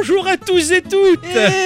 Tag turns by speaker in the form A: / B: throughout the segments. A: Bonjour à tous et toutes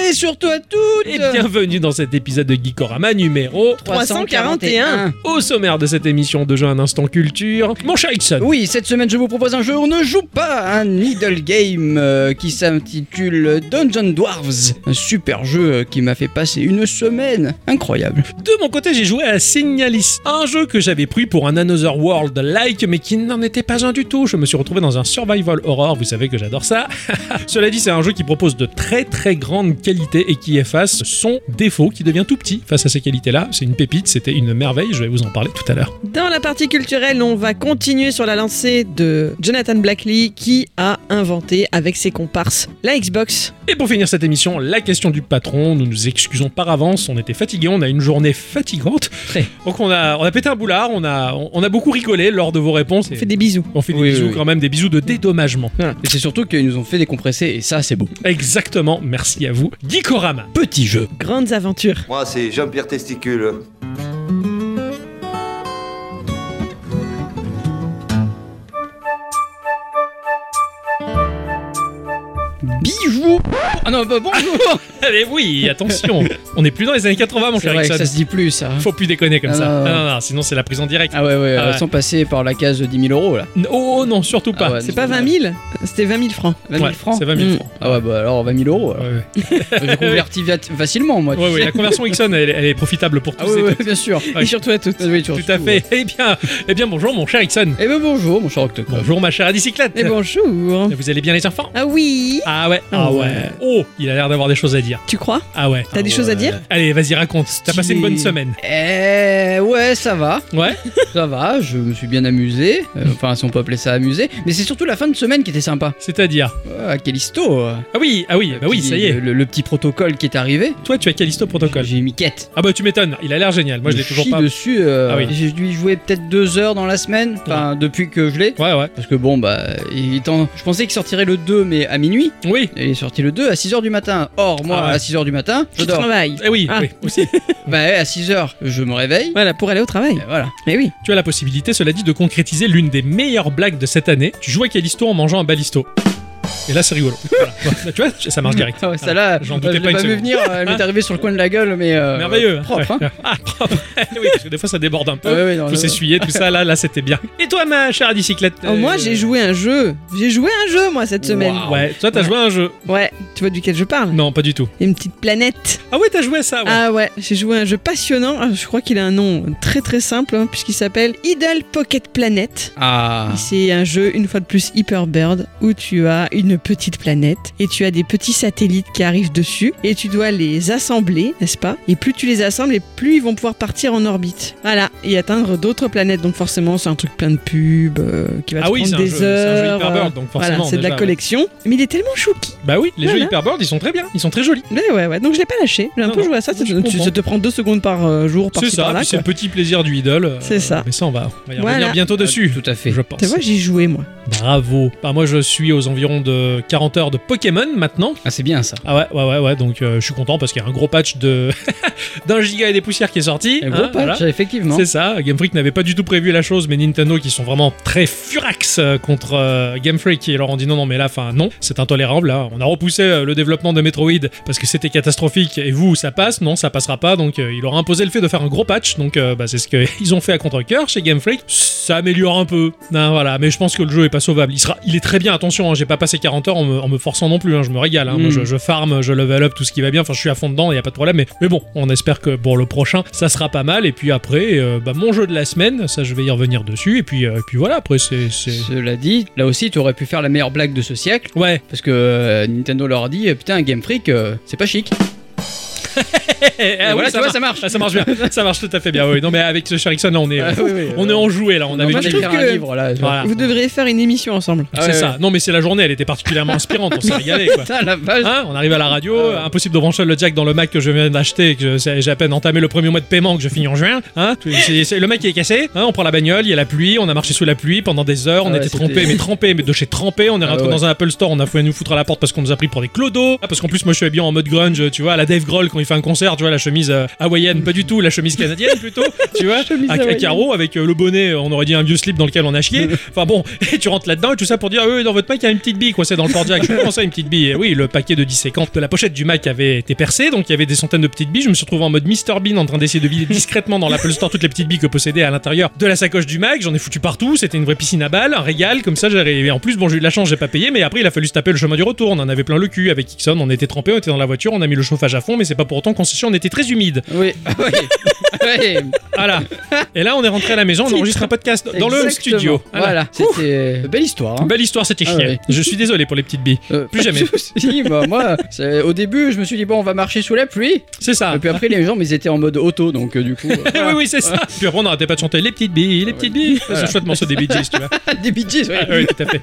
B: Et surtout à toutes
A: Et bienvenue dans cet épisode de Geekorama numéro
B: 341
A: au sommaire de cette émission de jeu un instant culture. Mon cher Ixon,
B: Oui, cette semaine je vous propose un jeu où on ne joue pas un Needle Game euh, qui s'intitule Dungeon Dwarves. Un super jeu euh, qui m'a fait passer une semaine incroyable.
A: de mon côté, j'ai joué à Signalis, un jeu que j'avais pris pour un Another World like mais qui n'en était pas un du tout. Je me suis retrouvé dans un survival horror, vous savez que j'adore ça. Cela dit, c'est un jeu qui propose de très très grandes qualités et qui efface son défaut qui devient tout petit face à ces qualités-là. C'est une pépite, c'était une merveille, je vais vous en parler tout à l'heure.
C: Dans la partie culturelle, on va continuer sur la lancée de Jonathan Blackley qui a inventé avec ses comparses la Xbox.
A: Et pour finir cette émission, la question du patron. Nous nous excusons par avance, on était fatigués, on a une journée fatigante.
B: Très.
A: Donc on a, on a pété un boulard, on a, on, on a beaucoup rigolé lors de vos réponses.
C: On
A: Et
C: fait des bisous.
A: on fait des
B: Oui,
A: bisous
B: oui, oui.
A: quand même, des bisous de dédommagement.
B: Voilà. Et c'est surtout qu'ils nous ont fait décompresser et ça c'est beau.
A: Exactement, merci à vous. Geekorama.
B: Petit jeu.
C: Grandes aventures.
D: Moi, c'est Jean-Pierre Testicule.
B: Bijou Ah non, bah, bonjour
A: Allez Eh oui, attention. on n'est plus dans les années 80 mon
B: C'est
A: cher
B: vrai que ça
A: Ixon.
B: se dit plus ça.
A: Faut plus déconner comme
B: Ah,
A: ça.
B: non,
A: Non,
B: non.
A: non, non, sinon c'est la prise en direct.
B: Ah ouais, ouais,
A: Ah
B: euh,
A: ouais.
B: sans passer par la case de 10 000 euros là.
A: Oh, oh, non, surtout pas.
B: Ah ouais,
C: C'est pas 20 000, c'était 20 000 francs.
B: 20 000
A: Ouais,
B: francs
A: C'est 20 000
C: Mm.
A: francs.
B: Ah ouais, bah alors 20 000 euros. alors.
A: Ouais, ouais.
B: J'ai converti va- facilement moi. tu
A: Ouais, ouais,
B: sais.
A: la conversion Ixon, elle, elle est profitable pour tous
B: Ah ouais,
A: et
B: ouais,
A: toutes.
B: bien sûr.
A: Ouais.
C: Et surtout à toutes.
B: Oui, tu
A: Tout à
B: reçois,
A: fait. Eh bien, eh bien, bonjour mon cher Ixon.
B: Eh ben bonjour mon cher Octocom.
A: Bonjour ma chère à bicyclette.
C: Et Eh, bonjour.
A: Vous allez bien les enfants
C: Ah oui
A: Ah ouais,
C: Ah
A: ah
C: ouais.
A: ouais. Oh, il a l'air d'avoir des choses à dire.
C: Tu crois
A: Ah ouais.
C: T'as des choses à dire
A: Allez, vas-y, raconte. T'as passé une bonne semaine.
B: Eh ouais, ça va,
A: Ouais
B: ça va, je me suis bien amusé, Euh, enfin si on peut appeler ça amusé, mais c'est surtout la fin de semaine qui était sympa.
A: C'est-à-dire
B: Euh, À Callisto, euh,
A: Ah oui, ah oui, bah oui,
B: qui-
A: ça y est.
B: Le, le petit protocole qui est arrivé,
A: Toi, tu as Callisto Protocol.
B: j'ai mis quête.
A: Ah bah tu m'étonnes, il a l'air génial. Moi, je l'ai toujours
B: chie
A: pas.
B: dessus, euh,
A: Ah oui.
B: j'ai dû y jouer peut-être deux heures dans la semaine, enfin depuis que je l'ai.
A: Ouais, ouais.
B: Parce que bon, bah, il est en- je pensais qu'il sortirait le 2, mais à minuit.
A: Oui.
B: Et Il est sorti le 2 à 6h du matin. Or, moi,
A: Ah ouais.
B: à 6h du matin, je
C: Je
B: dors.
C: travaille.
A: Eh oui,
C: Ah.
A: oui, aussi.
B: Bah, à 6h, je me réveille.
C: Voilà, pour aller au travail.
B: Et voilà.
C: Mais oui.
A: tu as la possibilité, cela dit, de concrétiser l'une des meilleures blagues de cette année. Tu joues à Callisto en mangeant un balisto. Et là, c'est rigolo. Voilà. Voilà. Tu vois, ça marche direct.
B: Ah ouais, ça là,
A: J'en
B: euh,
A: doutais
B: je l'ai
A: pas une
B: vu
A: seconde.
B: venir, euh, elle m'est arrivée sur le coin de la gueule, mais. euh,
A: Merveilleux.
B: Propre, hein.
A: Ouais. Ah, propre. oui, parce que des fois, ça déborde un peu.
B: Ah ouais, ouais, non,
A: Faut
B: non.
A: s'essuyer, tout ça. Oh Là, là, c'était bien. Et toi, ma chère à bicyclette euh,
C: Oh, moi, j'ai joué un jeu. J'ai joué un jeu, moi, cette semaine.
A: Waouh. Ah Ouais, toi, t'as
C: Ouais.
A: joué à un jeu.
C: Ouais, tu vois duquel je parle
A: Non, pas du tout.
C: Une petite planète.
A: Ah ouais, t'as joué à ça, ouais.
C: Ah ouais, j'ai joué à un jeu passionnant. Ah, Je crois qu'il a un nom très très simple, hein, puisqu'il s'appelle Idle Pocket Planet.
B: Ah.
C: C'est un jeu, une fois de plus, Hyper Bird, où tu as une petite planète et tu as des petits satellites qui arrivent dessus et tu dois les assembler, n'est-ce pas Et plus tu les assembles, et plus ils vont pouvoir partir en orbite. Voilà, et atteindre d'autres planètes. Donc forcément, c'est un truc plein de pubs euh, qui va
A: Ah
C: te
A: oui, c'est
C: prendre
A: un,
C: des
A: jeu- c'est un jeu
C: heures. euh,
A: Hyperbird, donc forcément.
C: voilà, c'est de la
A: déjà,
C: collection. Mais il est tellement chouki.
A: ouais. Bah oui, les jeux
C: Voilà.
A: Hyperbird, ils sont très bien, ils sont très jolis.
C: Ouais, ouais, ouais. Donc je l'ai pas lâché. J'ai un
A: Non,
C: peu
A: non.
C: joué à ça. Ça,
A: Je
C: te- tu-
A: comprends.
C: ça te prend deux secondes par euh, jour, par
A: C'est
C: ci,
A: ça,
C: par là.
A: puis c'est
C: quoi.
A: le petit plaisir du idole. euh,
C: C'est ça.
A: Mais ça, on va, on va y revenir
C: Voilà.
A: bientôt dessus.
B: Tout à fait.
A: Je pense.
C: Tu vois, j'y jouais moi.
A: Bravo. Bah, moi, je suis aux environs de 40 heures de Pokémon maintenant.
B: Ah, c'est bien ça.
A: Ah ouais, ouais, ouais, ouais. Donc, euh, je suis content parce qu'il y a un gros patch de d'un giga et des poussières qui est sorti.
B: Un gros
A: hein,
B: patch,
A: voilà.
B: effectivement.
A: C'est ça, Game Freak n'avait pas du tout prévu la chose, mais Nintendo qui sont vraiment très furax euh, contre euh, Game Freak et leur ont dit non, non, mais là, enfin, non, c'est intolérable. Là. On a repoussé euh, le développement de Metroid parce que c'était catastrophique et vous, ça passe, non, ça passera pas. Donc, euh, il leur a imposé le fait de faire un gros patch. Donc, euh, bah, c'est ce qu'ils ont fait à contre-coeur chez Game Freak. Ça améliore un peu, hein, voilà, mais je pense que le jeu est pas sauvable. Il, sera, il est très bien, attention, hein, j'ai pas passé 40 heures en me, en me forçant non plus, hein, je me régale. hein. Moi,
B: Mm.
A: je, je farm, je level up, tout ce qui va bien. Enfin, je suis à fond dedans, il n'y a pas de problème. Mais, mais bon, on espère que pour le prochain, ça sera pas mal. Et puis après, euh, bah, mon jeu de la semaine, ça, je vais y revenir dessus. Et puis, euh, et puis voilà, après, c'est. c'est-
B: Cela dit, là aussi, tu aurais pu faire la meilleure blague de ce siècle.
A: Ouais,
B: Parce que euh, Nintendo leur a dit, euh, putain, Game Freak, euh, c'est pas chic.
A: Eh, ah
B: Et
A: oui,
B: voilà, tu vois,
A: marche.
B: ça marche.
A: Ah, ça marche bien, ça marche tout à fait bien. Oui, non, mais avec ce Sherrickson, là, on est,
B: Ah, oui, oui,
A: Eh on est
B: euh,
A: enjoué là. On
B: on
A: avait
B: va
A: une-
C: je trouve
B: écrire un
C: que-
B: livre là.
A: Voilà.
C: Vous devriez faire une émission ensemble.
B: Ah,
A: C'est
B: ouais,
A: ça.
B: ouais.
A: Non, mais c'est la journée, elle était particulièrement inspirante. On s'est régalé, quoi.
B: Putain, la vache.
A: Hein, on arrive à la radio,
B: Ah ouais.
A: impossible de brancher le jack dans le Mac que je viens d'acheter, et que je- j'ai à peine entamé le premier mois de paiement que je finis en juin. Hein, tu- c'est- c'est- le Mac il est cassé, hein, on prend la bagnole, il y a la pluie, on a marché sous la pluie pendant des heures, on
B: Ah ouais,
A: était
B: c'était-
A: trempés, mais trempés, mais de chez trempés, on est
B: Ah
A: rentré
B: ouais.
A: dans un Apple Store, on a failli nous foutre à la porte parce qu'on nous a pris pour des clodos, Ah, parce qu'en plus moi je suis habillé en mode grunge, tu vois, à la Dave Grohl quand il il fait un concert, tu vois, la chemise euh, hawaïenne, pas du tout, la chemise canadienne plutôt, tu vois,
C: Chemise
A: à, à
C: hawaïenne.
A: carreaux avec euh, le bonnet, euh, on aurait dit un vieux slip dans lequel on a chié. Enfin bon, et tu rentres là-dedans et tout ça pour dire, euh, dans votre Mac, il y a une petite bille coincée dans le porte-jack. Je pense à une petite bille. Et oui, le paquet de disséquantes de la pochette du Mac avait été percé, donc il y avait des centaines de petites billes. Je me suis retrouvé en mode Mr Bean en train d'essayer de vider discrètement dans l'Apple Store toutes les petites billes que possédait à l'intérieur de la sacoche du Mac. J'en ai foutu partout. C'était une vraie piscine à balles, un régal. Comme ça, j'arrivais. En plus, bon, j'ai eu de la chance, j'ai pas payé, mais après, il a fallu se taper le chemin du retour. On en avait plein le cul avec Ixon. On était trempés, on était dans la voiture, on a mis le chauffage à fond, mais c'est pas pour autant qu'on s'est chié, on était très humide.
B: Oui, oui, oui.
A: Voilà. Et là, on est rentré à la maison, on enregistre un podcast dans le
B: Exactement.
A: studio. Voilà.
B: Voilà, c'était une belle histoire. hein.
A: Belle histoire, c'était
B: Ah
A: chiant.
B: ouais.
A: Je suis désolé pour les petites billes.
B: Euh,
A: plus
B: pas de
A: jamais.
B: souci, bah, moi, c'est- au début, je me suis dit, bon, on va marcher sous la pluie.
A: C'est ça.
B: Et puis après, les gens, mais ils étaient en mode auto, donc euh, du coup. euh,
A: Eh oui, oui, c'est ça. Puis après, on n'arrêtait pas de chanter les petites billes, les petites billes.
B: Voilà.
A: C'est chouette morceau des Bee Gees, tu vois.
B: des Bee Gees, ouais.
A: Ah oui, tout à fait.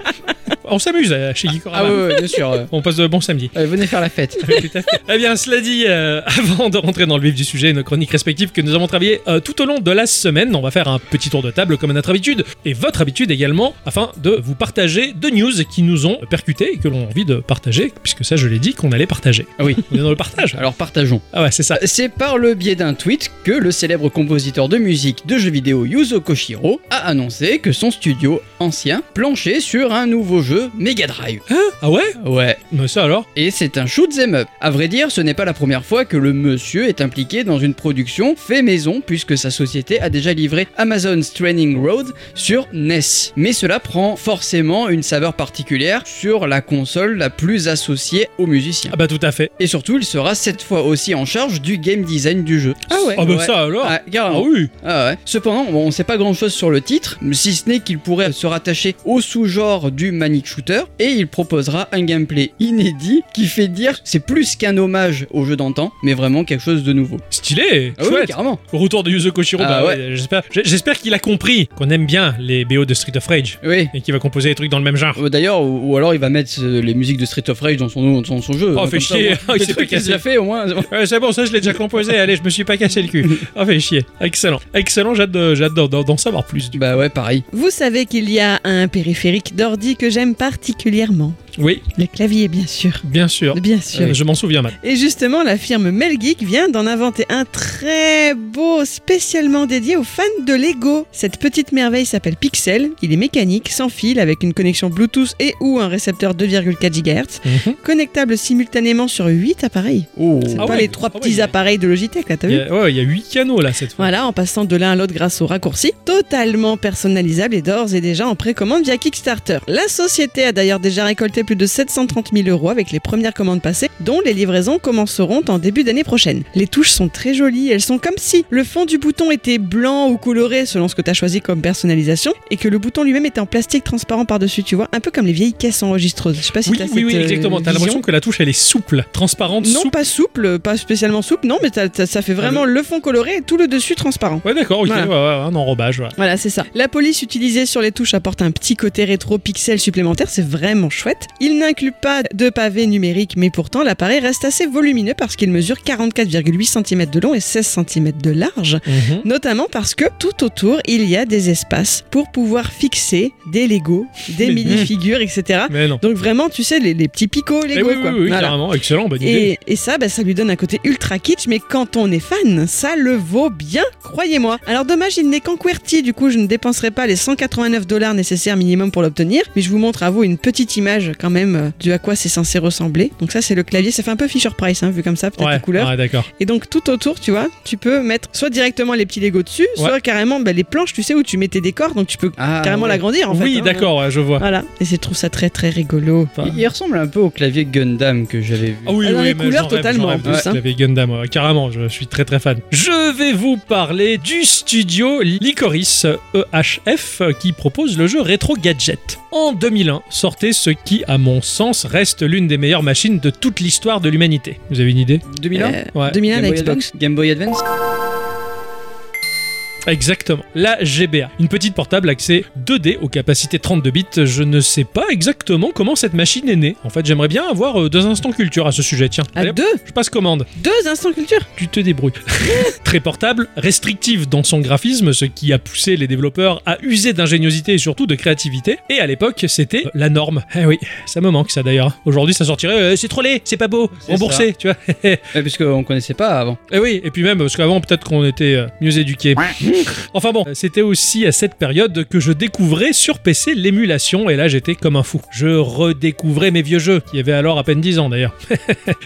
A: On s'amuse euh, chez Geekorama.
B: Ah ouais, ouais, bien sûr. euh.
A: On passe de bons samedis.
B: Allez, venez faire la fête.
A: Oui, tout à fait. Eh bien, cela dit, euh, avant de rentrer dans le vif du sujet, nos chroniques respectives que nous avons travaillées euh, tout au long de la semaine, on va faire un petit tour de table comme à notre habitude, et votre habitude également, afin de vous partager deux news qui nous ont percuté et que l'on a envie de partager, puisque ça, je l'ai dit qu'on allait partager.
B: Ah oui.
A: On est dans le partage.
B: Alors partageons.
A: Ah ouais, c'est ça.
B: C'est par le biais d'un tweet que le célèbre compositeur de musique de jeux vidéo Yuzo Koshiro a annoncé que son studio ancien planchait sur un nouveau jeu Mega Drive.
A: Ah ouais
B: Ouais.
A: Mais ça alors
B: Et c'est un shoot 'em up. À vrai dire, ce n'est pas la première fois que le monsieur est impliqué dans une production fait maison, puisque sa société a déjà livré Amazon's Training Road sur NES. Mais cela prend forcément une saveur particulière sur la console la plus associée aux musiciens.
A: Ah bah tout à fait.
B: Et surtout, il sera cette fois aussi en charge du game design du jeu.
C: Ah ouais.
A: Ah bah
B: Ouais.
A: ça alors
B: Ah,
A: Ah
B: carrément.
A: oui
B: Ah ouais. Cependant, bon, on ne sait pas grand chose sur le titre, si ce n'est qu'il pourrait se rattacher au sous-genre du Manic Shooter, et il proposera un gameplay inédit qui fait dire c'est plus qu'un hommage au jeu d'antan, mais vraiment quelque chose de nouveau.
A: Stylé
B: Ah oui,
A: Chouette
B: carrément.
A: Retour de Yuzo Koshiro,
B: Ah
A: bah ouais, j'espère, j'- j'espère qu'il a compris qu'on aime bien les BO de Street of Rage
B: Oui.
A: et qu'il va composer des trucs dans le même genre.
B: Euh, D'ailleurs, ou, ou alors il va mettre euh, les musiques de Street of Rage dans son, dans son jeu.
A: Oh, fait
B: Comme ça,
A: chier.
B: au moins,
A: Il
B: le
A: s'est
B: truc
A: pas
B: qu'il
A: cassé.
B: a fait au moins.
A: Ouais, Euh, c'est bon, ça je l'ai déjà composé, allez, je me suis pas cassé le cul. Ah, fait chier. Excellent, excellent, j'ai hâte de- j'ai hâte d'en- d'en d'en savoir plus. Du...
B: Bah ouais, pareil.
C: Vous savez qu'il y a un périphérique d'ordi que j'aime particulièrement.
A: Oui,
C: Le clavier, bien sûr.
A: bien sûr.
C: Bien sûr.
A: Euh, Je m'en souviens mal.
C: Et justement, la firme Melgeek vient d'en inventer un très beau, spécialement dédié aux fans de Lego. Cette petite merveille s'appelle Pixel. Il est mécanique, sans fil, avec une connexion Bluetooth et ou un récepteur 2,4 GHz,
A: Mhm.
C: connectable simultanément sur 8 appareils.
B: Oh.
C: C'est
A: Ah
C: pas
A: ouais.
C: les trois
A: Ah ouais,
C: petits
A: mais-
C: appareils de Logitech, là, t'as
A: Il
C: vu
A: y a- ouais, il y a huit canaux là cette fois.
C: Voilà, en passant de l'un à l'autre grâce aux raccourcis, totalement personnalisable et d'ores et déjà en précommande via Kickstarter. La société a d'ailleurs déjà récolté plus de 730 000 euros avec les premières commandes passées, dont les livraisons commenceront en début d'année prochaine. Les touches sont très jolies, elles sont comme si le fond du bouton était blanc ou coloré selon ce que tu as choisi comme personnalisation, et que le bouton lui-même était en plastique transparent par-dessus, tu vois, un peu comme les vieilles caisses enregistreuses. Je sais pas si
A: Oui,
C: t'as
A: oui, oui,
C: cette, euh,
A: exactement. T'as
C: vision.
A: l'impression que la touche elle est souple, transparente,
C: Non,
A: souple.
C: pas souple, pas spécialement souple, non, mais t'as- t'as- ça fait
A: Ah,
C: vraiment le fond coloré et tout le dessus transparent.
A: Ouais, d'accord, ok,
C: Voilà.
A: ouais, ouais, un enrobage, voilà.
C: Voilà, c'est ça. La police utilisée sur les touches apporte un petit côté rétro pixel supplémentaire, c'est vraiment chouette. Il n'inclut pas de pavé numérique, mais pourtant l'appareil reste assez volumineux parce qu'il mesure 44,8 cm de long et 16 cm de large,
A: Mhm.
C: notamment parce que tout autour, il y a des espaces pour pouvoir fixer des Lego, des
A: Mais-
C: mini-figures, etc.
A: Mais non.
C: Donc vraiment, tu sais, les, les petits picots
A: Eh
C: Lego,
A: oui, oui,
C: quoi.
A: oui,
C: Voilà.
A: carrément, excellent, bonne idée.
C: Et, et ça, bah, ça lui donne un côté ultra kitsch, mais quand on est fan, ça le vaut bien, croyez-moi. Alors dommage, il n'est qu'en QWERTY, du coup je ne dépenserai pas les 189 dollars nécessaires minimum pour l'obtenir, mais je vous montre à vous une petite image quand même euh, de à quoi c'est censé ressembler. Donc ça c'est le clavier, ça fait un peu Fisher Price, hein, vu comme ça, peut-être les
A: Ouais,
C: couleurs.
A: ouais, d'accord.
C: Et donc tout autour, tu vois, tu peux mettre soit directement les petits Lego dessus, soit carrément bah, les planches, tu sais, où tu mets tes décors, donc tu peux
B: Ah,
C: carrément
B: ouais.
C: l'agrandir en fait.
A: oui,
C: hein.
A: d'accord, ouais, je vois.
C: Voilà, et c'est- je trouve ça très très rigolo.
A: Enfin,
B: Il, il ressemble un peu au clavier Gundam que j'avais vu.
A: Ah oui,
C: Ah, dans
A: oui,
C: les
A: mais
C: couleurs
A: j'en rêve,
C: totalement,
A: j'en rêve de
C: en plus,
A: ce
C: hein.
A: clavier Gundam, ouais, carrément, je suis très très fan. Je vais vous parler du studio Licoris EHF euh, qui propose le jeu Retro Gadget. En 2001 sortait ce qui, à mon sens, reste l'une des meilleures machines de toute l'histoire de l'humanité. Vous avez une idée
B: 2001
C: Euh,
A: Ouais.
C: 2001
B: Eh, Game
C: la
B: Boy
C: Xbox.
B: Advance Game Boy Advance
A: Exactement. La GBA. Une petite portable accès 2D aux capacités 32 bits. Je ne sais pas exactement comment cette machine est née. En fait, j'aimerais bien avoir euh, deux instants culture à ce sujet. Tiens,
C: À
A: Allez,
C: deux
A: je passe commande.
C: Deux instants culture
A: Tu te débrouilles. Très portable, restrictive dans son graphisme, ce qui a poussé les développeurs à user d'ingéniosité et surtout de créativité. Et à l'époque, c'était la norme. Eh oui, ça me manque ça d'ailleurs. Aujourd'hui, ça sortirait euh, c'est trop laid, c'est pas beau,
B: C'est
A: remboursé, tu vois.
B: Ouais, Eh, parce qu'on connaissait pas avant.
A: Et oui, et puis même, parce qu'avant, peut-être qu'on était euh, mieux éduqués. enfin bon, euh, c'était aussi à cette période que je découvrais sur PC l'émulation, et là j'étais comme un fou. Je redécouvrais mes vieux jeux, qui avaient alors à peine 10 ans d'ailleurs.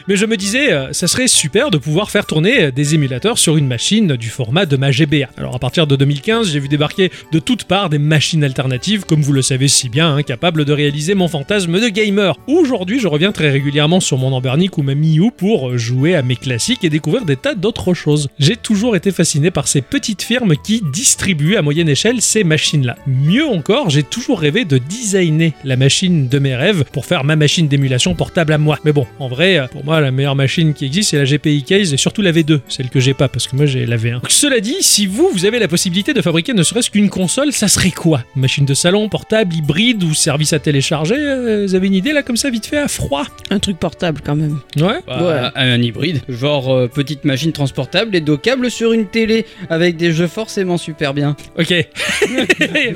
A: Mais je me disais, euh, ça serait super de pouvoir faire tourner euh, des émulateurs sur une machine du format de ma GBA. Alors à partir de 2015, j'ai vu débarquer de toutes parts des machines alternatives, comme vous le savez si bien, hein, capables de réaliser mon fantasme de gamer. Aujourd'hui, je reviens très régulièrement sur mon Ambernic ou ma Miu pour jouer à mes classiques et découvrir des tas d'autres choses. J'ai toujours été fasciné par ces petites firmes qui distribuent à moyenne échelle ces machines-là. Mieux encore, j'ai toujours rêvé de designer la machine de mes rêves pour faire ma machine d'émulation portable à moi. Mais bon, en vrai, euh, pour moi, la meilleure machine qui existe, c'est la GPI 15 et surtout la V2, celle que j'ai pas parce que moi j'ai la V1. Donc, cela dit, si vous, vous avez la possibilité de fabriquer ne serait-ce qu'une console, ça serait quoi Machine de salon, portable, hybride ou service à télécharger euh, Vous avez une idée là comme ça, vite fait, à froid
C: Un truc portable quand même.
A: Ouais
B: Bah, Un hybride. Genre euh, petite machine transportable et dockable sur une télé avec des jeux forcément super bien.
A: Ok.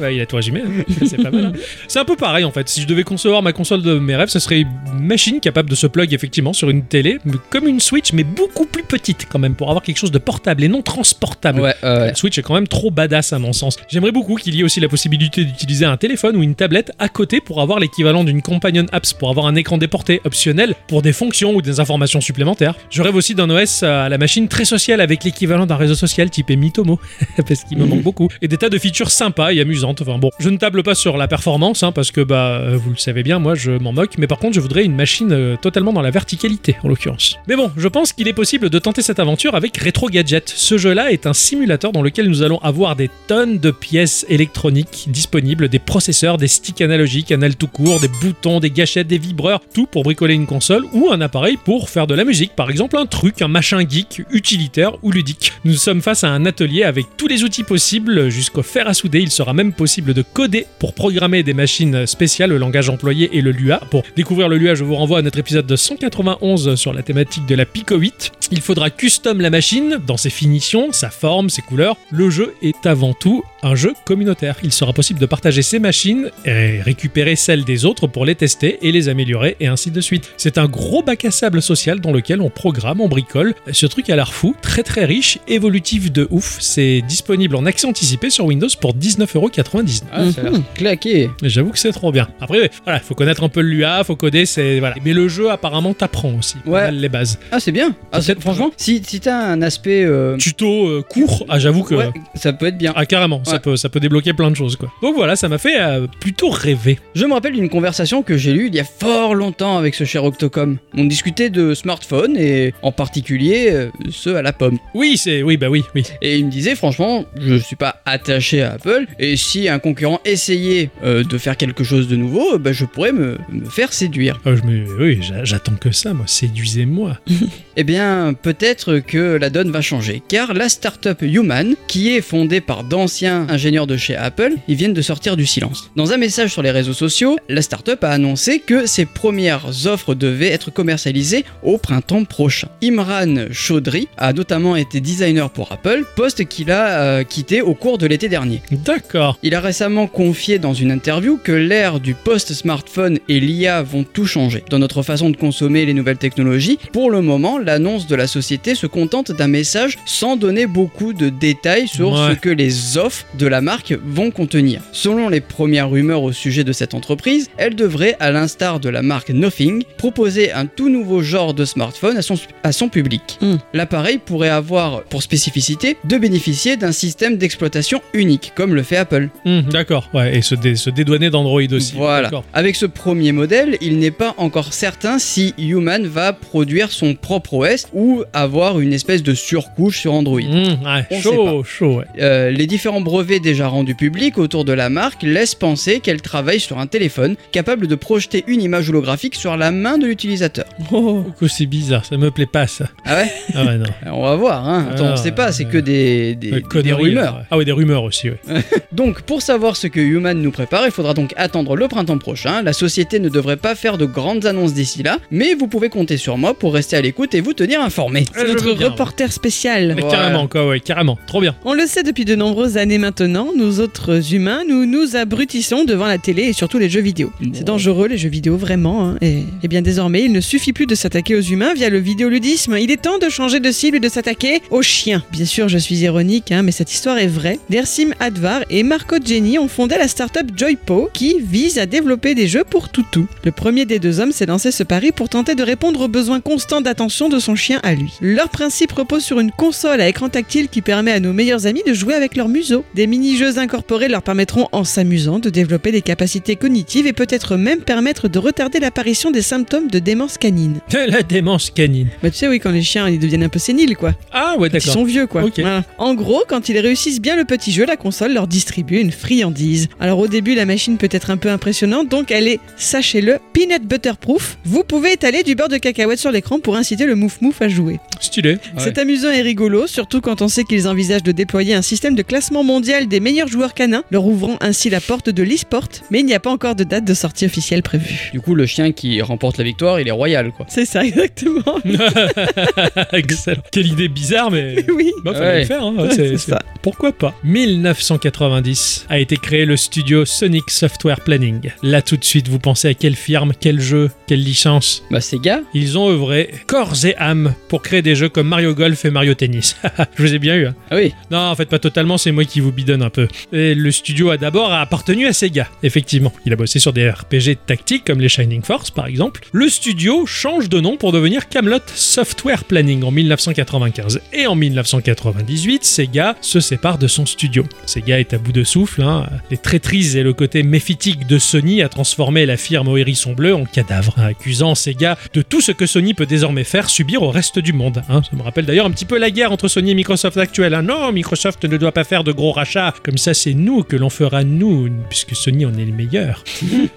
A: Bah, il a tout résumé. hein. C'est pas mal. hein. C'est un peu pareil en fait. Si je devais concevoir ma console de mes rêves, ce serait une machine capable de se plug effectivement sur une télé, mais comme une Switch, mais beaucoup plus petite quand même, pour avoir quelque chose de portable et non transportable.
B: Ouais, ouais.
A: La Switch est quand même trop badass à mon sens. J'aimerais beaucoup qu'il y ait aussi la possibilité d'utiliser un téléphone ou une tablette à côté pour avoir l'équivalent d'une companion apps, pour avoir un écran déporté optionnel pour des fonctions ou des informations supplémentaires. Je rêve aussi d'un OS à la machine très sociale avec l'équivalent d'un réseau social type Mitomo, parce qu'il me manque beaucoup, et des tas de features sympas et amusantes. Enfin bon, je ne table pas sur la performance, hein, parce que bah euh, vous le savez bien, moi je m'en moque, mais par contre je voudrais une machine euh, totalement dans la verticalité en l'occurrence. Mais bon, je pense qu'il est possible de tenter cette aventure avec Retro Gadget. Ce jeu-là est un simulateur dans lequel nous allons avoir des tonnes de pièces électroniques disponibles, des processeurs, des sticks analogiques, anal tout court, des boutons, des gâchettes, des vibreurs, tout pour bricoler une console ou un appareil pour faire de la musique, par exemple un truc, un machin geek, utilitaire ou ludique. Nous sommes face à un atelier avec tous les outils possibles, jusqu'au fer à souder, il sera même possible de coder pour programmer des machines spéciales, le langage employé et le Lua. Pour découvrir le Lua, je vous renvoie à notre épisode de 191 sur la thématique de la Pico 8. Il faudra custom la machine dans ses finitions, sa forme, ses couleurs. Le jeu est avant tout un jeu communautaire. Il sera possible de partager ces machines et récupérer celles des autres pour les tester et les améliorer et ainsi de suite. C'est un gros bac à sable social dans lequel on programme, on bricole. Ce truc a l'air fou, très très riche, évolutif de ouf. C'est disponible en accès anticipé sur Windows pour 19,99€.
B: Ah, ça a l'air claqué.
A: Et J'avoue que c'est trop bien. Après, voilà, faut connaître un peu le Lua, faut coder, c'est voilà. Mais le jeu apparemment t'apprend aussi pas
B: Ouais.
A: mal les bases.
B: Ah, c'est bien. Ah, c'est- franchement, si, si t'as un aspect. euh,
A: Tuto euh, court, ah j'avoue que
B: ouais, ça peut être bien.
A: ah carrément, ça
B: Ouais.
A: peut ça peut débloquer plein de choses quoi. Donc voilà, ça m'a fait euh, plutôt rêver.
B: Je me rappelle d'une conversation que j'ai lue il y a fort longtemps avec ce cher Octocom. On discutait de smartphones et en particulier euh, ceux à la pomme.
A: Oui, c'est oui bah oui, oui.
B: Et il me disait franchement, je suis pas attaché à Apple et si un concurrent essayait euh, de faire quelque chose de nouveau, euh, bah, je pourrais me, me faire séduire.
A: Ah, je me oui, j'a- j'attends que ça moi, séduisez-moi.
B: Eh bien, peut-être que la donne va changer car la startup Human, qui est fondée par d'anciens ingénieurs de chez Apple, ils viennent de sortir du silence. Dans un message sur les réseaux sociaux, la startup a annoncé que ses premières offres devaient être commercialisées au printemps prochain. Imran Chaudhry a notamment été designer pour Apple, poste qu'il a euh, quitté au cours de l'été dernier.
A: D'accord.
B: Il a récemment confié dans une interview que l'ère du post-smartphone et l'IA vont tout changer dans notre façon de consommer les nouvelles technologies. Pour le moment, l'annonce de la société se contente d'un message sans donner beaucoup de détails sur
A: Ouais.
B: ce que les offres de la marque vont contenir. Selon les premières rumeurs au sujet de cette entreprise, elle devrait, à l'instar de la marque Nothing, proposer un tout nouveau genre de smartphone à son, à son public.
C: Hmm.
B: L'appareil pourrait avoir, pour spécificité, de bénéficier d'un système d'exploitation unique, comme le fait Apple.
A: Hum, d'accord. Ouais, et se, dé- se dédouaner d'Android aussi.
B: Voilà.
A: D'accord.
B: Avec ce premier modèle, il n'est pas encore certain si Human va produire son propre OS ou ou avoir une espèce de surcouche sur Android.
A: Mmh, ouais,
B: On
A: chaud, chaud, ouais.
B: Euh, les différents brevets déjà rendus publics autour de la marque laissent penser qu'elle travaille sur un téléphone capable de projeter une image holographique sur la main de l'utilisateur.
C: Oh.
A: Beaucoup, c'est bizarre, ça me plaît pas ça.
B: Ah ouais
A: Ah ouais, non.
B: Alors, On va voir, hein. Attends, on
A: Ah,
B: sait pas, c'est
A: euh,
B: que des, des-
A: Ouais,
B: des
A: conneries,
B: rumeurs.
A: ouais. Ah ouais, des rumeurs aussi, ouais.
B: Donc, pour savoir ce que Human nous prépare, il faudra donc attendre le printemps prochain. La société ne devrait pas faire de grandes annonces d'ici là, mais vous pouvez compter sur moi pour rester à l'écoute et vous tenir informé.
A: Ah,
C: C'est
A: je
C: notre
A: veux bien,
C: reporter spécial.
A: Mais
B: Ouais.
A: Carrément, quoi, ouais, carrément. Trop bien.
C: On le sait depuis de nombreuses années maintenant, nous autres humains, nous nous abrutissons devant la télé et surtout les jeux vidéo. C'est dangereux les jeux vidéo, vraiment. hein. Et, et bien désormais, il ne suffit plus de s'attaquer aux humains via le vidéoludisme. Il est temps de changer de cible et de s'attaquer aux chiens. Bien sûr, je suis ironique, hein, mais cette histoire est vraie. Dersim Advar et Marco Jenny ont fondé la start-up Joypo qui vise à développer des jeux pour toutou. Le premier des deux hommes s'est lancé ce pari pour tenter de répondre aux besoins constants d'attention de son chien à lui. Leur principe repose sur une console à écran tactile qui permet à nos meilleurs amis de jouer avec leurs museaux. Des mini-jeux incorporés leur permettront, en s'amusant, de développer des capacités cognitives et peut-être même permettre de retarder l'apparition des symptômes de démence canine.
A: La démence canine.
C: Bah tu sais oui, quand les chiens ils deviennent un peu séniles quoi.
A: Ah ouais,
C: Ils
A: d'accord.
C: sont vieux quoi.
A: Ok.
C: Voilà. En gros, quand ils réussissent bien le petit jeu, la console leur distribue une friandise. Alors au début, la machine peut être un peu impressionnante, donc elle est, sachez-le, peanut butter proof. Vous pouvez étaler du beurre de cacahuète sur l'écran pour inciter le mouf mouf à jouer.
A: Stylé.
B: Ouais.
C: C'est amusant et rigolo, surtout quand on sait qu'ils envisagent de déployer un système de classement mondial des meilleurs joueurs canins, leur ouvrant ainsi la porte de l'e-sport, mais il n'y a pas encore de date de sortie officielle prévue.
B: Du coup, le chien qui remporte la victoire, il est royal, quoi.
C: C'est ça exactement.
A: Excellent. Quelle idée bizarre, mais.
C: oui.
A: Bah, fallait
B: Ouais.
A: le faire, hein.
C: Ouais,
A: C'est-
C: c'est
A: c'est-
C: ça.
A: Pourquoi pas 1990 a été créé le studio Sonic Software Planning. Là, tout de suite, vous pensez à quelle firme, quel jeu, quelle licence
B: Bah, c'est gars.
A: Ils ont œuvré corps et âme pour créer des jeux comme Mario Golf et Mario Tennis. Je vous ai bien eu, hein.
B: Ah oui.
A: Non, en fait, pas totalement, c'est moi qui vous bidonne un peu. Et le studio a d'abord appartenu à Sega, effectivement. Il a bossé sur des RPG tactiques comme les Shining Force, par exemple. Le studio change de nom pour devenir Camelot Software Planning en 1995. Et en 1998, Sega se sépare de son studio. Sega est à bout de souffle, hein. les traîtrises et le côté méphitique de Sony a transformé la firme au hérisson bleu en cadavre, hein, accusant Sega de tout ce que Sony peut désormais faire subir au reste du monde. hein. Ça me rappelle d'ailleurs un petit peu la guerre entre Sony et Microsoft actuelle. hein. Non, Microsoft ne doit pas faire de gros rachats, comme ça c'est nous que l'on fera nous, puisque Sony en est le meilleur.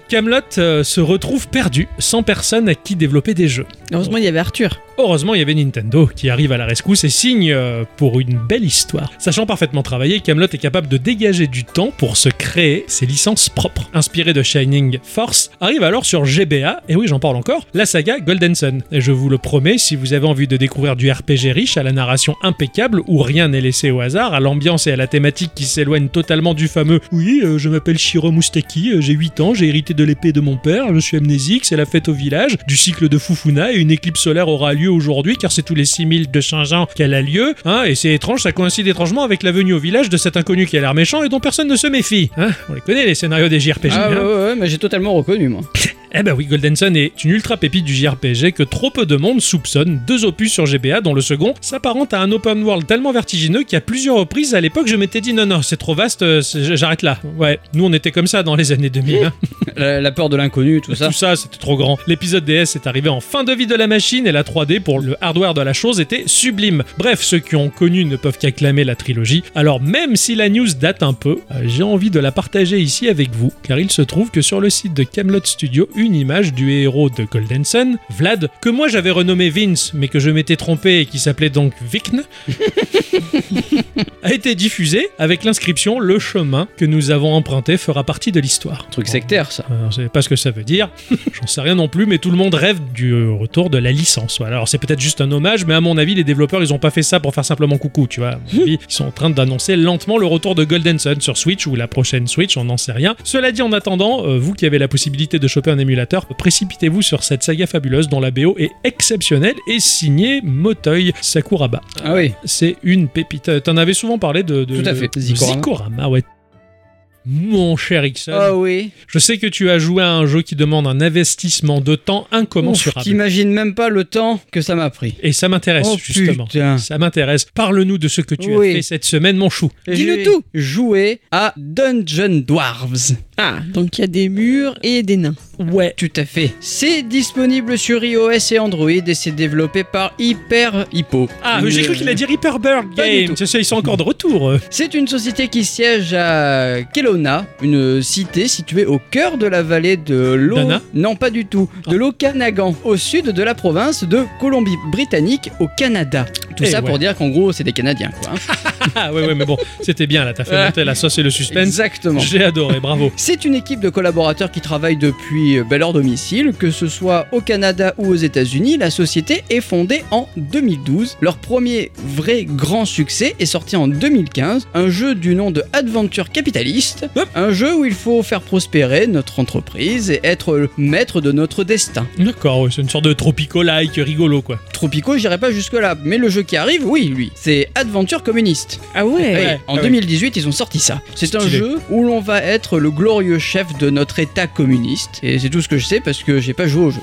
A: Camelot euh, se retrouve perdu, sans personne à qui développer des jeux.
C: Heureusement, il y avait Arthur.
A: Heureusement, il y avait Nintendo qui arrive à la rescousse et signe euh, pour une belle histoire. Sachant parfaitement travailler, Camelot est capable de dégager du temps pour se créer ses licences propres. Inspiré de Shining Force, arrive alors sur GBA, et oui, j'en parle encore, la saga Golden Sun. Et je vous le promets, si vous avez envie de découvrir du RPG riche à la narration impeccable où rien n'est laissé au hasard, à l'ambiance et à la thématique qui s'éloigne totalement du fameux Oui, euh, je m'appelle Shiro Moustaki, euh, j'ai 8 ans, j'ai hérité de l'épée de mon père, je suis amnésique, c'est la fête au village, du cycle de Fufuna et une éclipse solaire aura lieu aujourd'hui car c'est tous les 6200 ans qu'elle a lieu, hein, et c'est étrange, ça coïncide étrangement avec la venue au village de cet inconnu qui a l'air méchant et dont personne ne se méfie. Hein On les connaît les scénarios des JRPG.
B: Ah,
A: hein.
B: ouais, ouais, ouais, mais j'ai totalement reconnu, moi.
A: Eh ben oui, Golden Sun est une ultra pépite du JRPG que trop peu de monde soupçonne. Deux opus sur GBA, dont le second s'apparente à un open world tellement vertigineux qu'à plusieurs reprises à l'époque je m'étais dit non non c'est trop vaste, euh, c'est- j'arrête là. Ouais, nous on était comme ça dans les années 2000. hein.
B: La, la peur de l'inconnu, tout ça.
A: Tout ça c'était trop grand. L'épisode DS est arrivé en fin de vie de la machine et la 3D pour le hardware de la chose était sublime. Bref, ceux qui ont connu ne peuvent qu'acclamer la trilogie. Alors même si la news date un peu, euh, j'ai envie de la partager ici avec vous, car il se trouve que sur le site de Camelot Studio, une image du héros de Golden Sun, Vlad, que moi j'avais renommé Vince, mais que je m'étais trompé et qui s'appelait donc Vikn, a été diffusée avec l'inscription Le chemin que nous avons emprunté fera partie de l'histoire.
B: Truc sectaire, ça.
A: Alors, Euh, je sais pas ce que ça veut dire, j'en sais rien non plus, mais tout le monde rêve du euh, retour de la licence. Voilà. Alors c'est peut-être juste un hommage, mais à mon avis, les développeurs, ils ont pas fait ça pour faire simplement coucou, tu vois. À mon avis, ils sont en train d'annoncer lentement le retour de Golden Sun sur Switch ou la prochaine Switch, on n'en sait rien. Cela dit, en attendant, euh, vous qui avez la possibilité de choper un émulateur, précipitez-vous sur cette saga fabuleuse dont la BO est exceptionnelle et signée Motoy Sakuraba.
B: Ah oui.
A: C'est une pépite. Euh, T'en avais souvent parlé de, de-
B: Tout à fait.
A: de
B: Zikorama.
A: Zikorama, ouais. Mon cher Ixon,
B: Ah oui.
A: je sais que tu as joué à un jeu qui demande un investissement de temps
B: Ouf,
A: incommensurable.
B: T'imagines même pas le temps que ça m'a pris.
A: Et ça m'intéresse,
B: Oh,
A: justement.
B: putain.
A: Ça m'intéresse. Parle-nous de ce que tu
B: Oui.
A: as fait cette semaine, mon chou.
C: Dis-nous
B: J'ai
C: tout.
B: Joué à Dungeon Dwarves.
C: Ah, donc il y a des murs et des nains.
A: Ouais.
B: Tout à fait. C'est disponible sur iOS et Android et c'est développé par Hyper Hippo.
A: Ah, mais j'ai cru qu'il a dit Reaper Bird
B: Pas du
A: Game.
B: tout.
A: C'est ça, Ils sont encore de retour. euh.
B: C'est une société qui siège à Kelowna, une cité située au cœur de la vallée de l'eau.
A: Dana Ah.
B: Non, pas du tout. De l'Okanagan, au sud de la province de Colombie-Britannique, au Canada. Tout
A: Eh
B: ça
A: ouais.
B: pour dire qu'en gros, c'est des Canadiens, quoi. hein.
A: Ah, ouais, ouais, mais bon, c'était bien là. T'as fait monter la sauce et le suspense.
B: Exactement.
A: J'ai adoré, bravo.
B: C'est une équipe de collaborateurs qui travaillent depuis euh, ben, leur domicile, que ce soit au Canada ou aux États-Unis. La société est fondée en 2012. Leur premier vrai grand succès est sorti en 2015, un jeu du nom de Adventure Capitaliste,
A: Hop.
B: un jeu où il faut faire prospérer notre entreprise et être le maître de notre destin.
A: D'accord, ouais, c'est une sorte de tropico-like rigolo, quoi.
B: Tropico, j'irai pas jusque-là, mais le jeu qui arrive, oui, lui, c'est Adventure Communiste.
C: Ah ouais.
B: Oui,
A: Ouais.
B: en
A: Ah oui.
B: 2018, ils ont sorti ça. C'est un
A: Stylé.
B: jeu où l'on va être le glorieux chef de notre État communiste. Et c'est tout ce que je sais parce que j'ai pas joué au jeu.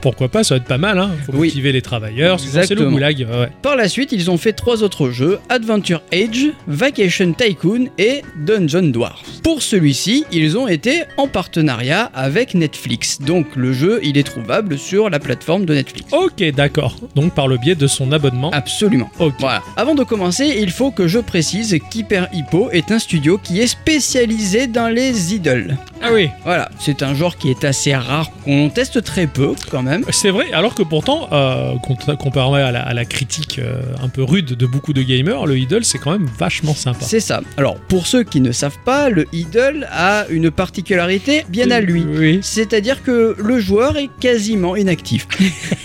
A: Pourquoi pas, ça va être pas mal, hein. Faut
B: Oui.
A: motiver les travailleurs, sinon c'est le
B: Exactement.
A: goulag. Ouais.
B: Par la suite, ils ont fait trois autres jeux Adventure Age, Vacation Tycoon et Dungeon Dwarf. Pour celui-ci, ils ont été en partenariat avec Netflix. Donc le jeu, il est trouvable sur la plateforme de Netflix.
A: Ok, d'accord. Donc par le biais de son
B: Ah.
A: abonnement.
B: Absolument.
A: Ok.
B: Voilà. Avant de commencer, il faut que je précise qu'Hyper Hippo est un studio qui est spécialisé dans les idoles.
A: Ah oui,
B: Voilà, c'est un genre qui est assez rare, qu'on teste très peu quand même.
A: c'est vrai, alors que pourtant, euh, cont- comparé à la, à la critique euh, un peu rude de beaucoup de gamers, le idle c'est quand même vachement sympa.
B: C'est ça. Alors, pour ceux qui ne savent pas, le idle a une particularité bien à lui.
A: Oui.
B: C'est-à-dire que le joueur est quasiment inactif.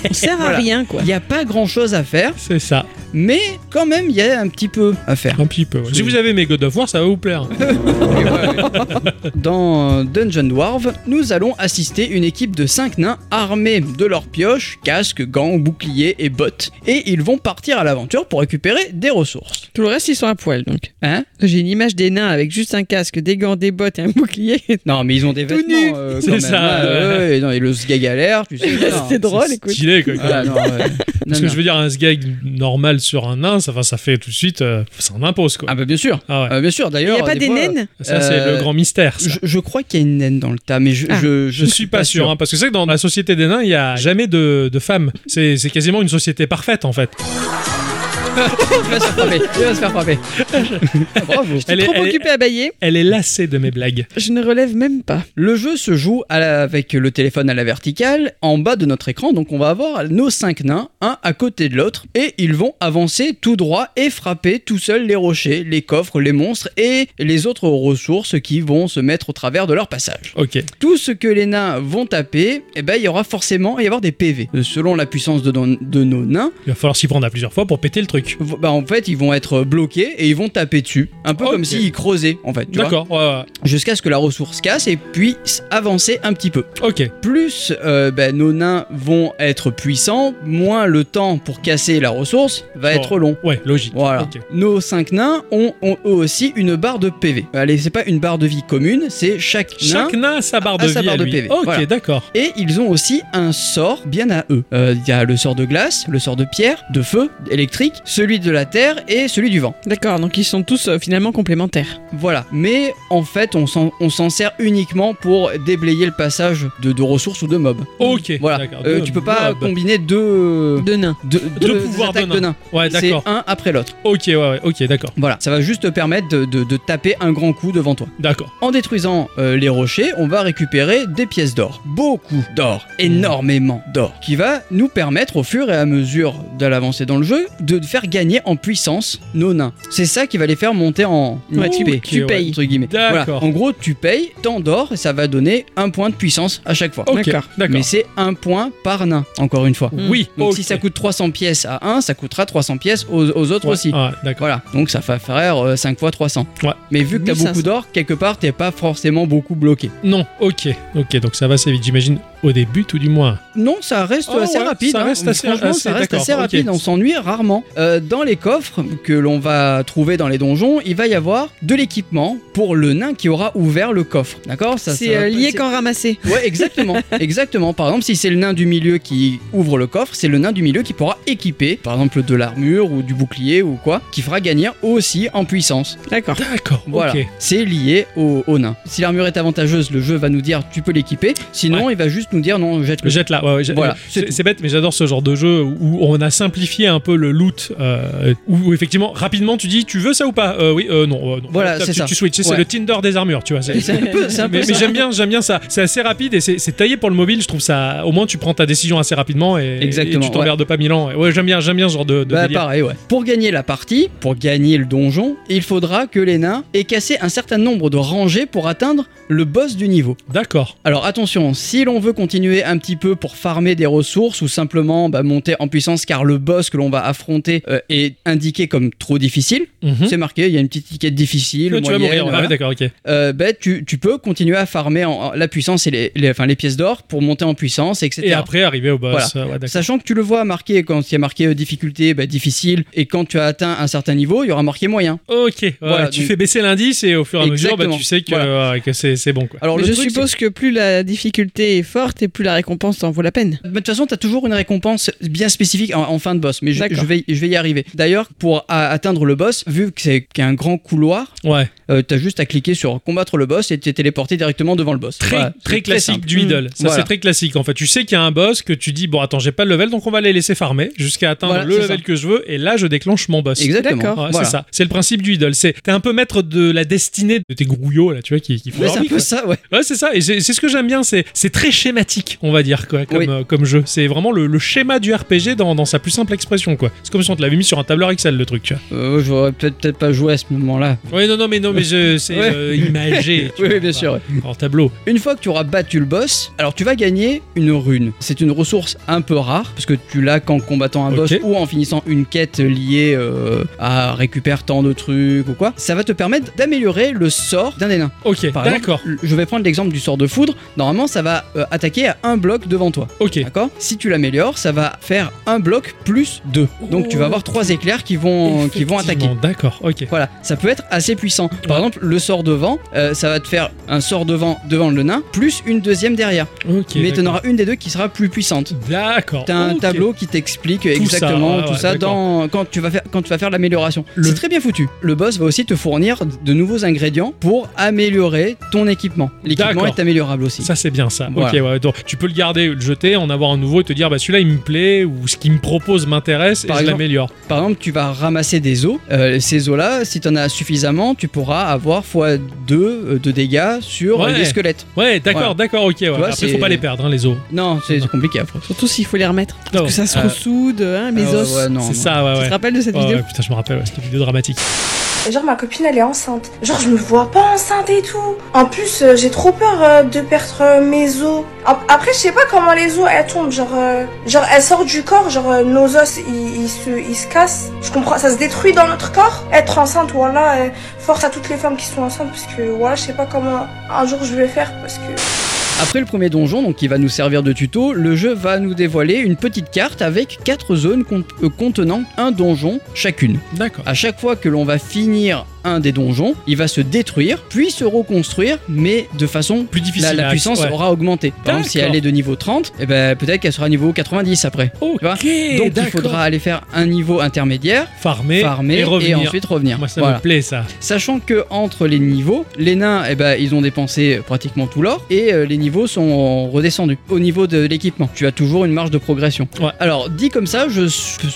C: On sert à
B: Voilà.
C: rien quoi.
B: Il n'y a pas grand-chose à faire,
A: C'est ça,
B: mais quand même, il y a un petit peu à faire.
A: un petit peu. ouais.
B: C'est-
A: Si vous avez mes God of War, ça va vous plaire.
B: Dans euh, Dungeon Dwarf, nous allons assister une équipe de 5 nains armés de leurs pioches, casques, gants, boucliers et bottes. Et ils vont partir à l'aventure pour récupérer des ressources.
C: Tout le reste, ils sont à poil donc.
B: Hein
C: J'ai une image des nains avec juste un casque, des gants, des bottes et un bouclier.
B: Non, mais ils ont des
C: Tout
B: vêtements.
C: nus.
B: euh, quand
A: C'est
B: même.
A: ça,
B: Ouais,
A: ouais.
B: ouais, ouais, non, et le sgag à l'air, tu sais. non.
C: C'était drôle,
A: C'est
C: écoute.
A: Stylé, quoi.
B: Ah, non, ouais. Non,
A: Parce que
B: non.
A: je veux dire, un sgag normal sur un nain, ça, enfin, ça fait tout de suite. euh, ça en impose, quoi.
B: Ah, bah bien sûr.
A: Ah ouais.
B: Euh, bien sûr,
C: Il
B: d'ailleurs.
C: n'y a pas des
B: fois,
C: naines
A: Ça, c'est
B: euh,
A: le grand mystère. ça.
B: Je, je crois qu'il y a une naine dans le tas, mais je,
C: Ah.
B: je,
A: Je suis pas sûr, hein, parce que c'est vrai que dans la société des nains, il n'y a jamais de, de femmes. C'est c'est quasiment une société parfaite, en fait.
B: Il va se faire frapper. Il va se faire frapper. Ah, Bravo.
A: Elle est-
C: Trop
A: elle est-
C: occupé à bailler,
A: Elle est lassée de mes blagues.
C: je ne relève même pas.
B: Le jeu se joue à la- avec le téléphone à la verticale, en bas de notre écran, donc on va avoir nos cinq nains, un à côté de l'autre, et ils vont avancer tout droit et frapper tout seuls les rochers, les coffres, les monstres et les autres ressources qui vont se mettre au travers de leur passage.
A: Ok.
B: Tout ce que les nains vont taper, eh ben, il y aura forcément il va y avoir des PV. Euh, Selon la puissance de, don- de nos nains,
A: Il va falloir s'y prendre à plusieurs fois pour péter le truc.
B: v- bah, en fait, ils vont être bloqués et ils vont taper dessus. Un peu
A: Ok.
B: comme s'ils creusaient, en fait. tu vois.
A: D'accord, ouais, ouais.
B: Jusqu'à ce que la ressource casse et puisse avancer un petit peu.
A: Ok.
B: Plus euh, bah, nos nains vont être puissants, moins le temps pour casser la ressource va
A: Bon.
B: être long.
A: Ouais, logique.
B: Voilà.
A: Ok.
B: Nos 5 nains ont, ont eux aussi une barre de PV. Allez, c'est pas une barre de vie commune, c'est chaque nain.
A: Chaque nain a sa barre
B: a
A: de vie.
B: sa barre
A: à
B: de
A: lui.
B: PV,
A: Ok,
B: voilà.
A: d'accord.
B: Et ils ont aussi un sort bien à eux. Euh, Il y a le sort de glace, le sort de pierre, de feu, électrique, celui de la terre et celui du vent.
C: D'accord, donc ils sont tous euh, finalement complémentaires.
B: Voilà. Mais en fait, on s'en on s'en sert uniquement pour déblayer le passage de, de ressources ou de mobs.
A: Ok.
B: Voilà.
A: d'accord.
B: Euh,
A: Deux
B: tu peux pas
A: mobs.
B: combiner deux,
C: De nains.
B: deux,
A: Deux pouvoirs de
B: attaques
A: nains. Ouais,
B: C'est
A: d'accord.
B: un après l'autre.
A: Ok, ouais, ouais. Ok, d'accord.
B: Voilà, ça va juste te permettre de, de- de taper un grand coup devant toi.
A: D'accord.
B: En détruisant euh, les rochers, on va récupérer des pièces d'or. Beaucoup d'or,
A: Mmh.
B: énormément d'or, qui va nous permettre au fur et à mesure de l'avancée dans le jeu de faire gagner en puissance nos nains. C'est ça qui va les faire monter en
C: Ouais, tu-
B: XP,
C: tu
A: Mmh. ouais.
C: payes.
B: entre guillemets.
A: D'accord.
B: Voilà. En gros, tu payes tant d'or et ça va donner un point de puissance à chaque fois.
A: Ok,
C: D'accord.
A: d'accord.
B: Mais c'est un point par nain, encore une fois.
A: Oui,
B: Donc
A: ok.
B: si ça coûte 300 pièces à un, ça coûtera 300 pièces aux, aux autres
A: Ouais,
B: aussi.
A: ouais, d'accord.
B: Voilà, donc ça va faire 5 fois 300.
A: Ouais.
B: Mais vu que t'as
C: 1500.
B: beaucoup d'or, quelque part, t'es pas forcément beaucoup bloqué.
A: Non, ok. Ok, donc ça va assez vite, j'imagine. Au début, tout du moins.
B: Non, ça reste
A: Oh,
B: assez
A: ouais,
B: rapide.
A: ça
B: hein.
A: reste assez-
B: Franchement,
A: assez-
B: ça reste
A: d'accord,
B: assez
A: ok.
B: rapide. On s'ennuie rarement. Euh, dans les coffres que l'on va trouver dans les donjons, il va y avoir de l'équipement pour le nain qui aura ouvert le coffre. D'accord Ça,
C: C'est
B: ça va
C: euh,
B: pas-
C: lié
B: c'est-
C: qu'en ramasser.
B: Ouais, exactement. exactement. Par exemple, si c'est le nain du milieu qui ouvre le coffre, c'est le nain du milieu qui pourra équiper, par exemple, de l'armure ou du bouclier ou quoi, qui fera gagner aussi en puissance.
C: D'accord.
A: D'accord,
B: Voilà.
A: ok.
B: C'est lié au, au nain. Si l'armure est avantageuse, le jeu va nous dire tu peux l'équiper. Sinon, il va juste nous dire non, jette le.
A: Jette là, ouais, ouais, j'ai-
B: Voilà, c'est
A: c'est
B: tout.
A: c'est bête, mais j'adore ce genre de jeu où on a simplifié un peu le loot, euh, où effectivement rapidement tu dis tu veux ça ou pas Euh, Oui, euh, non, euh, non.
B: Voilà,
A: Hop,
B: c'est
A: tu,
B: ça.
A: tu switches, c'est
B: Ouais.
A: le Tinder des armures, tu vois. c'est-
B: C'est un peu, c'est un peu
A: mais
B: ça.
A: mais j'aime bien, j'aime bien ça. C'est assez rapide et c'est c'est taillé pour le mobile. Je trouve ça. Au moins, tu prends ta décision assez rapidement et,
B: Exactement,
A: et tu t'emmerdes pas mille ans. Ouais, j'aime bien, j'aime bien ce genre de, de
B: Bah,
A: délire.
B: pareil, ouais. Pour gagner la partie, pour gagner le donjon, il faudra que les nains aient cassé un certain nombre de rangées pour atteindre le boss du niveau.
A: D'accord.
B: Alors attention, si l'on veut continuer un petit peu pour farmer des ressources ou simplement bah, monter en puissance car le boss que l'on va affronter euh, est indiqué comme trop difficile,
A: Mhm.
B: c'est marqué, il y a une petite étiquette difficile,
A: Tu vas
B: moyenne,
A: mourir. Ah
B: voilà.
A: ouais, d'accord, ok.
B: Euh, bah, tu, tu peux continuer à farmer en- en- la puissance et les, les- enfin, les pièces d'or pour monter en puissance, etc.
A: Et après, arriver au boss. euh, ouais, d'accord.
B: Sachant que tu le vois marqué quand il y a marqué euh, difficulté, bah, difficile, et quand tu as atteint un certain niveau, il y aura marqué moyen.
A: Ok, ouais,
B: Voilà,
A: tu
B: donc-
A: fais baisser l'indice et au fur et à mesure, bah,
B: Exactement.
A: tu sais que,
B: Voilà.
A: ouais, que c'est c'est bon. Quoi.
B: Alors
C: Mais
B: le
C: je
B: truc,
C: suppose que plus la difficulté est forte et plus la récompense en vaut la peine.
B: Mais De toute façon, tu as toujours une récompense bien spécifique en, en fin de boss, mais je,
C: D'accord.
B: je vais, je vais y arriver. D'ailleurs, pour a- atteindre le boss, vu que c'est qu'un grand couloir,
A: Ouais,
B: euh, t'as juste à cliquer sur combattre le boss et t'es téléporté directement devant le boss.
A: très,
B: Voilà,
A: très
B: c'est
A: classique
B: simple. Mmh.
A: du idle. Ça,
B: Voilà.
A: c'est très classique en fait. Tu sais qu'il y a un boss que tu dis, bon, attends, j'ai pas le level, donc on va les laisser farmer jusqu'à atteindre
B: Voilà,
A: le
B: c'est
A: level
B: ça.
A: que je veux et là, je déclenche mon boss.
B: Exactement.
C: D'accord.
A: Ouais,
B: Voilà.
A: C'est ça, c'est le principe du idle. C'est t'es un peu maître de la destinée de tes grouillots là, tu vois, qui, qui font
B: Ouais,
A: leur
B: c'est un
A: vie,
B: peu
A: quoi.
B: ça, ouais.
A: Ouais, c'est ça. Et c'est c'est ce que j'aime bien. C'est c'est très schématique, on va dire, quoi, comme,
B: Oui.
A: euh, comme jeu. C'est vraiment le, le schéma du RPG dans, dans sa plus simple expression, quoi. C'est comme si on te l'avait mis sur un tableur Excel, le truc, tu vois.
B: Euh, J'aurais peut-être peut-être pas joué à ce moment-là.
A: Oui, non, non, mais non, mais je- c'est
B: Ouais.
A: euh, imagé. tu
B: Oui,
A: vois, bah,
B: bien sûr, ouais.
A: En tableau.
B: Une fois que tu auras battu le boss, alors tu vas gagner une rune. C'est une ressource un peu rare, parce que tu l'as qu'en combattant un boss
A: Ok.
B: ou en finissant une quête liée euh, à récupérer tant de trucs ou quoi. Ça va te permettre d'améliorer le sort d'un des nains.
A: Ok,
B: Par
A: d'accord.
B: exemple, je vais prendre l'exemple du sort de foudre. Normalement, ça va euh, attaquer à un bloc devant toi.
A: Ok.
B: D'accord Si tu l'améliores, ça va faire un bloc plus deux. Donc
A: Oh.
B: tu vas avoir trois éclairs qui vont, qui vont attaquer.
A: Effectivement, D'accord, ok.
B: Voilà, ça peut être assez puissant. Par exemple, le sort de vent, euh, ça va te faire un sort de vent devant le nain, plus une deuxième derrière.
A: Ok.
B: Mais tu en
A: d'accord.
B: auras une des deux qui sera plus puissante.
A: D'accord.
B: T'as un
A: ok.
B: tableau qui t'explique
A: ça,
B: exactement
A: ouais,
B: tout
A: ouais,
B: ça dans, quand tu vas faire quand tu vas faire l'amélioration.
A: Le-
B: C'est très bien foutu. Le boss va aussi te fournir de nouveaux ingrédients pour améliorer ton équipement. L'équipement
A: D'accord.
B: est améliorable aussi.
A: Ça c'est bien ça.
B: Voilà.
A: Ok, ouais, donc tu peux le garder, le jeter, en avoir un nouveau et te dire bah celui-là il me plaît ou ce qu'il me propose m'intéresse et
B: Par
A: je
B: exemple-
A: l'améliore.
B: Par exemple, tu vas ramasser des os. Euh, ces os-là, si tu en as suffisamment, tu pourras avoir x2 de dégâts sur euh,
A: Ouais.
B: les squelettes.
A: Ouais, d'accord,
B: Voilà.
A: d'accord, ok. Ouais.
B: vois,
A: Après faut
B: c'est-
A: pas les perdre hein, les os.
B: Non, c'est c'est compliqué après.
C: Surtout s'il faut les remettre. Parce
A: Non,
C: que ça se
A: euh,
C: ressoude, hein, mes
B: Ah ouais,
C: os.
B: ouais, non, non.
A: C'est ça, ouais,
C: Tu te
A: ouais.
C: rappelles de cette
A: Ouais,
C: vidéo
A: ouais, putain, je me rappelle, ouais, c'était une vidéo dramatique.
E: Et genre ma copine elle est enceinte. Genre je me vois pas enceinte et tout. En plus euh, j'ai trop peur euh, de perdre euh, mes os. Ap- Après je sais pas comment les os elles tombent. Genre, euh, genre elles sortent du corps, genre euh, nos os ils, ils se, ils se cassent. Je comprends, ça se détruit dans notre corps. Être enceinte, voilà, euh, force à toutes les femmes qui sont enceintes parce que voilà je sais pas comment un jour je vais faire parce que...
B: Après le premier donjon, donc qui va nous servir de tuto, le jeu va nous dévoiler une petite carte avec quatre zones cont- euh, contenant un donjon chacune.
A: D'accord.
B: À chaque fois que l'on va finir un des donjons, il va se détruire, puis se reconstruire, mais de façon
A: Plus difficile.
B: la, la
A: à-
B: puissance
A: ouais.
B: aura augmenté. Par exemple, si
A: D'accord.
B: elle est de niveau 30, eh ben, peut-être qu'elle sera niveau 90 après.
A: Ok.
B: oh, vois. Donc il
A: d'accord.
B: faudra aller faire un niveau intermédiaire,
A: farmer,
B: farmer
A: et revenir.
B: ensuite revenir.
A: Moi ça
B: Voilà.
A: me plaît ça.
B: Sachant que entre les niveaux, les nains, eh ben, ils ont dépensé pratiquement tout l'or et euh, les niveaux sont redescendus. Au niveau de l'équipement, tu as toujours une marge de progression.
A: Ouais.
B: Alors dit comme ça, je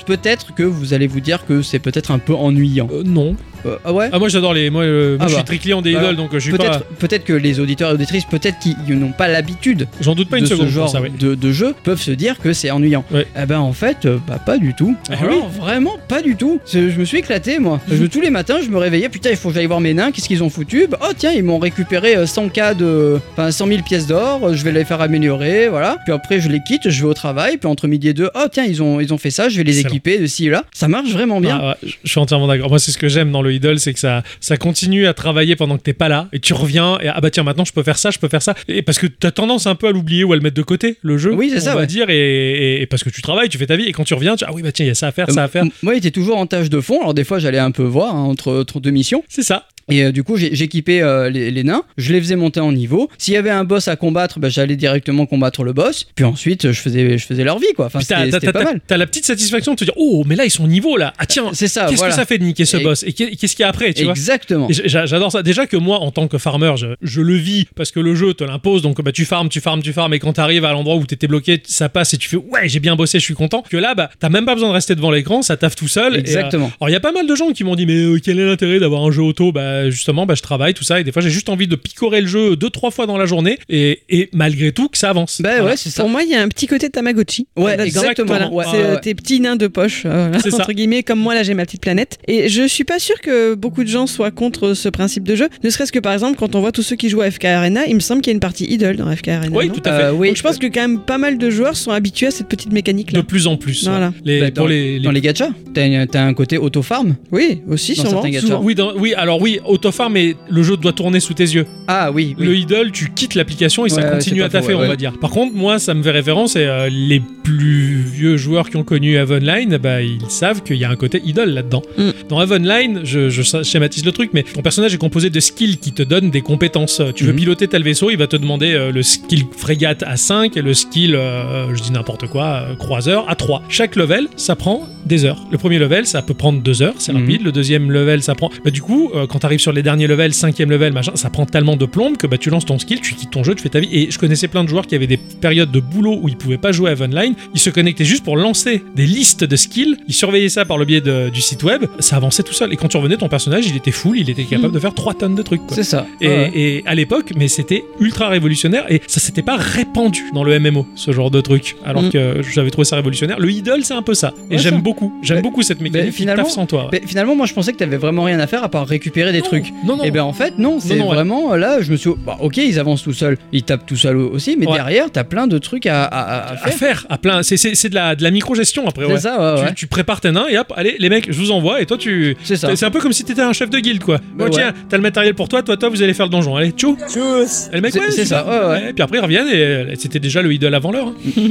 B: peut-être que vous allez vous dire que c'est peut-être un peu ennuyant.
A: Euh, non.
B: Euh, ah ouais.
A: Ah moi j'adore les. Moi, euh, moi,
B: Ah
A: je suis
B: bah.
A: très client des
B: Bah
A: idoles
B: alors,
A: donc euh, je suis pas.
B: Peut-être peut-être que les auditeurs et auditrices, peut-être qu'ils ils n'ont pas l'habitude
A: J'en doute pas
B: de
A: une seconde. ah
B: ce
A: pour
B: genre
A: ça, ouais.
B: de, de jeu, peuvent se dire que c'est ennuyant.
A: Ouais.
B: Eh ben en fait, euh, bah, pas du tout.
A: Ah
B: Alors, vraiment pas du tout. C'est- Je me suis éclaté moi. Je- tous les matins, je me réveillais, putain, il faut que j'aille voir mes nains, qu'est-ce qu'ils ont foutu Bah, Oh tiens, ils m'ont récupéré euh, 100K de. Enfin, 100 000 pièces j'adore, euh, je vais les faire améliorer, voilà. Puis après, je les quitte, je vais au travail, puis entre midi et deux, oh tiens, ils ont, ils ont fait ça, je vais les
A: Excellent.
B: équiper de ci et là. Ça marche vraiment bien.
A: Ah, ouais, je- je suis entièrement d'accord. Moi, c'est ce que j'aime dans le idle, c'est que ça, ça continue à travailler pendant que t'es pas là, et tu reviens, et ah bah tiens, maintenant je peux faire ça, je peux faire ça. Et parce que t'as tendance un peu à l'oublier ou à le mettre de côté, le jeu.
B: Oui, c'est
A: on
B: ça,
A: va
B: ouais.
A: dire, et, et- et parce que tu travailles, tu fais ta vie, et quand tu reviens, tu ah oui, bah tiens, il y a ça à faire, ça à faire.
B: Euh, m- Moi, il était toujours en tâche de fond. Alors, des fois, j'allais un peu voir hein, entre, entre deux missions.
A: C'est ça.
B: Et euh, du coup, j'ai- j'équipais euh, les, les nains, je les faisais monter en niveau. S'il y avait un boss à combattre, bah, j'allais directement combattre le boss. Puis ensuite, je faisais, je faisais leur vie, quoi. Enfin,
A: Puis t'as-
B: c'était
A: t'as
B: c'était pas
A: t'as-
B: mal.
A: t'as la petite satisfaction de te dire, oh, mais là, ils sont au niveau là. Ah tiens,
B: C'est ça,
A: qu'est-ce
B: voilà.
A: que ça fait de niquer ce
B: Et-
A: boss Et qu'est- qu'est-ce qu'il y a après, tu vois
B: Exactement.
A: Et j'a- J'adore ça. Déjà que moi, en tant que farmer, je, je le vis parce que le jeu te l'impose. Donc, bah, tu farmes, tu farmes, tu farmes. Et quand t'arrives à l'endroit où t'étais bloqué, ça passe et tu fais ouais, j'ai bien bossé, je suis content. Que là, bah, t'as même pas besoin de rester devant l'écran, ça taffe tout seul. et, euh,
B: Exactement.
A: alors il y a pas mal de gens qui m'ont dit mais euh, quel est l'intérêt d'avoir un jeu auto Bah justement bah je travaille tout ça et des fois j'ai juste envie de picorer le jeu deux trois fois dans la journée et, et malgré tout que ça avance.
B: Ben
A: Voilà.
B: ouais, c'est ça.
C: Pour moi, il y a un petit côté Tamagotchi.
B: Ouais,
C: Là-dedans.
A: exactement.
C: Voilà.
B: Ouais,
C: c'est
B: ouais,
C: euh,
B: ouais.
C: tes petits nains de poche, euh, voilà,
A: C'est ça.
C: entre guillemets, comme moi, là, j'ai ma petite planète. Et je suis pas sûre que beaucoup de gens soient contre ce principe de jeu. Ne serait-ce que, par exemple, quand on voit tous ceux qui jouent à FK Arena, il me semble qu'il y a une partie idle dans FK Arena.
A: Oui
C: non
A: tout à fait.
B: Euh, oui.
C: Donc je pense que quand même pas mal de joueurs sont habitués à cette petite
A: De
C: mécanique-là.
A: plus en plus.
C: Voilà.
A: ouais. Les-
B: Bah,
A: pour les, les-
B: Dans les gachas, t'as une- t'as un côté auto-farm.
C: Oui, aussi,
B: Dans
C: sûrement.
B: certains gachas.
C: souvent.
A: Oui, dans- oui, alors oui, autofarm, mais le jeu doit tourner sous tes yeux.
B: Ah oui, oui.
A: Le idle, tu quittes l'application et
B: Ouais,
A: ça
B: ouais,
A: continue
B: c'est
A: à
B: pas
A: taffer,
B: faux, ouais,
A: on va
B: ouais.
A: dire. Par contre, moi, ça me fait référence et euh, les plus vieux joueurs qui ont connu Avonline, bah, ils savent qu'il y a un côté idle là-dedans.
C: Mm.
A: Dans Avonline, je, je schématise le truc, mais ton personnage est composé de skills qui te donnent des compétences. Tu veux
B: Mhm.
A: piloter tel vaisseau, il va te demander euh, le skill frégate à 5 et le skill, euh, je dis n'importe quoi, euh, croiseur à 3. Chaque level, ça prend des heures. Le premier level, ça peut prendre deux heures, c'est
B: Mhm.
A: rapide. Le deuxième level, ça prend. Bah, du coup, euh, quand t'arrives sur les derniers levels, cinquième level, machin, ça prend tellement de plomb que bah, tu lances ton skill, tu quittes ton jeu, tu fais ta vie. Et je connaissais plein de joueurs qui avaient des périodes de boulot où ils pouvaient pas jouer à Online. Ils se connectaient juste pour lancer des listes de skills. Ils surveillaient ça par le biais de- du site web. Ça avançait tout seul. Et quand tu revenais, ton personnage, il était full, il était capable de faire 3 tonnes de trucs. quoi.
B: Hmm. C'est ça.
A: Et,
B: Ouais, ouais.
A: et à l'époque, mais c'était ultra révolutionnaire et ça s'était pas répandu dans le MMO, ce genre de truc. Alors
C: Mm.
A: que j'avais trouvé ça révolutionnaire. Le idol, c'est un peu ça. Et
B: Hmm. Ouais,
A: j'aime
B: ça.
A: beaucoup. J'aime
B: Mais-
A: beaucoup cette mécanique. qui
B: finalement-
A: taffe sans toi. ouais.
B: Mais finalement, moi je pensais que t'avais vraiment rien à faire à part récupérer des
A: Non,
B: trucs.
A: Non, non.
B: Et ben en fait, non, c'est
A: non, ouais.
B: vraiment euh, là, je me suis. Bah, ok, ils avancent tout seuls, ils tapent tout seuls aussi, mais
A: Ouais. Ah,
B: derrière, t'as plein de trucs à, à- à- à
A: à
B: faire.
A: faire à plein c'est, c'est, c'est de la de la microgestion après ouais.
B: C'est ça, ouais,
A: Tu-
B: ouais.
A: Tu, prépares tes nains et hop allez les mecs je vous envoie et toi tu
B: C'est ça.
A: c'est c'est un peu comme si t'étais un chef de guilde quoi
B: Bah
A: oh
B: ouais.
A: tiens t'as le matériel pour toi toi toi vous allez faire le donjon allez tchou et le mec
B: C'est-
A: ouais,
B: c'est
A: super.
B: ça, ouais, ouais.
A: et puis après ils reviennent et euh, c'était déjà le idol avant l'heure hein.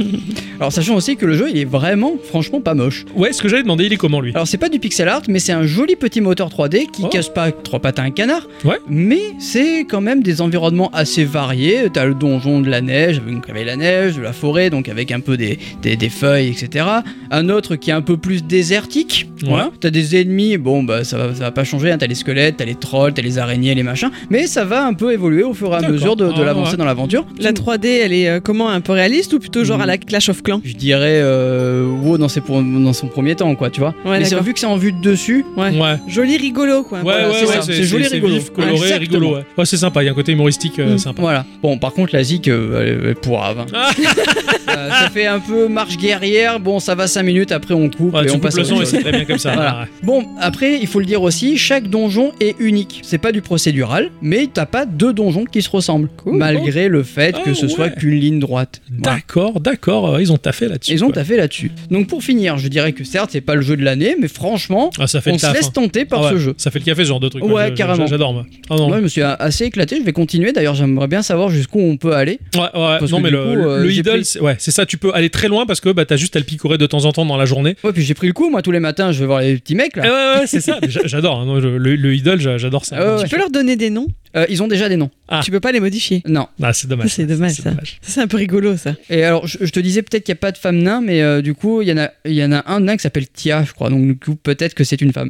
B: Alors sachant aussi que le jeu, il est vraiment, franchement, pas moche.
A: ouais ce que j'avais demandé il est comment lui
B: Alors c'est pas du pixel art, mais c'est un joli petit moteur 3D qui
A: Oh.
B: casse pas trois pattes à un canard.
A: Ouais.
B: Mais c'est quand même des environnements assez variés. T'as le donjon de la neige, donc avec la neige, de la forêt, donc avec un peu des, des, des feuilles, etc. Un autre qui est un peu plus désertique.
A: Ouais.
B: Voilà. T'as des ennemis, bon bah ça va, ça va pas changer. hein. T'as les squelettes, t'as les trolls, t'as les araignées, les machins. Mais ça va un peu évoluer au fur et à
A: D'accord.
B: mesure de, de
A: Ah,
B: l'avancée
A: ouais.
B: dans l'aventure.
C: La 3D, elle est euh, comment un peu réaliste ou plutôt genre
B: Mm.
C: à la Clash of Clans
B: Je dirais euh, WoW dans, ses, pro- dans son premier temps, quoi, tu vois.
C: Ouais,
B: mais c'est
C: d'accord.
B: vu que c'est en vue de dessus,
A: ouais
C: Ouais. Joli rigolo
A: Ouais,
C: quoi.
B: Ah Voilà,
A: ouais,
B: c'est
A: ouais,
B: ça.
A: c'est,
B: C'est joli,
A: c'est
B: rigolo.
A: vif, coloré,
B: Exactement.
A: rigolo. Ouais, Ouais, c'est sympa. Il y a un côté humoristique euh,
C: Mm.
A: sympa.
B: Voilà. Bon, par contre, la ZIC, euh, elle, elle pourra. hein.
A: Ah.
B: Euh, ça fait un peu marche guerrière. Bon, ça va 5 minutes, après on coupe
A: Ouais,
B: et
A: tu
B: on
A: coupes
B: passe
A: le
B: à
A: son
B: autre
A: et
B: chose.
A: c'est très bien comme ça.
B: Voilà. Bon, après, il faut le dire aussi, chaque donjon est unique. C'est pas du procédural, mais t'as pas deux donjons qui se ressemblent.
C: Cool.
B: malgré le fait
A: Ah,
B: que ce soit
A: ouais.
B: qu'une ligne droite. Voilà.
A: D'accord, d'accord. euh, Ils ont taffé là-dessus.
B: Ils ont
A: quoi.
B: taffé là-dessus. Donc pour finir, je dirais que certes, c'est pas le jeu de l'année, mais franchement,
A: Ah, ça fait
B: on
A: le
B: se
A: taf.
B: laisse
A: hein.
B: tenter par
A: Ah ouais,
B: ce jeu.
A: Ça fait le café, ce genre de truc.
B: Ouais,
A: moi, je- je-
B: carrément.
A: J'adore, moi. Ah non,
B: Moi, je me suis assez éclaté, je vais continuer. D'ailleurs, j'aimerais bien savoir jusqu'où on peut aller.
A: Ouais, ouais,
B: Parce
A: non,
B: que
A: mais
B: du
A: le,
B: coup,
A: le-
B: euh,
A: le
B: j'ai
A: idol,
B: pris-
A: c'est- ouais, c'est ça, tu peux aller très loin parce que bah, t'as juste à le picorer de temps en temps dans la journée.
B: Ouais, puis j'ai pris le coup, moi, tous les matins, je vais voir les petits mecs là.
A: Eh ouais, ouais, c'est ça, Mais j'a- j'adore, hein, non, je- le, le idol, j'a- j'adore ça.
B: Ah ouais,
A: Non,
B: ouais.
C: Tu peux leur donner des noms,
B: Euh, ils ont déjà des noms.
A: Ah.
C: tu peux pas les modifier.
B: Non.
A: Ah, c'est dommage.
C: C'est dommage, ça. Ça, C'est un peu rigolo ça.
B: Et alors, je, je te disais peut-être qu'il n'y a pas de femme nain, mais euh, du coup, il y, en a- il y en a un nain qui s'appelle Tia, je crois. Donc, du coup, peut-être que c'est une femme.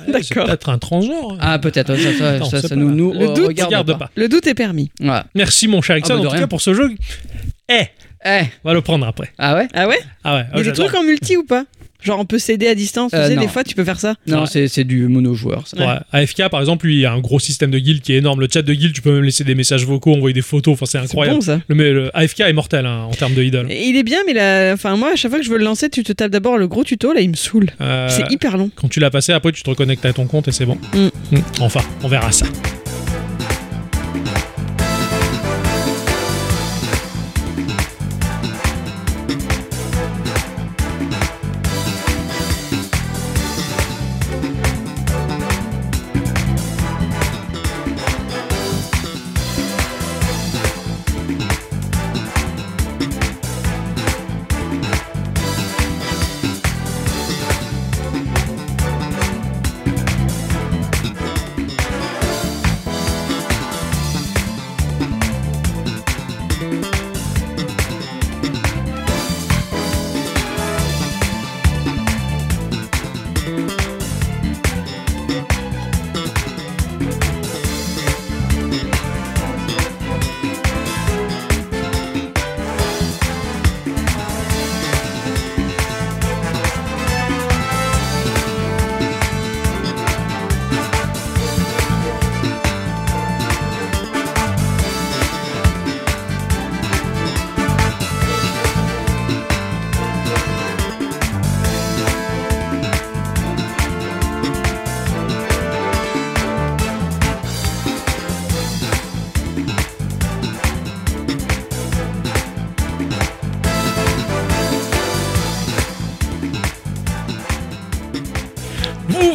A: D'accord. C'est peut-être un transgenre.
B: Ah, peut-être. Ça, ça,
A: Attends,
B: ça,
A: c'est
B: ça
A: pas
B: nous,
A: là.
B: nous
C: Le
B: euh,
C: doute
B: regarde,
A: Regarde
B: pas.
A: pas.
C: Le doute est permis.
B: Voilà.
A: Merci, mon cher Ixon,
B: Ah bah, de
A: en tout
B: rien.
A: cas, pour ce jeu. Eh,
B: Eh,
A: on va le prendre après.
B: ah ouais
C: Ah ouais
A: Ah ouais,
C: Il y a des trucs en multi ou pas Genre on peut s'aider à distance,
B: Euh,
C: tu sais,
B: non.
C: des fois tu peux faire ça.
B: Non,
A: Ouais.
B: c'est c'est du mono-joueur. ça.
A: Ouais. AFK par exemple, lui, il y a un gros système de guild qui est énorme. Le chat de guild, tu peux même laisser des messages vocaux, envoyer des photos. Enfin, c'est
C: C'est
A: incroyable. Mmh.
C: bon ça.
A: Le, mais le AFK est mortel hein, en termes de idol.
C: Et Il est bien, mais là, enfin moi, à chaque fois que je veux le lancer, tu te tapes d'abord le gros tuto, là il me saoule.
A: Euh,
C: C'est hyper long.
A: Quand tu l'as passé, après tu te reconnectes à ton compte et c'est bon.
C: Mm.
A: Mm. Enfin, on verra ça.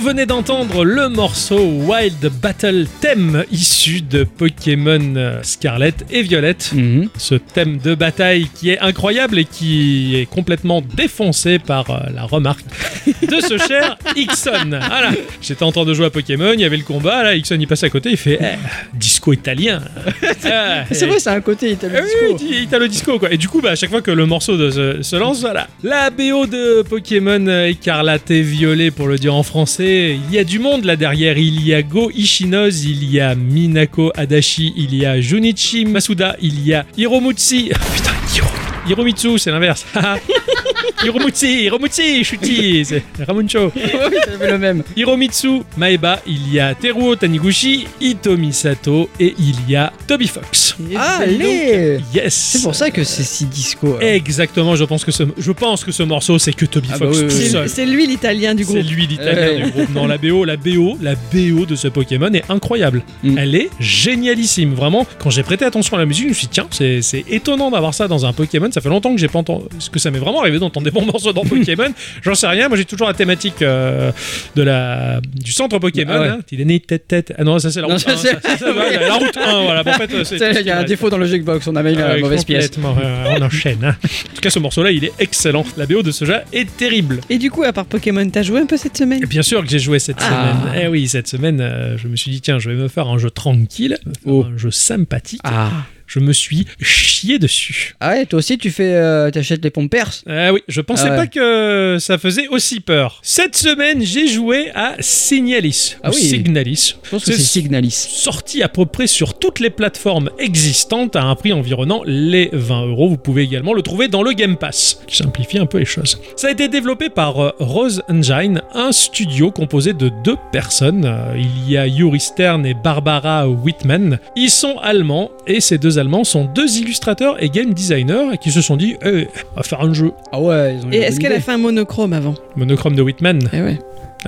A: venez d'entendre le morceau Wild Battle Theme issu de Pokémon euh, Scarlet et Violette.
B: Mhm.
A: Ce thème de bataille qui est incroyable et qui est complètement défoncé par euh, la remarque de ce cher Ixon. Voilà. J'étais en train de jouer à Pokémon, il y avait le combat, là, Ixon il passe à côté, il fait Eh, disco italien. Ah,
B: C'est
A: et-
B: vrai, c'est un côté
A: eh
C: Ah
B: italien.
A: oui, il dit Italo Disco quoi. Et du coup, bah, à chaque fois que le morceau de- se, se lance, voilà. La BO de Pokémon euh, écarlate et violet, pour le dire en français, il y a du monde là derrière. Il y a Go Ishinoz, il y a Minako Adachi, il y a Junichi Masuda, il y a Hiromutsi. Oh, Putain, Hiro- Hiromitsu, c'est l'inverse. Hiromutsi, Hiromutsi, Shuti, c'est Ramuncho.
B: J'avais le même.
A: Hiromitsu Maeba, il y a Teruo Taniguchi, Itomi Sato et il y a Toby Fox.
B: Ah, Allez
A: Yes.
B: C'est pour ça que c'est si disco. alors.
A: Eh, Exactement, je pense que ce, je pense que ce morceau, c'est que Toby
B: Ah bah
A: Fox
B: oui, oui,
A: tout
B: oui. Eh.
A: seul.
C: C'est c'est lui l'italien du
A: C'est
C: groupe.
A: lui l'italien
B: Ouais.
A: du groupe. Non, la BO, la BO, la BO de ce Pokémon est incroyable.
B: Mm.
A: Elle est génialissime. Vraiment, quand j'ai prêté attention à la musique, je me suis dit, tiens, c'est c'est étonnant d'avoir ça dans un Pokémon. Ça fait longtemps que j'ai pas entendu. Parce que ça m'est vraiment arrivé d'entendre des bons morceaux dans Pokémon. J'en sais rien. Moi, j'ai toujours la thématique euh, de la, du centre Pokémon.
B: Ah ouais.
A: hein. Il est né tête tête. Ah non, ça, c'est la
B: Non,
A: route
B: ça,
A: 1.
B: c'est-
A: ça, ça, ça, ouais, la route 1, voilà. Bon, en fait, euh, c'est-
B: C'est- Il y a un défaut dans le jukebox, on a mis
A: ah
B: la
A: oui,
B: mauvaise pièce.
A: complètement. Euh, on enchaîne. hein. En tout cas, ce morceau-là, il est excellent. La BO de ce jeu est terrible.
C: Et du coup, à part Pokémon, t'as joué un peu cette semaine
A: Et bien sûr que j'ai joué cette
B: Ah.
A: semaine. Eh oui, cette semaine, euh, je me suis dit, tiens, je vais me faire un jeu tranquille, me faire
B: Oh.
A: un jeu sympathique.
B: Ah.
A: Je me suis chié dessus.
B: ah ouais, toi aussi tu fais, euh, t'achètes les pompes perses
A: Ah oui, je pensais
B: Ah ouais.
A: pas que ça faisait aussi peur. Cette semaine, j'ai joué à Signalis.
B: Ah
A: ou
B: oui.
A: Signalis.
B: Je pense que
A: C'est-
B: c'est Signalis.
A: sorti à peu près sur toutes les plateformes existantes à un prix environnant les 20 euros. Vous pouvez également le trouver dans le Game Pass, qui simplifie un peu les choses. Ça a été développé par euh, Rose Engine, un studio composé de deux personnes. Euh, Il y a Yuri Stern et Barbara Whitman. Ils sont allemands et ces deux allemands sont deux illustrateurs et game designers qui se sont dit Eh, on va faire un jeu.
B: Ah ouais, ils ont eu
C: Et
B: une
C: est-ce
B: bonne
C: qu'elle a
B: idée.
C: fait un monochrome avant
A: Monochrome de Whitman.
C: Eh ouais.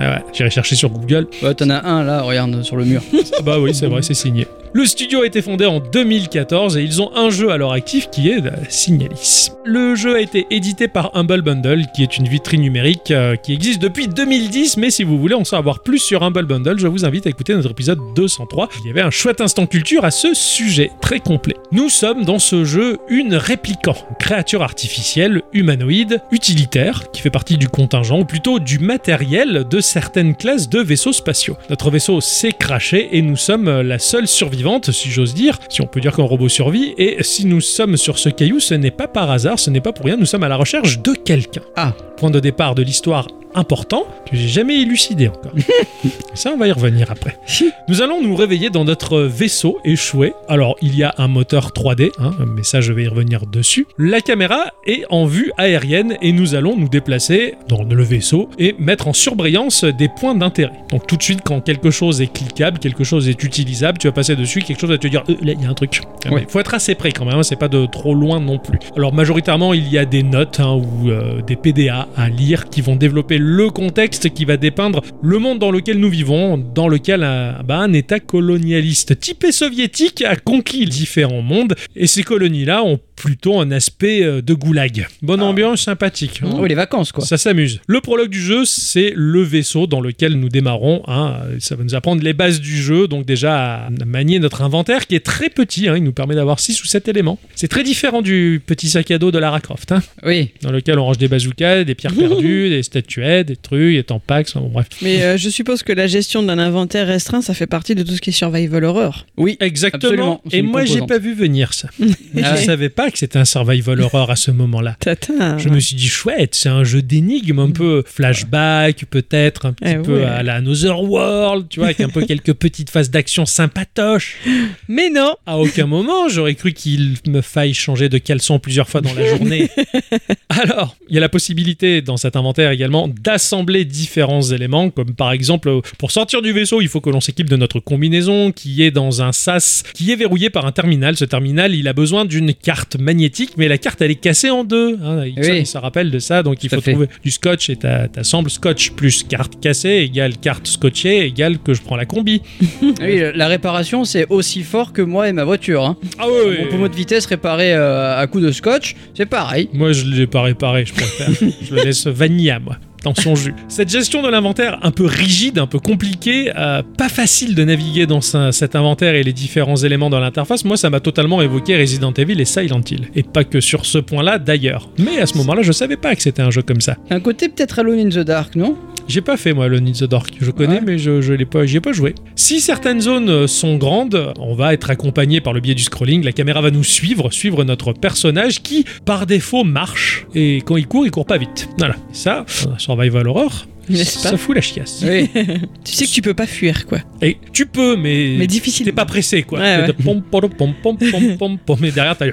A: Ah ouais, j'irai chercher sur Google.
B: Ouais, t'en as un là, regarde, sur le mur.
A: Ah bah oui, c'est vrai, c'est signé. Le studio a été fondé en 2014 et ils ont un jeu à leur actif qui est euh, Signalis. Le jeu a été édité par Humble Bundle, qui est une vitrine numérique euh, qui existe depuis 2010, mais si vous voulez en savoir plus sur Humble Bundle, je vous invite à écouter notre épisode 203. Il y avait un chouette instant culture à ce sujet, très complet. Nous sommes dans ce jeu une répliquant, une créature artificielle, humanoïde, utilitaire, qui fait partie du contingent, ou plutôt du matériel de certaines classes de vaisseaux spatiaux. Notre vaisseau s'est craché et nous sommes euh, la seule survivante, si j'ose dire, si on peut dire qu'un robot survit, et si nous sommes sur ce caillou, ce n'est pas par hasard, ce n'est pas pour rien, nous sommes à la recherche de quelqu'un.
B: Ah.
A: Point de départ de l'histoire important que j'ai jamais élucidé encore. Ça, on va y revenir après. Nous allons nous réveiller dans notre vaisseau échoué. Alors, il y a un moteur 3D, hein, mais ça, je vais y revenir dessus. La caméra est en vue aérienne et nous allons nous déplacer dans le vaisseau et mettre en surbrillance des points d'intérêt. Donc, tout de suite, quand quelque chose est cliquable, quelque chose est utilisable, tu vas passer dessus, quelque chose va te dire, Euh, là, il y a un truc. Il
B: Ouais.
A: faut être assez près quand même, hein, c'est pas de trop loin non plus. Alors, majoritairement, il y a des notes hein, ou euh, des PDA à lire qui vont développer le contexte qui va dépeindre le monde dans lequel nous vivons, dans lequel euh, bah, un État colonialiste typé soviétique a conquis différents mondes, et ces colonies-là ont plutôt un aspect euh, de goulag. Bonne ambiance, sympathique. hein.
B: Oh, les vacances quoi.
A: Ça s'amuse. Le prologue du jeu, c'est le vaisseau dans lequel nous démarrons. hein. Ça va nous apprendre les bases du jeu, donc déjà à manier notre inventaire qui est très petit. hein. Il nous permet d'avoir 6 ou 7 éléments. C'est très différent du petit sac à dos de Lara Croft. hein,
B: Oui.
A: dans lequel on range des bazookas, des pierres perdues, des statuettes, des trucs, des tampax, enfin, bon, bref.
C: Mais euh, je suppose que la gestion d'un inventaire restreint, ça fait partie de tout ce qui est survival horror.
B: Oui.
A: Exactement.
B: Absolument, c'est
A: Et
B: une
A: moi, j'ai
B: composante.
A: pas vu venir ça.
B: Ah
A: Je
B: ouais.
A: savais pas que c'était un survival horror à ce moment-là.
C: Tata.
A: Je me suis dit chouette, c'est un jeu d'énigmes un peu flashback peut-être, un petit
C: Mm. Eh
A: peu
C: ouais.
A: à la Another World, tu vois, avec un peu quelques petites phases d'action sympatoches.
C: Mais non
A: À aucun moment j'aurais cru qu'il me faille changer de caleçon plusieurs fois dans la journée. Alors, il y a la possibilité dans cet inventaire également d'assembler différents éléments, comme par exemple pour sortir du vaisseau, il faut que l'on s'équipe de notre combinaison qui est dans un sas qui est verrouillé par un terminal. Ce terminal, il a besoin d'une carte magnétique, mais la carte elle est cassée en deux. hein. Ixon,
B: Eh Oui.
A: il se rappelle de ça, donc il
B: Tout à
A: faut
B: fait.
A: trouver du scotch et t'a- t'assembles scotch plus carte cassée égale carte scotchée égale que je prends la combi.
B: Ah Oui, la réparation c'est aussi fort que moi et ma voiture. Hein.
A: Ah oui,
B: Mon pommeau de vitesse réparé euh, à coup de scotch, c'est pareil.
A: Moi, je l'ai pas réparé, je préfère. je le laisse vanilla, moi. dans son jus. Cette gestion de l'inventaire un peu rigide, un peu compliquée, euh, pas facile de naviguer dans ce- cet inventaire et les différents éléments dans l'interface, moi ça m'a totalement évoqué Resident Evil et Silent Hill. Et pas que sur ce point-là d'ailleurs. Mais à ce moment-là, je savais pas que c'était un jeu comme ça.
B: Un côté peut-être Alone in the Dark, non
A: J'ai pas fait moi le Need the Dark, je connais
B: Ouais.
A: mais je, je l'ai pas, j'y ai pas joué. Si certaines zones euh, sont grandes, on va être accompagné par le biais du scrolling, la caméra va nous suivre, suivre notre personnage qui par défaut marche et quand il court, il court pas vite. Voilà, ça, euh, survival horror,
C: N'est-ce pas
A: ça fout la chiasse.
B: Oui.
C: Tu sais que tu peux pas fuir, quoi.
A: Et tu peux mais,
C: Mais
A: t'es
C: difficile.
A: pas pressé quoi.
C: Ouais, ouais.
A: Pom, pom, pom, pom, pom, pom, pom, mais derrière t'as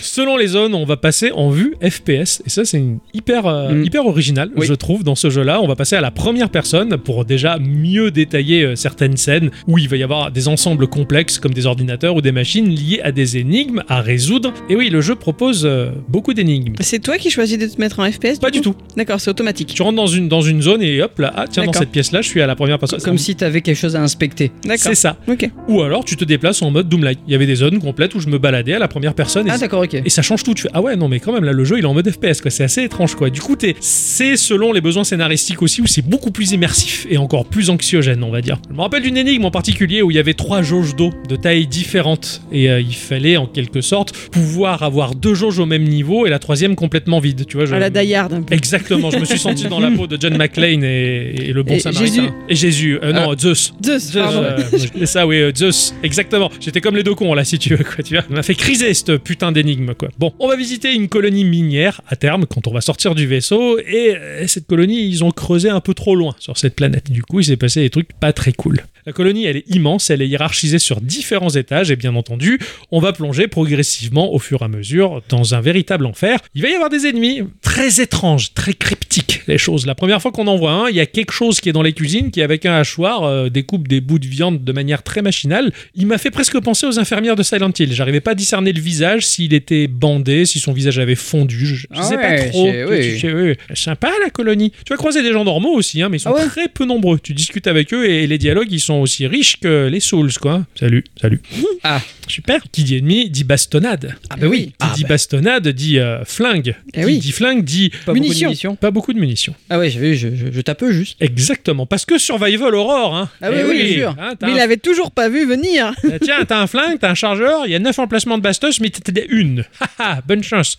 A: Selon les zones, on va passer en vue FPS et ça c'est une hyper euh,
B: Mm.
A: hyper original
B: Oui.
A: je trouve dans ce jeu-là. On va passer à la première personne pour déjà mieux détailler euh, certaines scènes où il va y avoir des ensembles complexes comme des ordinateurs ou des machines liées à des énigmes à résoudre. Et oui, le jeu propose euh, beaucoup d'énigmes.
C: C'est toi qui choisis de te mettre en FPS
B: Mm.
A: Pas du tout.
C: D'accord, c'est automatique.
A: Tu rentres dans une dans une zone et hop là, ah tiens dans
C: D'accord.
A: cette pièce-là, je suis à la première personne.
B: Comme si t'avais quelque chose à inspecter.
C: D'accord.
A: c'est ça.
C: Ok.
A: Ou alors tu te déplaces en mode Doomlight. Il y avait des zones complètes où je me baladais à la première personne et,
B: Ah d'accord, ok.
A: et ça change tout. Tu fais, ah ouais, non, mais quand même, là, le jeu, il est en mode FPS, quoi. C'est assez étrange, quoi. Du coup, t'es- c'est selon les besoins scénaristiques aussi où c'est beaucoup plus immersif et encore plus anxiogène, on va dire. Je me rappelle d'une énigme en particulier où il y avait trois jauges d'eau de taille différentes et euh, il fallait, en quelque sorte, pouvoir avoir deux jauges au même niveau et la troisième complètement vide. Tu vois, je-
C: À la Dayard un peu.
A: Exactement, je me suis senti dans la peau de John McClane et, et le bon
C: Et
A: samaritain.
C: Jésus. Ah.
A: Et Jésus, euh, non, Zeus.
C: Zeus,
A: Zeus,
C: pardon.
A: euh, c'est ça, oui, euh, Zeus, exactement. J'étais comme les deux cons là, si tu veux, quoi. Tu vois, ça m'a fait criser cette putain d'énigme, quoi. Bon, on va visiter une colonie minière à terme quand on va sortir du vaisseau, et euh, cette colonie, ils ont creusé un peu trop loin sur cette planète. Du coup, il s'est passé des trucs pas très cool. La colonie, elle est immense, elle est hiérarchisée sur différents étages, et bien entendu, on va plonger progressivement au fur et à mesure dans un véritable enfer. Il va y avoir des ennemis très étranges, très cryptiques, les choses. La première fois qu'on en voit un, il y a quelque chose qui est dans les cuisines qui, avec un hachoir, euh, découpe des bouts de viande de manière très machinale. Il m'a fait presque penser aux infirmières de Silent Hill. J'arrivais pas à discerner le visage, s'il était bandé, si son visage avait fondu. Je, je
B: Ah
A: sais
B: ouais,
A: pas trop.
B: c'est- oui.
A: Tu- tu- oui, oui. Sympa la colonie. Tu vas croiser des gens normaux aussi, hein, mais ils sont
B: Ah ouais
A: très peu nombreux. Tu discutes avec eux et les dialogues, ils sont aussi riches que les Souls, quoi. Salut, salut.
B: Ah.
A: Super. Qui dit ennemi dit bastonnade.
B: Ah bah oui.
A: Qui dit bastonnade dit euh, flingue.
C: Eh
A: qui
C: oui.
A: dit flingue dit
B: Pas beaucoup de
A: munitions.
B: munitions.
A: Pas beaucoup de munitions.
B: Ah ouais, je, je, je, je tape juste.
A: Exactement. Parce que Survival Aurore, hein.
B: Ah oui,
A: Eh
B: oui, bien sûr.
A: Hein, t'as
C: Mais
A: un-
C: il avait toujours pas vu venir.
A: euh, Tiens, t'as un flingue, t'as un chargeur, il y a 9 emplacements de bastos, mais t'étais des une. Haha, bonne chance.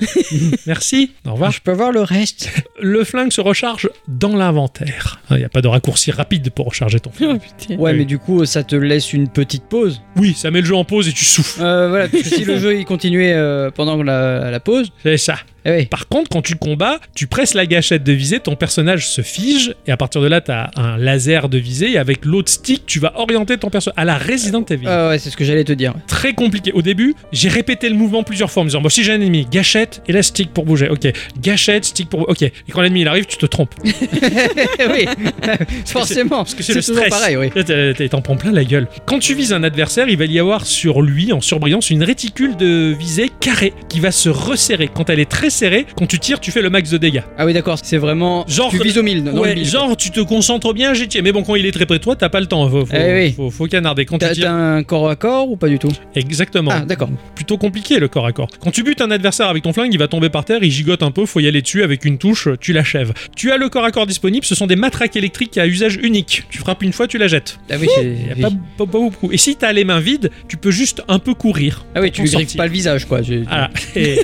A: Merci. Au revoir.
B: Je peux voir le reste.
A: Le flingue se recharge dans l'inventaire. Il n'y a pas de raccourci rapide pour recharger ton flingue.
C: Oh putain.
B: Ouais,
A: Oui.
B: mais du coup, ça te laisse une petite pause.
A: Oui, ça met le jeu en pause et tu souffles.
B: Euh, voilà, parce que si le jeu il continuait euh, pendant la, la pause,
A: C'est ça.
B: eh ouais.
A: Par contre, quand tu combats, tu presses la gâchette de visée, ton personnage se fige, et à partir de là, t'as un laser de visée, et avec l'autre stick, tu vas orienter ton personnage à la Resident Evil.
B: Ah ouais, c'est ce que j'allais te dire.
A: Très compliqué. Au début, j'ai répété le mouvement plusieurs fois en me disant, bon, si j'ai un ennemi, gâchette, et là, stick pour bouger. Ok. Gâchette, stick pour Ok. Et quand l'ennemi il arrive, tu te trompes.
B: oui, forcément.
A: Parce que c'est le
B: toujours
A: stress.
B: pareil, oui.
A: Là, t'as- t'as- T'en prends plein la gueule. Quand tu vises un adversaire, il va y avoir sur lui, en surbrillance, une réticule de visée carrée qui va se resserrer. Quand elle est très serrée, quand tu tires, tu fais le max de dégâts.
B: Ah oui, d'accord, c'est vraiment.
A: Genre-
B: tu vises au mille. dans
A: ouais,
B: le mille, quoi.
A: genre tu te concentres bien, j'y tiens. Mais bon, quand il est très près de toi, t'as pas le temps. Faut, faut,
B: Eh oui.
A: faut- faut canarder. Quand tu
B: T'as t'as
A: tires,
B: un corps à corps ou pas du tout
A: exactement.
B: Ah, d'accord.
A: Plutôt compliqué le corps à corps. Quand tu butes un adversaire avec ton flingue, il va tomber par terre, il gigote un peu, faut y aller dessus avec une touche, tu l'achèves. Tu as le corps à corps disponible, ce sont des matraques électriques à usage unique. Tu frappes une fois, tu la jettes.
B: Ah oui, c'est-
A: Y a
B: oui.
A: pas, pas- pas beaucoup. Et si t'as les mains vides, tu peux juste un peu courir.
B: Ah oui, tu
A: t'en
B: lui griffes
A: sortir.
B: pas le visage, quoi. Je-
A: Ah, et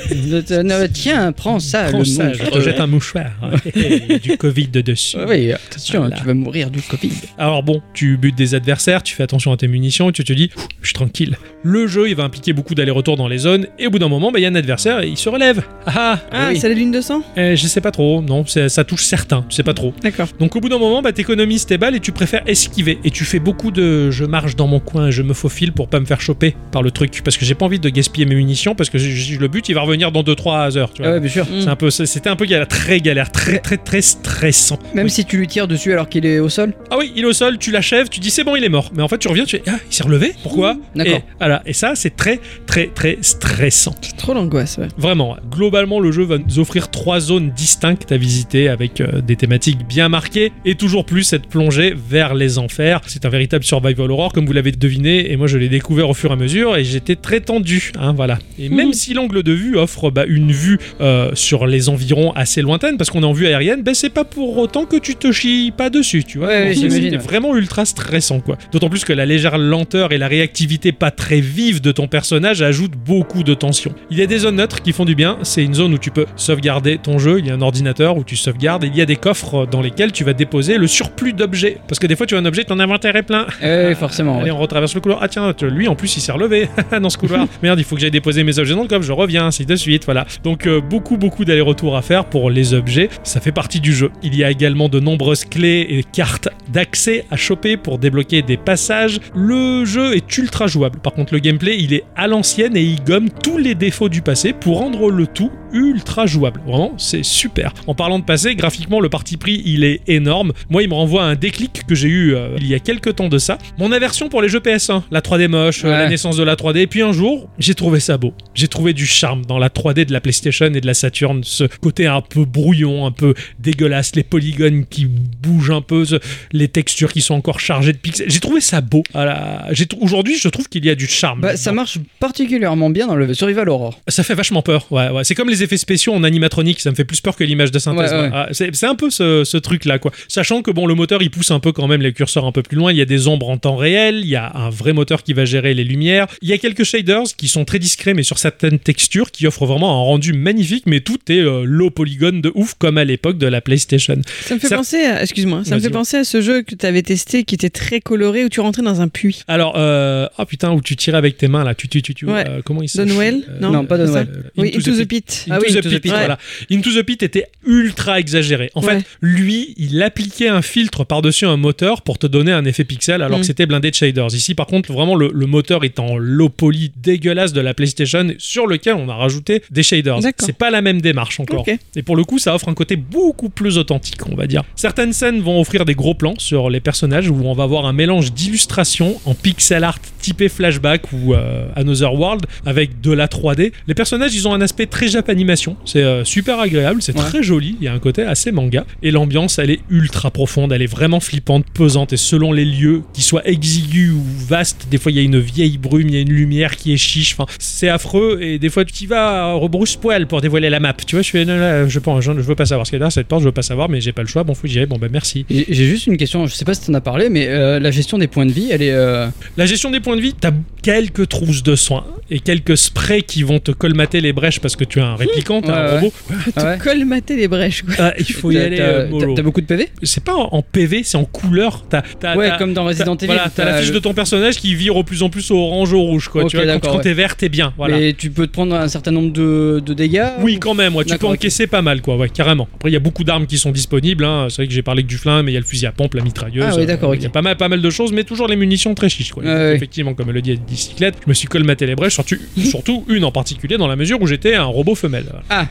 B: Euh, non, Tiens, prends ça,
A: prends
B: le
A: ça, je
B: monstre.
A: te jette un mouchoir. Et du Covid de dessus.
B: Ouais, ouais, attention,
A: Voilà.
B: tu vas mourir du Covid.
A: Alors bon, tu butes des adversaires, tu fais attention à tes munitions, et tu te dis, Ouh, je suis tranquille. Le jeu, il va impliquer beaucoup d'aller-retour dans les zones, et au bout d'un moment, bah, il y a un adversaire et il se relève. Ah ah
C: Ah,
B: Oui.
C: c'est la lune de sang
A: euh, Je sais pas trop, non, c'est- ça touche certains, je sais pas trop.
C: D'accord.
A: Donc au bout d'un moment, bah, t'économises tes balles et tu préfères esquiver. Et tu fais beaucoup de je marche dans mon coin et je me faufile pour pas me faire choper par le truc. Parce que j'ai pas envie de gaspiller mes munitions, parce que si je le but, il va revenir dans 2-3 heures. Tu
B: Ah
A: vois.
B: ouais, bien sûr.
A: C'est un peu, c'était un peu galère, très galère, très très très stressant.
B: Même
A: Oui.
B: si tu lui tires dessus alors qu'il est au sol
A: Ah oui, il est au sol, tu l'achèves, tu dis c'est bon, il est mort. Mais en fait, tu reviens, tu fais ah, il s'est relevé Pourquoi
B: Mmh. D'accord.
A: Et, voilà. et ça, c'est très, très, très stressant.
C: C'est trop l'angoisse, ouais.
A: Vraiment, hein. globalement, le jeu va nous offrir trois zones distinctes à visiter avec euh, des thématiques bien marquées et toujours plus cette plongée vers les enfers. C'est un véritable survival horror, comme vous l'avez deviné, et moi je l'ai
B: Mmh.
A: découvert au fur et à mesure et j'étais très tendu. hein, voilà. Et même si l'angle de vue offre bah, une vue euh, sur les environs assez lointaines, parce qu'on est en vue aérienne, ben c'est pas pour autant que tu te chies pas dessus, tu vois.
B: Ouais, ouais,
A: Donc,
B: j'imagine,
A: c'était
B: ouais.
A: vraiment ultra stressant, quoi. D'autant plus que la légère lenteur et la réactivité pas très vive de ton personnage ajoutent beaucoup de tension. Il y a des zones neutres qui font du bien, c'est une zone où tu peux sauvegarder ton jeu, il y a un ordinateur où tu sauvegardes, et il y a des coffres dans lesquels tu vas déposer le surplus d'objets. Parce que des fois, tu as un objet, ton inventaire est plein,
B: Ouais, Eh forcément. ouais.
A: Allez, on retraverse le couloir. Ah tiens, tu- lui en plus il s'est relevé dans ce couloir. Merde, il faut que j'aille déposer mes objets dans le coffre, je reviens, ainsi de suite, voilà. Donc euh, beaucoup beaucoup d'allers-retours à faire pour les objets, ça fait partie du jeu. Il y a également de nombreuses clés et cartes d'accès à choper pour débloquer des passages. Le jeu est ultra jouable. Par contre, le gameplay, il est à l'ancienne et il gomme tous les défauts du passé pour rendre le tout ultra jouable. Vraiment, c'est super. En parlant de passé, graphiquement, le parti pris, il est énorme. Moi, il me renvoie à un déclic que j'ai eu euh, il y a quelques temps de ça. Mon aversion pour les jeux PS1, la 3D moche, euh,
B: Ouais.
A: la naissance de la 3D. Et puis un jour, j'ai trouvé ça beau. J'ai trouvé du charme dans la 3D de la PlayStation et de la Saturn. Ce côté un peu brouillon, un peu dégueulasse, les polygones qui bougent un peu, ce- les textures qui sont encore chargées de pixels. J'ai trouvé ça beau. à la- j'ai trou- Aujourd'hui, je trouve qu'il y a du charme.
B: Bah, ça
A: là-dedans.
B: marche particulièrement bien dans le Survival Aurore.
A: Ça fait vachement peur, ouais, ouais. C'est comme les effets spéciaux en animatronique, ça me fait plus peur que l'image de synthèse.
B: Ouais,
A: moi.
B: ouais.
A: Ah, c'est c'est un peu ce, ce truc-là, quoi. Sachant que, bon, le moteur, il pousse un peu quand même les curseurs un peu plus loin, il y a des ombres en temps réel, il y a un vrai moteur qui va gérer les lumières, il y a quelques shaders qui sont très discrets, mais sur certaines textures, qui offrent vraiment un rendu magnifique, mais tout est euh, low polygone de ouf, comme à l'époque de la PlayStation.
C: Ça me fait
A: Ça-
C: penser à, excuse-moi, ça
A: Vas-y,
C: me fait
A: ouais.
C: penser à ce jeu que tu avais testé qui était très coloré où tu rentrais dans un puits.
A: Alors, euh, ah putain, où tu tirais avec tes mains, là, tu, tu, tu, tu,
C: Ouais.
A: euh, comment il s'appelle
C: Donwell
A: Euh,
C: Non,
B: non, pas
C: c'est ça
B: Donwell.
C: Oui,
A: Into the
C: Into the
A: Pit.
C: Pit. Ah
A: Into the Pit,
C: ouais.
A: voilà. Into the Pit était ultra exagéré. En
C: Ouais.
A: fait, lui, il appliquait un filtre par-dessus un moteur pour te donner un effet pixel alors
C: Mm.
A: que c'était blindé de shaders. Ici, par contre, vraiment, le, le moteur est en low poly dégueulasse de la PlayStation sur lequel on a rajouté des shaders.
C: D'accord.
A: C'est pas la même démarche encore.
C: Ok.
A: Et pour le coup, ça offre un côté beaucoup plus authentique, on va dire. Certaines scènes vont offrir des gros plans sur les personnages où on va voir un mélange d'illustrations en pixel art typé flashback ou euh, Another World avec de la 3D. Les personnages, ils ont un aspect très japanimation. C'est euh, super agréable, c'est
B: Ouais.
A: très joli. Il y a un côté assez manga. Et l'ambiance, elle est ultra profonde, elle est vraiment flippante, pesante. Et selon les lieux, qu'ils soient exigus ou vastes, des fois il y a une vieille brume, il y a une lumière qui est chiche. Enfin, c'est affreux. Et des fois, tu y vas rebrousse poil pour dévoiler la map. Tu vois, je suis non, là, je pense, je, je veux pas savoir ce qu'il y a derrière cette porte, je veux pas savoir, mais j'ai pas le choix. Bon, faut que j'y aille. Bon, bah merci.
B: J'ai j'ai juste une question, je sais pas si t'en as parlé, mais euh, la gestion des points de vie, elle est. euh,
A: La gestion des points de vie, t'as quelques trousses de soins et quelques sprays qui vont te colmater les brèches parce que tu as un réplicant, t'as
B: Ouais,
A: un
B: ouais.
A: robot.
B: ah ouais
C: Colmater les brèches, quoi.
A: Ah, il faut y
B: T'as-
A: aller
B: t'as-
A: euh,
B: t'as-
A: mollo.
B: T'as beaucoup de PV
A: C'est pas en en PV, c'est en couleur. T'as, t'as-
B: Ouais,
A: Ah, t'as-
B: comme dans Resident Evil.
A: Voilà, t'as la fiche
B: le-
A: de ton personnage qui vire au plus en plus au orange, au rouge, quoi.
B: Ok,
A: tu vois, quand-
B: d'accord,
A: quand
B: ouais.
A: t'es vert, t'es bien. Voilà.
B: Mais tu peux te prendre un certain nombre de, de dégâts
A: Oui, quand même, ouais, tu peux
B: D'accord, ok.
A: encaisser pas mal, quoi, ouais, carrément. Après, il y a beaucoup d'armes qui sont disponibles. hein. C'est vrai que j'ai parlé que du flingue, mais il y a le fusil à pompe, la mitrailleuse.
B: Ah oui, d'accord,
A: euh, Il y a
B: ok.
A: pas mal, pas mal de choses, mais toujours les munitions très chiches, quoi.
B: Ah oui.
A: Effectivement, comme le dit la bicyclette, je me suis colmaté les brèches, surtout, surtout une en particulier, dans la mesure où j'étais un robot femelle. Voilà.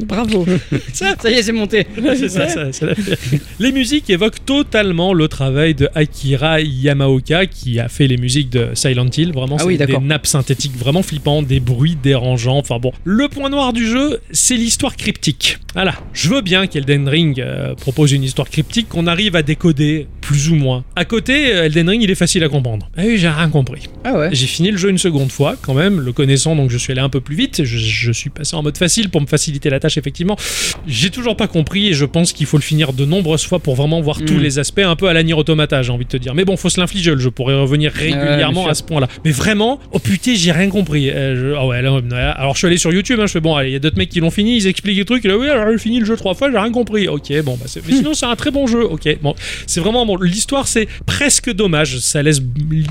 C: Bravo.
B: Ça, ça y est, c'est monté.
A: C'est ça, ça- ça l'a fait. Les musiques évoquent totalement le travail de Akira Yamaoka qui a fait les musiques de Silent Hill. Vraiment,
B: Ah
A: c'est
B: oui,
A: des
B: d'accord.
A: nappes synthétiques vraiment flippantes, des bruits dérangeants. Enfin bon, le point noir du jeu, c'est l'histoire cryptique. Voilà, je veux bien qu'Elden Ring euh, propose une histoire cryptique qu'on arrive à décoder plus ou moins. À côté, euh, Elden Ring, il est facile à comprendre. Ah oui, j'ai rien compris.
B: Ah ouais.
A: J'ai fini le jeu une seconde fois, quand même, le connaissant, donc je suis allé un peu plus vite. Je, je suis passé en mode facile pour me faciliter la tâche, effectivement. J'ai toujours pas compris et je pense qu'il faut le finir de nombreuses fois pour vraiment voir tous
B: Mm.
A: les aspects, un peu à la Nier Automata, j'ai envie de te dire. Mais bon, faut se l'infliger, je pourrais revenir régulièrement
B: bien sûr.
A: à ce point-là. Mais vraiment, oh putain, j'ai rien compris. Euh, je- ah ouais, là, ouais, là, alors je suis allé sur YouTube, hein, je fais bon, allez, il y a d'autres mecs qui l'ont fini, ils expliquent des trucs, et là, oui, alors j'ai fini le jeu trois fois, j'ai rien compris. Ok, bon, bah, c'est- mais sinon, c'est un très bon jeu. Ok, bon, c'est vraiment bon. L'histoire, c'est presque dommage. Ça laisse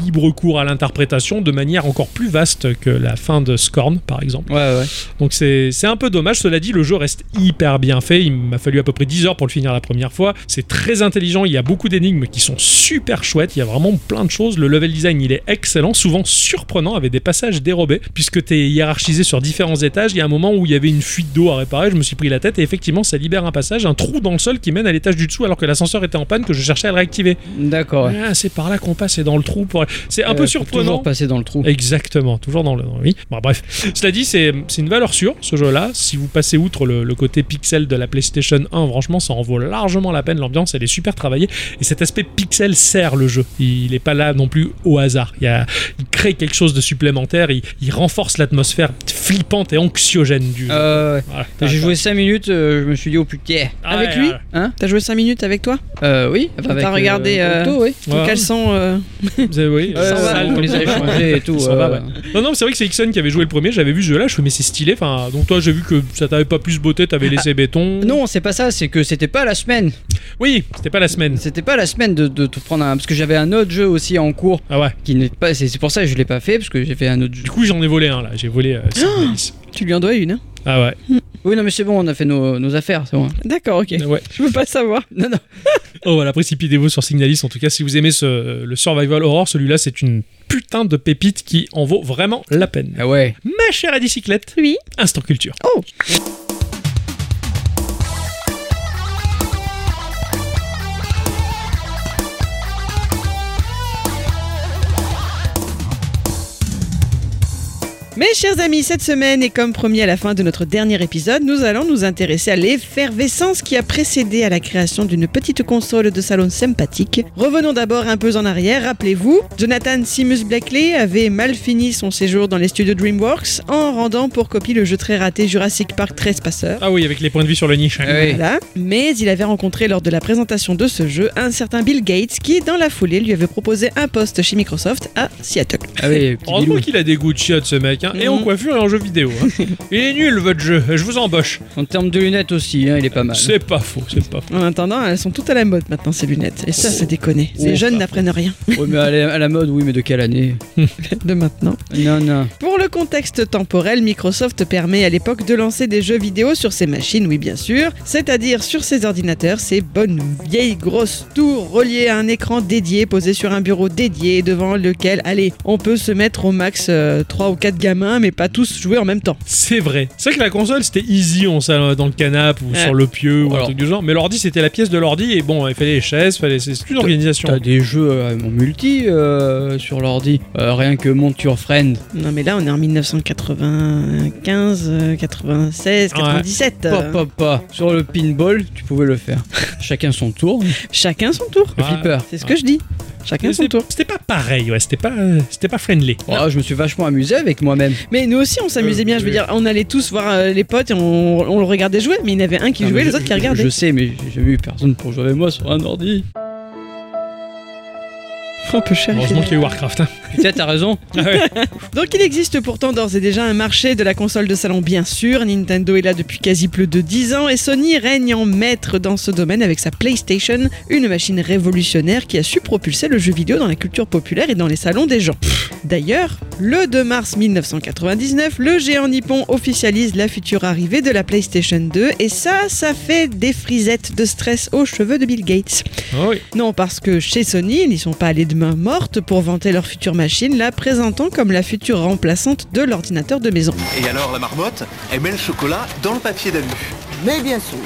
A: libre cours à l'interprétation de manière encore plus vaste que la fin de Scorn, par exemple.
B: Ouais, ouais.
A: Donc c'est c'est un peu dommage. Cela dit, le jeu reste hyper bien fait. Il m'a fallu à peu près 10 heures pour le finir la première fois. C'est très intelligent. Il y a beaucoup d'énigmes qui sont super chouettes. Il y a vraiment plein de choses. Le level design, il est excellent, souvent surprenant, avec des passages dérobés. Puisque tu es hiérarchisé sur différents étages, il y a un moment où il y avait une fuite d'eau à réparer. Je me suis pris la tête et effectivement, ça libère un passage, un trou dans le sol qui mène à l'étage du dessous alors que l'ascenseur était en panne que je cherchais à le réactiver.
B: D'accord. ouais.
A: Ah, c'est par là qu'on passe et dans le trou. Pour... C'est un
B: Euh, faut
A: peu surprenant.
B: Toujours passer dans le trou.
A: Exactement, toujours dans le. dans- Oui. Bon, bref. Cela dit, c'est c'est une valeur sûre, ce jeu-là. Si vous passez outre le, le côté pixel de la PlayStation 1, franchement, ça en vaut largement la peine. L'ambiance, elle est super travaillée. Et cet aspect pixel sert le jeu. Il n'est pas là non plus au hasard. Il, y a- il crée quelque chose de supplémentaire. Il, il renforce l'atmosphère flippante et anxiogène du jeu.
B: Euh,
A: Voilà.
B: j'ai joué 5 minutes, euh, je me suis dit, oh putain.
A: Ah
C: avec
A: ouais,
C: lui
A: ouais.
B: Hein
C: T'as joué 5 minutes avec toi
B: euh, Oui,
C: T'as regardé, euh,
B: Octo, oui.
C: Ton
A: Ouais.
C: caleçon. euh,
A: Vous avez- oui,
B: Ouais,
A: ça,
B: ouais,
A: Euh, ça,
B: on
A: le-
B: les a échangés et tout.
A: Ça va,
B: euh,
A: Non, non, mais c'est vrai que c'est Ixon qui avait joué le premier. J'avais vu ce jeu-là, je fais, mais c'est stylé. Enfin, donc toi, j'ai vu que ça t'avait pas plus beauté, t'avais laissé béton.
B: Non, c'est pas ça, c'est que c'était pas la semaine.
A: Oui, c'était pas la semaine.
B: C'était pas la semaine de, de te prendre un. Parce que j'avais un autre jeu aussi en cours
A: Ah ouais.
B: qui n'est pas. C'est c'est pour ça que je l'ai pas fait, parce que j'ai fait un autre jeu.
A: Du coup, j'en ai volé un là. J'ai volé.
B: Oh
A: euh, Sylvanis.
C: Tu lui en dois une. hein.
A: ah ouais.
B: Oui, non, mais c'est bon, on a fait nos, nos affaires, c'est bon.
C: D'accord, ok.
A: Ouais.
C: Je veux pas savoir.
B: Non, non.
A: Oh voilà, précipitez-vous sur Signalis. En tout cas, si vous aimez ce- euh, le survival horror, celui-là, c'est une putain de pépite qui en vaut vraiment la peine.
B: Ah ouais.
A: Ma chère à bicyclette,
C: Oui.
A: instant culture.
C: Mes chers amis, cette semaine et comme promis à la fin de notre dernier épisode, nous allons nous intéresser à l'effervescence qui a précédé à la création d'une petite console de salon sympathique. Revenons d'abord un peu en arrière, rappelez-vous, Jonathan Simus Blackley avait mal fini son séjour dans les studios DreamWorks en rendant pour copie le jeu très raté Jurassic Park 13 passeurs.
A: Ah oui, avec les points de vue sur le niche. hein.
B: Ah ouais.
C: Voilà. Mais il avait rencontré lors de la présentation de ce jeu un certain Bill Gates qui, dans la foulée, lui avait proposé un poste chez Microsoft à Seattle.
B: Ah oui, petit
A: Heureusement
B: bilou.
A: Oh, qu'il a des goûts de chiottes, ce mec, hein, et en
B: Mmh.
C: Mhm.
A: coiffure et en jeu vidéo. hein. Il est nul, votre jeu, je vous embauche.
B: En termes de lunettes aussi, hein, il est pas mal.
A: C'est pas faux, c'est pas faux.
C: En attendant, elles sont toutes à la mode maintenant, ces lunettes. Et ça, c'est déconné.
B: Oh.
C: Ces jeunes n'apprennent rien
B: Ouais, mais à la, à la mode, oui, mais de quelle année
C: de maintenant.
B: Non, non.
C: Pour le contexte temporel, Microsoft permet à l'époque de lancer des jeux vidéo sur ses machines, oui bien sûr, c'est-à-dire sur ses ordinateurs, ces bonnes vieilles grosses tours reliées à un écran dédié posé sur un bureau dédié devant lequel, allez, on peut se mettre au max 3 ou 4 gamins, mais pas tous jouer en même temps.
A: C'est vrai. C'est vrai que la console, c'était easy, on s'allait dans le canapé ou
C: Ouais.
A: sur le pieu ou un
B: Alors.
A: truc du genre. Mais l'ordi, c'était la pièce de l'ordi, et bon, il fallait les chaises, fallait... c'est toute une organisation.
B: T'as des jeux euh, en multi euh, sur l'ordi. Euh, rien que Monture Friend.
C: Non mais là, on est en 1995, euh, 96,
A: Ouais.
C: 97.
B: Pop, pop, pop. Sur le pinball, tu pouvais le faire. Chacun son tour.
C: Chacun son tour.
B: Le
A: Ouais.
B: flipper.
C: C'est ce que je dis. Chacun
A: Mais
C: son
A: c'est-
C: tour.
A: C'était pas pareil, ouais, c'était pas, euh, c'était pas friendly.
B: Oh, je me suis vachement amusé avec moi-même.
C: Mais nous aussi, on s'amusait
A: Euh,
C: bien. Je veux
A: oui.
C: dire, on allait tous voir euh, les potes et on, on le regardait jouer, mais il y en avait un qui
B: Non,
C: jouait,
B: mais
C: les
B: je-
C: autres qui
B: je-
C: regardaient.
B: Je sais, mais j'ai jamais eu personne pour jouer avec moi sur un ordi.
C: Un peu cher.
A: Heureusement qu'il y a eu Warcraft. hein.
B: Putain, t'as raison.
A: Ah ouais.
C: Donc il existe pourtant d'ores et déjà un marché de la console de salon bien sûr, Nintendo est là depuis quasi plus de 10 ans et Sony règne en maître dans ce domaine avec sa PlayStation, une machine révolutionnaire qui a su propulser le jeu vidéo dans la culture populaire et dans les salons des gens. D'ailleurs, le 2 mars 1999, le géant nippon officialise la future arrivée de la PlayStation 2 et ça, ça fait des frisettes de stress aux cheveux de Bill Gates.
A: Ah oui.
C: Non, parce que chez Sony, ils n'y sont pas allés de main morte pour vanter leur future machine, la présentant comme la future remplaçante de l'ordinateur de maison.
F: Et alors la marmotte, elle met le chocolat dans le papier d'alu.
G: Mais bien sûr,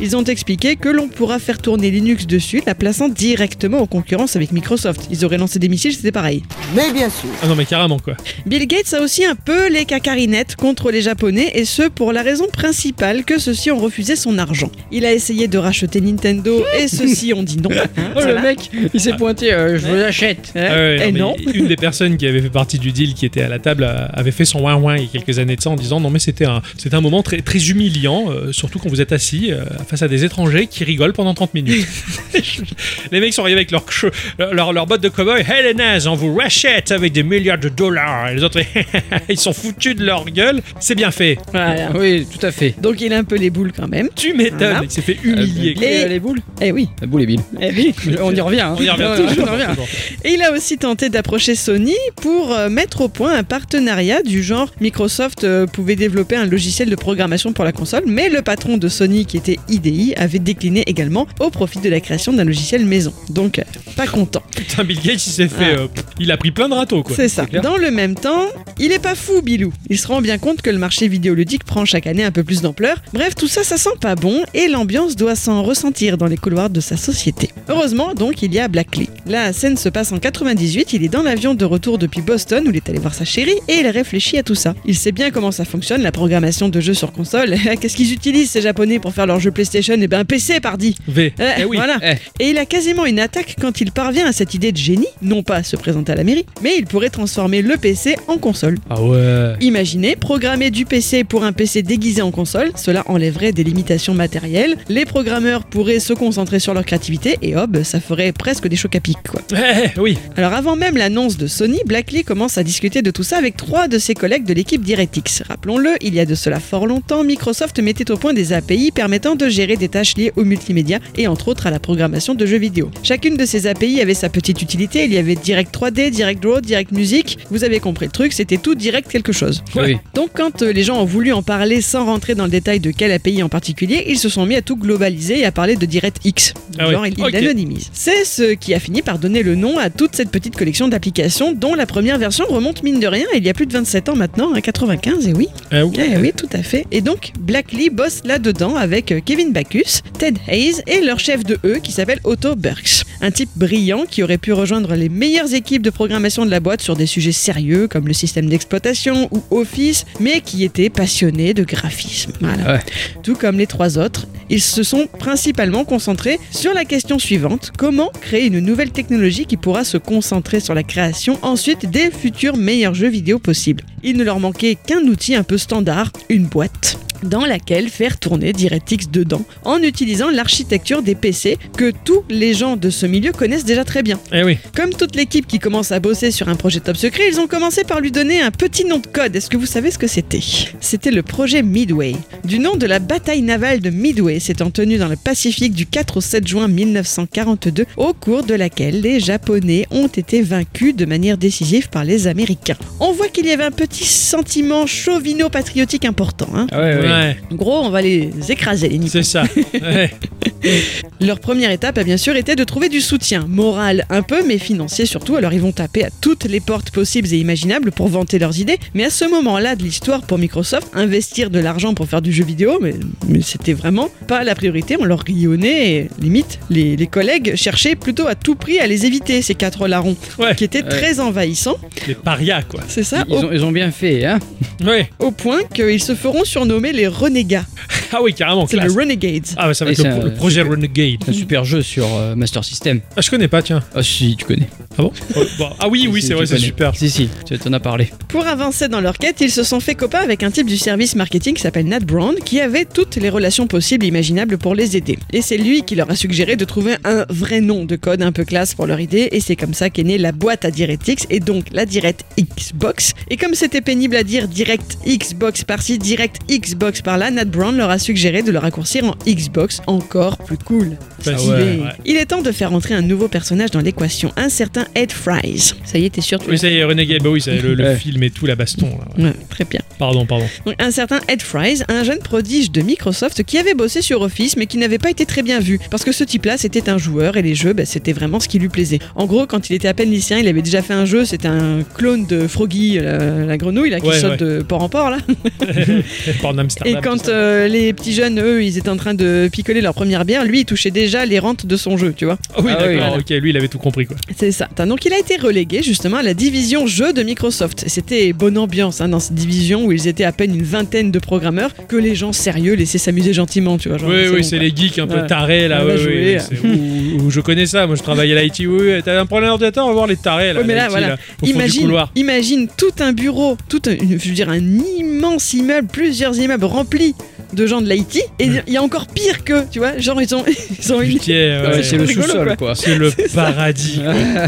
C: Ils ont expliqué que l'on pourra faire tourner Linux dessus, la plaçant directement en concurrence avec Microsoft. Ils auraient lancé des missiles, c'était pareil.
G: mais bien sûr.
A: Ah non, mais carrément quoi.
C: Bill Gates a aussi un peu les cacarinettes contre les Japonais, et ce pour la raison principale que ceux-ci ont refusé son argent. Il a essayé de racheter Nintendo, et ceux-ci ont dit non. Hein,
B: Oh,
C: ça
B: le
C: va.
B: mec, il s'est pointé. euh, je vous achète.
A: Ah ouais,
B: Eh,
C: et
A: mais
C: non.
A: Une des personnes qui avait fait partie du deal, qui était à la table, euh, avait fait son ouin ouin il y a quelques années de ça en disant non mais c'était un, c'était un moment très, très humiliant, euh, surtout quand vous êtes assis euh, face à des étrangers qui rigolent pendant 30 minutes. les mecs sont arrivés avec leurs che- leur, leur, leur botte de cowboy, hey les nazes, on vous rachète avec des milliards de dollars. Et les autres, ils sont foutus de leur gueule. C'est bien fait.
C: Voilà.
B: Oui, tout à fait.
C: Donc il a un peu les boules quand même.
A: Tu m'étonnes.
C: Voilà.
A: Il s'est fait humilier.
B: Euh,
A: quoi.
B: les, les boules
C: Eh oui.
B: La boule est bile.
C: Eh oui.
B: On y revient. hein.
A: On y revient
B: Ouais,
A: Euh, toujours.
B: on y revient.
A: toujours.
C: Et il a aussi tenté d'approcher Sony pour euh, mettre au point un partenariat du genre Microsoft euh, pouvait développer un logiciel de programmation pour la console, mais le patron de Sony, qui était IDI, avait décliné également au profit de la création d'un logiciel maison. Donc, euh, pas content.
A: Putain, Bill Gates, il s'est fait. euh, pff, il a pris plein de râteaux, quoi.
C: C'est ça.
A: clair.
C: Dans le même temps, il est pas fou, Bilou. Il se rend bien compte que le marché vidéoludique prend chaque année un peu plus d'ampleur. Bref, tout ça, ça sent pas bon et l'ambiance doit s'en ressentir dans les couloirs de sa société. Heureusement, donc, il y a Blackley. La scène se passe en 98. Il est dans l'avion de retour depuis Boston où il est allé voir sa chérie et il réfléchit à tout ça. Il sait bien comment ça fonctionne, la programmation de jeux sur console. Qu'est-ce qu'ils utilisent, ces japonais, pour faire leurs jeux PlayStation PlayStation Eh ben un PC, pardi
A: V.
C: Eh,
A: Eh oui.
C: voilà.
B: Eh.
C: Et il a quasiment une attaque quand il parvient à cette idée de génie, non pas à se présenter à la mairie, mais il pourrait transformer le PC en console.
A: Ah ouais.
C: Imaginez, programmer du PC pour un PC déguisé en console, cela enlèverait des limitations matérielles, les programmeurs pourraient se concentrer sur leur créativité et hop, ça ferait presque des chocs à pic quoi.
A: Eh oui.
C: Alors avant même l'annonce de Sony, Blackley commence à discuter de tout ça avec trois de ses collègues de l'équipe DirectX. Rappelons-le, il y a de cela fort longtemps, Microsoft mettait au point des API permettant de gérer des tâches liées au multimédia et entre autres à la programmation de jeux vidéo. Chacune de ces API avait sa petite utilité, il y avait Direct 3D, Direct Draw, Direct Music, vous avez compris le truc, c'était tout direct quelque chose.
B: Oui.
C: Donc quand euh, les gens ont voulu en parler sans rentrer dans le détail de quel API en particulier, ils se sont mis à tout globaliser et à parler de DirectX. Donc,
A: Ah oui.
C: genre, ils ils
A: Ok.
C: l'anonymisent. C'est ce qui a fini par donner le nom à toute cette petite collection d'applications dont la première version remonte mine de rien il y a plus de 27 ans maintenant, à 95, et oui.
A: Eh oui.
C: Eh oui, tout à fait. Et donc, Blackley bosse là-dedans avec euh, Kevin Backus, Ted Hayes et leur chef de E qui s'appelle Otto Burks. Un type brillant qui aurait pu rejoindre les meilleures équipes de programmation de la boîte sur des sujets sérieux comme le système d'exploitation ou Office, mais qui était passionné de graphisme. Voilà.
B: Ouais.
C: Tout comme les trois autres, ils se sont principalement concentrés sur la question suivante comment créer une nouvelle technologie qui pourra se concentrer sur la création ensuite des futurs meilleurs jeux vidéo possibles Il ne leur manquait qu'un outil un peu standard, une boîte dans laquelle faire tourner DirectX dedans en utilisant l'architecture des PC que tous les gens de ce milieu connaissent déjà très bien.
A: Eh oui.
C: Comme toute l'équipe qui commence à bosser sur un projet top secret, ils ont commencé par lui donner un petit nom de code. Est-ce que vous savez ce que c'était C'était le projet Midway. Du nom de la bataille navale de Midway s'étant tenue dans le Pacifique du 4 au 7 juin 1942, au cours de laquelle les Japonais ont été vaincus de manière décisive par les Américains. On voit qu'il y avait un petit sentiment chauvino-patriotique important. hein.
B: Ah ouais, ouais.
A: Ouais.
C: En gros, on va les écraser, les Nippons.
A: C'est ça. Ouais.
C: Leur première étape a bien sûr été de trouver du soutien, moral un peu, mais financier surtout. Alors ils vont taper à toutes les portes possibles et imaginables pour vanter leurs idées. Mais à ce moment-là de l'histoire pour Microsoft, investir de l'argent pour faire du jeu vidéo, mais, mais c'était vraiment pas la priorité. On leur rionnait et limite, les, les collègues cherchaient plutôt à tout prix à les éviter, ces quatre larrons,
A: Ouais.
C: qui étaient très envahissants.
A: Les parias quoi.
C: C'est ça
B: Ils,
C: au,
B: ont, ils ont bien fait, hein
A: Ouais.
C: au point qu'ils se feront surnommer les renégats.
A: Ah oui carrément.
C: C'est les
A: classe.
C: renegades.
A: Ah ouais, ça va
B: Et
A: être le,
B: ça,
A: pro- le projet Renegade.
B: C'est un super jeu sur euh, Master System.
A: Ah je connais pas tiens.
B: Ah si, tu connais.
A: Ah bon, Oh, bon. Ah oui oui c'est
B: Si, tu
A: vrai c'est
B: connais.
A: super.
B: Si, si, tu t'en as parlé.
C: Pour avancer dans leur quête, ils se sont fait copains avec un type du service marketing qui s'appelle Nat Brown, qui avait toutes les relations possibles et imaginables pour les aider. Et c'est lui qui leur a suggéré de trouver un vrai nom de code un peu classe pour leur idée, et c'est comme ça qu'est née la boîte à DirectX, et donc la Direct Xbox. Et comme c'était pénible à dire Direct Xbox par-ci, Direct Xbox par-là, Nat Brown leur a suggéré de le raccourcir en Xbox, encore plus cool.
A: Bah,
B: Ah ouais.
A: ouais.
C: Il est temps de faire entrer un nouveau personnage dans l'équation, un certain Ed Fries. Ça y est, t'es sûr tu
A: Oui ça y est Renegade. Bah oui c'est le, le
B: Ouais.
A: film et tout la baston. là.
C: Ouais, très bien.
A: Pardon pardon.
C: Donc, un certain Ed Fries, un jeune prodige de Microsoft qui avait bossé sur Office mais qui n'avait pas été très bien vu parce que ce type-là c'était un joueur et les jeux bah, c'était vraiment ce qui lui plaisait. En gros, quand il était à peine lycéen, il avait déjà fait un jeu, c'était un clone de Froggy, euh, la grenouille là, qui
A: Ouais,
C: saute
A: ouais.
C: de port en port là.
A: Pardon
C: Et
A: Amsterdam. tout
C: quand
A: ça.
C: euh, les petits jeunes, eux, ils étaient en train de picoler leur première bière, lui il touchait déjà les rentes de son jeu, tu vois.
A: Ah oui
B: Ah oui,
A: d'accord.
B: voilà.
A: Ok lui il avait tout compris quoi.
C: C'est ça. Attends, Donc il a été relégué justement à la division jeux de Microsoft. Et C'était bonne ambiance hein, dans cette division où ils étaient à peine une vingtaine de programmeurs que les gens sérieux laissaient s'amuser gentiment, tu vois. genre,
A: Oui, oui,
C: bon,
A: c'est
C: quoi.
A: les geeks un peu
C: Ouais.
A: tarés là.
C: On
A: oui,
C: va
A: oui,
C: jouer,
A: oui,
C: là.
A: c'est- ou- ou- ou je connais ça. Moi, je travaille à l'IT. Oui, oui, t'as un problème d'ordinateur, on va voir les tarés là.
C: Ouais, mais là,
A: l'IT,
C: voilà.
A: au fond du
C: Imagine,
A: couloir.
C: imagine tout un bureau, tout un, une- je veux dire un immense immeuble, plusieurs immeubles remplis de gens de l'IT. Et il y a encore pire que, tu vois, genre ils ont, ils ont une.
A: Putain, ouais,
B: Ouais,
A: ouais.
B: c'est le
C: rigolo,
B: sous-sol, quoi.
A: C'est le
C: C'est ça.
A: paradis.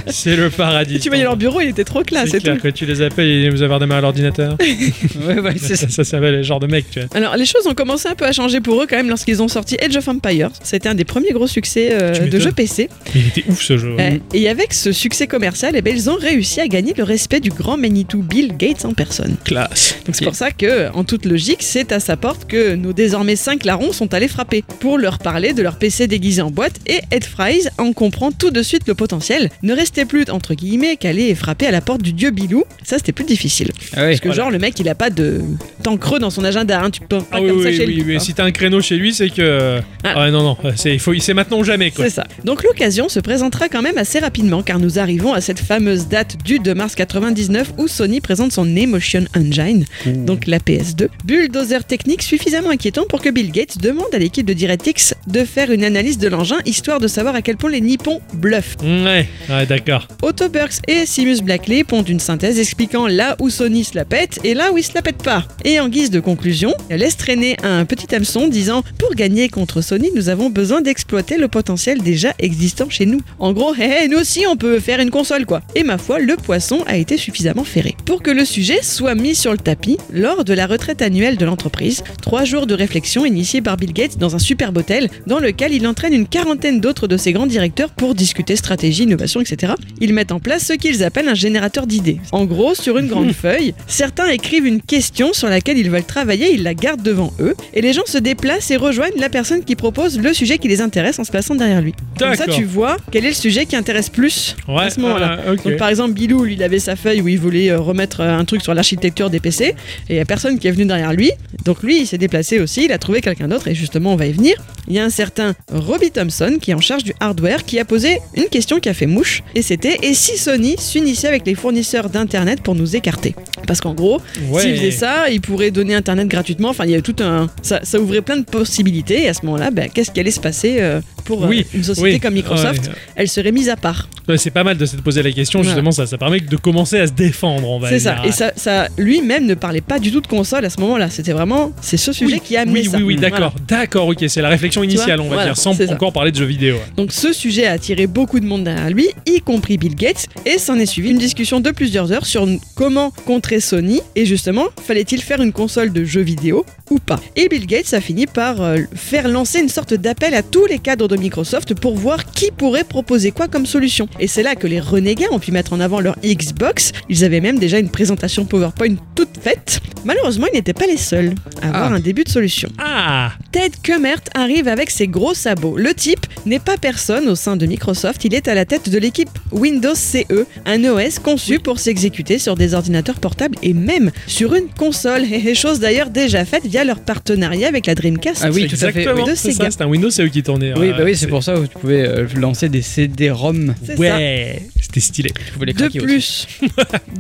A: C'est le paradis.
C: Tu voyais leur bureau, il était trop classe
A: C'est
C: et Ah,
A: clair,
C: tout.
A: quand tu les appelles, ils disent, vous avez redémarré l'ordinateur.
B: ouais, ouais, c'est ça.
A: ça, ça s'appelle le genre de mec, tu vois.
C: Alors les choses ont commencé un peu à changer pour eux quand même lorsqu'ils ont sorti Age of Empires. C'était un des premiers gros succès euh,
A: Tu
C: de
A: m'étonnes.
C: jeux PC.
A: Mais il était ouf ce jeu.
C: Ouais. Et avec ce succès commercial, eh ben, ils ont réussi à gagner le respect du grand Manitou Bill Gates en personne.
A: Classe.
C: Donc c'est
B: Ok.
C: pour ça que, en toute logique, c'est à sa porte que nos désormais cinq larrons sont allés frapper pour leur parler de leur PC déguisé en boîte et Ed Fries en comprend tout de suite le potentiel. Ne restait plus entre guillemets qu'à aller frapper à la porte du dieu Bilou. Ça c'était plus difficile.
B: Ah ouais.
C: Parce que
A: Voilà.
C: genre le mec il a pas de temps creux dans son agenda. hein. Tu peux pas
A: Ah oui,
C: comme ça
A: oui,
C: chez
A: oui,
C: lui.
A: mais
C: hein.
A: si t'as un créneau chez lui, c'est que.
C: Ah.
A: Ah, ouais, non, non, c'est il faut- c'est maintenant ou jamais, quoi.
C: C'est ça. Donc l'occasion se présentera quand même assez rapidement car nous arrivons à cette fameuse date du 2 mars 99 où Sony présente son Emotion Engine, donc la PS2, bulldozer technique suffisamment inquiétant pour que Bill Gates demande à l'équipe de DirectX de faire une analyse de l'engin, histoire de savoir à quel point les Nippons bluffent.
A: Ouais, ouais d'accord.
C: Otto Burks et Simus Blackley pondent une synthèse expliquant là où Sony se la pète et là où il se la pète pas. Et en guise de conclusion, elle laisse traîner un petit hameçon disant Pour gagner contre Sony, nous avons besoin d'exploiter le potentiel déjà existant chez nous. En gros, hé, hé, nous aussi on peut faire une console quoi. Et ma foi, le poisson a été suffisamment ferré. Pour que le sujet soit mis sur le tapis lors de la retraite annuelle de l'entreprise, trois jours de réflexion initiée par Bill Gates dans un superbe hôtel dans lequel il entraîne une quarantaine d'autres de ses grands directeurs pour discuter stratégie, innovation, etc. Ils mettent en place ce qu'ils appellent un générateur d'idées. En gros, sur une grande feuille, certains écrivent une question sur laquelle ils veulent travailler, ils la gardent devant eux, et les gens se déplacent et rejoignent la personne qui propose le sujet qui les intéresse en se plaçant derrière lui. Comme ça,
A: D'accord.
C: tu vois quel est le sujet qui intéresse plus
A: Ouais,
C: à ce moment-là.
A: ah, ok.
C: Donc, par exemple, Bilou, lui, il avait sa feuille où il voulait euh, remettre euh, un truc sur l'architecture des PC, et il n'y a personne qui est venu derrière lui. Donc lui, il s'est déplacé aussi, il a trouvé quelqu'un d'autre, et justement, on va y venir. Il y a un certain Robbie Thompson qui est en charge du hardware qui a posé une question qui a fait mouche, et c'était Et si Sony s'unissait avec les fournisseurs d'Internet pour nous écarter Parce qu'en gros,
A: Ouais.
C: s'il faisait ça, il pourrait donner Internet gratuitement, enfin, il y avait tout un. Ça, ça ouvrait plein de possibilités, et à ce moment-là, ben, qu'est-ce qui allait se passer euh, pour euh,
A: Oui,
C: une société
A: oui,
C: comme Microsoft
A: ouais.
C: Elle serait mise à part.
A: Ouais, c'est pas mal de se poser la question,
C: Voilà.
A: justement, ça, ça permet de commencer à se défendre, on va
C: C'est
A: dire.
C: ça. Et ça, ça lui-même ne parlait pas du tout de console à ce moment-là. C'était vraiment c'est ce sujet qui a amené
A: oui,
C: ça.
A: oui, oui,
C: Voilà.
A: d'accord, d'accord, ok, c'est la réflexion
C: vois,
A: initiale, on va
C: voilà,
A: dire, sans
C: c'est ça.
A: encore parler de jeux vidéo. ouais.
C: Donc ce sujet a attiré beaucoup de monde derrière lui, y compris Bill Gates, et s'en est suivi une discussion de plusieurs heures sur comment contrer Sony et justement fallait-il faire une console de jeux vidéo ou pas. Et Bill Gates a fini par euh, faire lancer une sorte d'appel à tous les cadres de Microsoft pour voir qui pourrait proposer quoi comme solution. Et c'est là que les renégats ont pu mettre en avant leur Xbox. Ils avaient même déjà une présentation PowerPoint toute faite. Malheureusement, ils n'étaient pas les seuls à avoir
B: Ah.
C: un début de solution.
A: Ah
C: Ted Kummert arrive avec ses gros sabots. Le type n'est pas personne au sein de Microsoft, il est à la tête de l'équipe Windows CE, un OS conçu pour s'exécuter sur des ordinateurs portables et même sur une console, et chose d'ailleurs déjà faite via leur partenariat avec la Dreamcast.
B: Ah oui, tout à fait,
A: Exactement,
C: oui. De
A: c'est ça,
C: Sega.
A: c'est un Windows, c'est eux qui tournaient.
B: Oui,
A: euh,
B: bah oui, c'est pour ça que tu pouvais euh, lancer des CD-ROM.
C: C'est ça.
A: Ouais, c'était stylé.
B: Tu pouvais les
C: De
B: craquer aussi.
C: plus,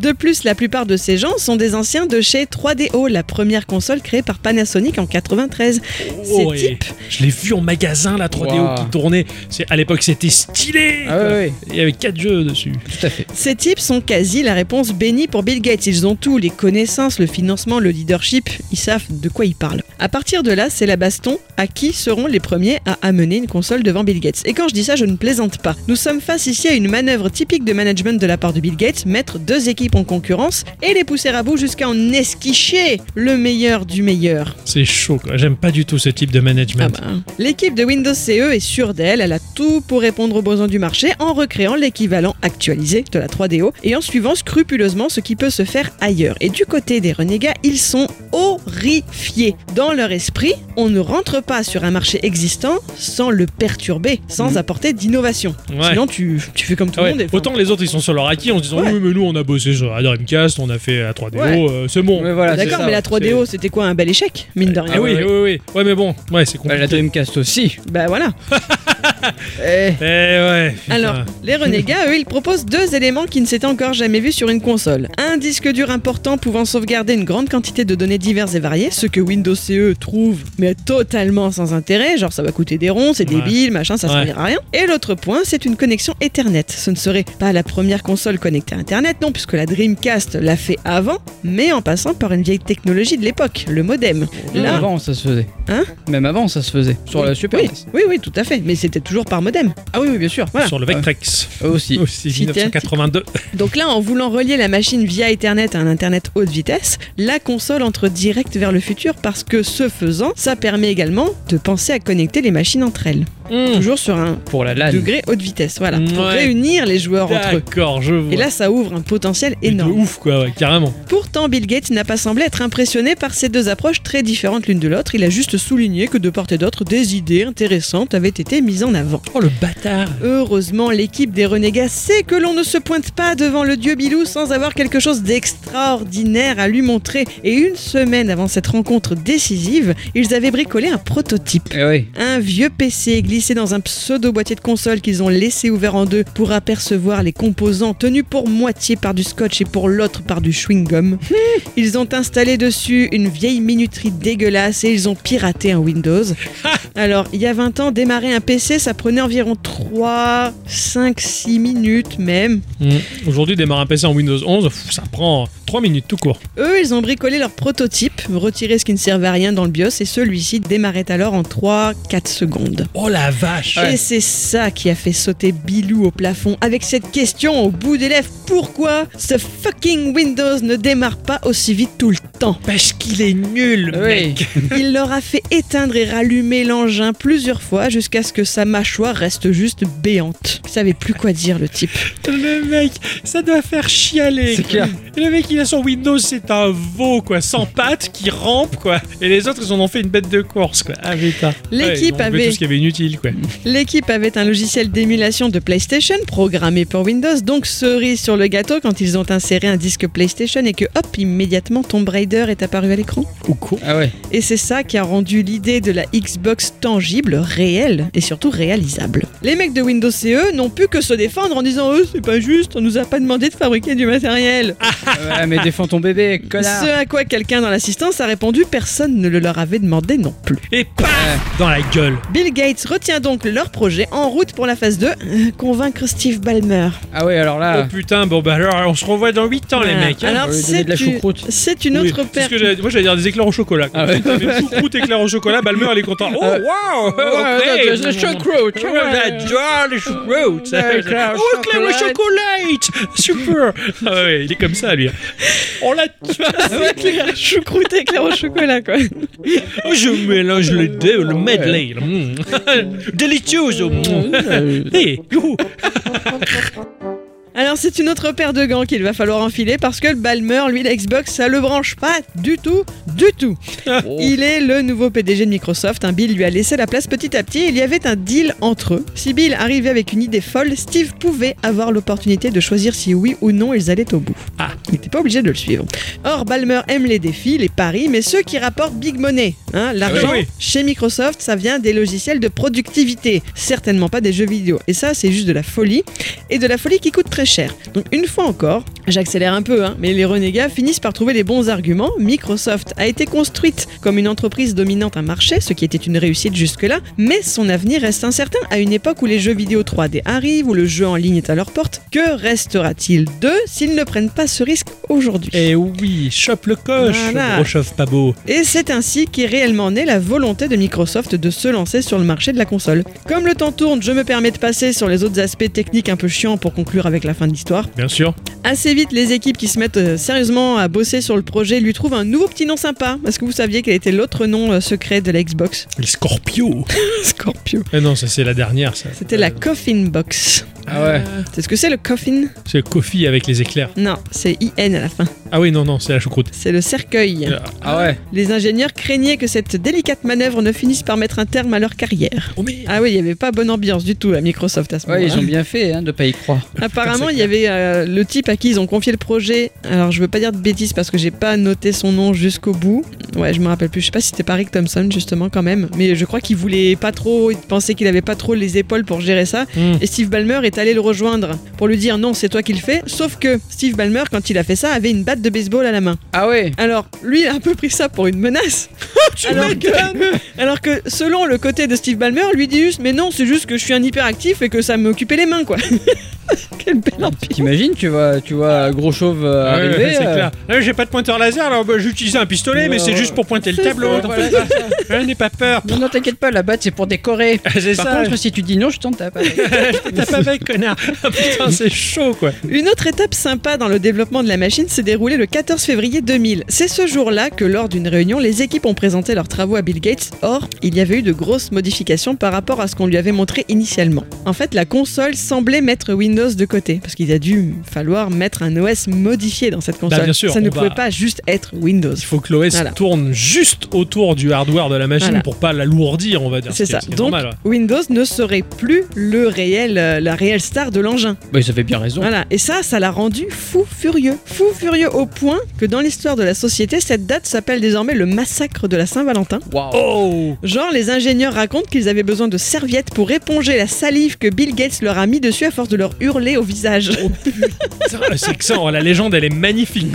C: de plus, la plupart de ces gens sont des anciens de chez 3DO, la première console créée par Panasonic en 93. Ces
A: Ouais.
C: types,
A: Je l'ai vu en magasin, la 3DO
B: Wow.
A: qui tournait. C'est, à l'époque, c'était stylé
B: Ah
A: quoi.
B: oui,
A: Il y avait 4 jeux dessus.
B: tout à fait.
C: Ces types sont quasi la réponse bénie pour Bill Gates. Ils ont tout, les connaissances, le financement, le leadership, ils savent de quoi ils parlent. À partir de là, c'est la baston à qui seront les premiers à amener une console devant Bill Gates. Et quand je dis ça, je ne plaisante pas. Nous sommes face ici à une manœuvre typique de management de la part de Bill Gates, mettre deux équipes en concurrence et les pousser à bout jusqu'à en esquicher le meilleur du meilleur.
A: C'est chaud, quoi. J'aime pas du tout ce type de
C: Ah
A: management.
C: bah, hein. L'équipe de Windows CE est sûre d'elle, elle a tout pour répondre aux besoins du marché en recréant l'équivalent actualisé de la 3DO et en suivant scrupuleusement ce qui peut se faire ailleurs. Et du côté des renégats, ils sont horrifiés. Dans leur esprit, on ne rentre pas sur un marché existant sans le perturber, sans apporter d'innovation.
A: Mhm. Ouais.
C: Ah bah, Sinon, tu, tu fais comme tout
A: Ouais,
C: le monde. et- enfin,
A: Autant les autres ils sont sur leur acquis en se disant
C: Ouais.
A: oui mais nous on a bossé sur la Dreamcast, on a fait la 3DO,
C: Ouais.
A: euh, c'est bon.
B: Mais voilà, c'est
C: D'accord,
B: ça.
C: mais la 3DO, c'était quoi un bel échec, mine de rien.
A: Ah oui, oui,
B: ouais,
A: oui, oui. Ouais mais bon, ouais c'est
B: Bah,
A: compliqué.
B: la Dreamcast aussi.
C: Bah voilà.
B: Eh,
A: Eh ouais. putain.
C: Alors, les renégats, eux, ils proposent deux éléments qui ne s'étaient encore jamais vus sur une console. Un disque dur important pouvant sauvegarder une grande quantité de données diverses et variées, ce que Windows CE trouve, mais totalement sans intérêt, genre ça va coûter des ronds, c'est
A: Ouais.
C: débile, machin, ça
A: Ouais.
C: servira à rien. Et l'autre point, c'est une connexion Ethernet. Ce ne serait pas la première console connectée à Internet, non, puisque la Dreamcast l'a fait avant, mais en passant par une vieille technologie de l'époque, le modem.
B: même
C: Là,
B: avant ça se faisait.
C: Hein
B: Même avant ça se faisait. Sur la Super E
C: oui,
B: NES.
C: oui, oui, tout à fait, mais c'était toujours par modem.
B: Ah oui, oui, bien sûr.
C: Voilà.
A: sur le Vectrex
B: Eux aussi.
A: aussi
C: Si t'es-
A: 1982.
C: Donc là, en voulant relier la machine via Ethernet à un Internet haute vitesse, la console entre direct vers le futur parce que ce faisant, ça permet également de penser à connecter les machines entre elles.
A: Mmh.
C: Toujours sur un
B: Pour la LAN.
C: degré haute vitesse, voilà, pour
A: Ouais.
C: réunir les joueurs entre eux.
A: D'accord, je vois.
C: Et là, ça ouvre un potentiel
A: Mais de
C: énorme.
A: ouf quoi, ouais, carrément.
C: Pourtant, Bill Gates n'a pas semblé être impressionné par ces deux approches très différentes l'une de l'autre. Il a juste souligné que de part et d'autre, des idées intéressantes avaient été mises en avant.
A: Oh le bâtard.
C: Heureusement, l'équipe des renégats sait que l'on ne se pointe pas devant le dieu Bilou sans avoir quelque chose d'extraordinaire à lui montrer. Et une semaine avant cette rencontre décisive, ils avaient bricolé un prototype.
B: Eh oui.
C: Un vieux PC glissé dans un pseudo boîtier de console qu'ils ont laissé ouvert en deux pour apercevoir les composants tenus pour moitié par du scotch et pour l'autre par du chewing-gum. Ils ont installé dessus une vieille minuterie dégueulasse et ils ont piraté un Windows. Alors, il y a 20 ans, démarrer un PC, ça prenait environ 3, 5, 6 minutes même.
A: Mm. Aujourd'hui, démarrer un PC en Windows 11, pff, ça prend 3 minutes tout court.
C: Eux, ils ont bricolé leur prototype, retiré ce qui ne servait à rien dans le BIOS et celui-ci démarrait alors en 3-4 secondes.
A: Oh la vache
C: Et c'est ça qui a fait sauter Bilou au plafond avec cette question au bout des lèvres. Pourquoi ce fucking Windows ne démarre pas aussi vite tout le temps
A: Parce qu'il est nul,
B: Oui.
A: mec
C: Il leur a fait éteindre et rallumer l'engin plusieurs fois jusqu'à ce que sa mâchoire reste juste béante. Il savait plus quoi dire le type.
A: Le mec, ça doit faire chialer
B: C'est clair.
A: Et le mec, il a son Windows, c'est un veau, quoi, sans pattes, qui rampe, quoi. Et les autres, ils en ont fait une bête de course, quoi. Ah, putain. Ouais,
C: L'équipe
A: ils ont enlevé
C: avait-
A: tout ce qu'il y avait inutile, quoi.
C: L'équipe avait un logiciel d'émulation de PlayStation programmé pour Windows, donc cerise sur le gâteau quand ils ont inséré un disque PlayStation et que hop, immédiatement Tomb Raider est apparu à l'écran.
A: Ou quoi
B: Ah ouais.
C: Et c'est ça qui a rendu l'idée de la Xbox tangible, réelle et surtout réalisable. Les mecs de Windows CE n'ont pu que se défendre en disant Eux, c'est pas juste, on nous a pas demandé de fabriquer du matériel.
B: Ouais, Ah, mais défends ton bébé, connard.
C: Ce à quoi quelqu'un dans l'assistance a répondu Personne ne le leur avait demandé non plus.
A: Et paf Dans la gueule.
C: Bill Gates retient donc leur projet en route pour la phase 2, euh, convaincre Steve Ballmer.
B: Ah ouais, alors
A: Oh
B: là.
A: putain, bon bah alors on se revoit dans 8 ans les
C: Voilà.
A: mecs. hein.
C: Alors
B: on va lui donner
C: c'est
B: de la
C: une-
B: choucroute.
C: c'est une
A: Oui,
C: autre
A: c'est ce
C: perte.
A: que j'allais- Moi j'allais dire des éclairs au chocolat. quoi.
B: Ah ouais.
A: Des choucroute, éclairs au chocolat, Balmer les compteurs. Oh
B: Euh,
A: waouh
B: Ouais,
A: ok.
B: attends, je- je croûte,
A: Ouais,
B: ouais.
A: J'adore les choucroutes.
B: Ouais, éclairs au
A: Oh, éclairs au
B: chocolat.
A: chocolat Super Ah ouais, il est comme ça lui. On l'a
C: Éclair à choucroute et éclair au chocolat quoi.
A: Oh, je mélange les deux, le medley. Mm. Delicioso Mm. Hey, youhou.
C: Alors c'est une autre paire de gants qu'il va falloir enfiler parce que le Balmer, lui, la Xbox, ça le branche pas du tout, du tout.
A: Oh.
C: Il est le nouveau PDG de Microsoft. hein. Bill lui a laissé la place petit à petit. Il y avait un deal entre eux. Si Bill arrivait avec une idée folle, Steve pouvait avoir l'opportunité de choisir si oui ou non ils allaient au bout.
A: Ah.
C: il n'était pas obligé de le suivre. Or, Balmer aime les défis, les paris, mais ceux qui rapportent big money. hein. L'argent,
A: Ah oui.
C: chez Microsoft, ça vient des logiciels de productivité, certainement pas des jeux vidéo. Et ça, c'est juste de la folie et de la folie qui coûte très cher. Donc une fois encore, j'accélère un peu, hein, mais les renégats finissent par trouver les bons arguments. Microsoft a été construite comme une entreprise dominante un marché, ce qui était une réussite jusque-là, mais son avenir reste incertain à une époque où les jeux vidéo 3D arrivent, où le jeu en ligne est à leur porte. Que restera-t-il d'eux s'ils ne prennent pas ce risque aujourd'hui
A: Eh oui, chope le coche,
C: Voilà.
A: gros chauffe pas beau.
C: et c'est ainsi qu'est réellement née la volonté de Microsoft de se lancer sur le marché de la console. Comme le temps tourne, je me permets de passer sur les autres aspects techniques un peu chiants pour conclure avec la fin de l'histoire.
A: Bien sûr.
C: Assez vite, les équipes qui se mettent euh, sérieusement à bosser sur le projet lui trouvent un nouveau petit nom sympa. Est-ce que vous saviez quel était l'autre nom euh, secret de la Xbox
A: Les scorpions.
C: Scorpio.
A: Eh non, ça c'est la dernière ça.
C: C'était la Coffin Box.
B: Ah ouais.
C: C'est ce que c'est le coffin
A: C'est le coffee avec les éclairs.
C: Non, c'est IN à la fin.
A: Ah oui, non, non, c'est la choucroute.
C: C'est le cercueil.
B: Ah ouais.
C: Les ingénieurs craignaient que cette délicate manœuvre ne finisse par mettre un terme à leur carrière.
A: Oh mais...
C: Ah oui, il n'y avait pas bonne ambiance du tout à Microsoft à ce
B: Ouais,
C: moment-là.
B: ils ont bien fait hein, de pas y croire.
C: Apparemment,
A: C'est
C: il y avait euh, le type à qui ils ont confié le projet. Alors, je veux pas dire de bêtises parce que j'ai pas noté son nom jusqu'au bout. Ouais, je me rappelle plus. Je sais pas si c'était pas Rick Thompson, justement, quand même. Mais je crois qu'il voulait pas trop. Il pensait qu'il avait pas trop les épaules pour gérer ça.
A: Hmm.
C: Et Steve Ballmer est allé le rejoindre pour lui dire non, c'est toi qui le fais. Sauf que Steve Ballmer, quand il a fait ça, avait une batte de baseball à la main.
B: Ah ouais.
C: Alors, lui, il a un peu pris ça pour une menace. alors, que, alors que, selon le côté de Steve Ballmer, lui dit juste Mais non, c'est juste que je suis un hyperactif et que ça m'occupait les mains, quoi. Quel bel empire.
B: T'imagines, tu vois, tu vois un gros chauve euh,
A: Ouais,
B: arriver.
A: ouais, c'est
B: euh,
A: clair. Ah, j'ai pas de pointeur laser, alors bah, j'utilisais un pistolet, mais
B: Ouais,
A: c'est
B: ouais.
A: juste pour pointer le
B: C'est
A: tableau.
B: ça,
A: t'en
B: voilà,
A: fais pas. Ah, N'aie pas peur.
B: Non, non, t'inquiète pas, la batte c'est pour décorer.
A: Ah, c'est
B: Par
A: ça.
B: contre, si tu dis non, je t'en tape.
A: T'as pas avec, connard. Ah, putain, c'est chaud, quoi.
C: Une autre étape sympa dans le développement de la machine s'est déroulée le 14 février 2000. C'est ce jour-là que, lors d'une réunion, les équipes ont présenté leurs travaux à Bill Gates. Or, il y avait eu de grosses modifications par rapport à ce qu'on lui avait montré initialement. En fait, la console semblait mettre Windows de côté, parce qu'il a dû falloir mettre un OS modifié dans cette console.
A: Bah, bien sûr,
C: ça ne
A: on
C: pouvait
A: va-
C: pas juste être Windows.
A: Il faut que l'OS
C: Voilà.
A: tourne juste autour du hardware de la machine
C: Voilà.
A: pour pas l'alourdir, on va dire.
C: C'est
A: ce qui est- hein.
C: ça.
A: ce qui est
C: Donc,
A: normal, ouais.
C: Windows ne serait plus le réel, euh, la réelle nouvelle star de l'engin.
B: Bah, ils avaient bien raison.
C: Voilà, et ça, ça l'a rendu fou furieux. Fou furieux au point que dans l'histoire de la société, cette date s'appelle désormais le massacre de la Saint-Valentin.
B: Waouh.
A: Oh
C: Genre, les ingénieurs racontent qu'ils avaient besoin de serviettes pour éponger la salive que Bill Gates leur a mis dessus à force de leur hurler au visage.
A: Putain, C'est que ça, la légende, elle est magnifique.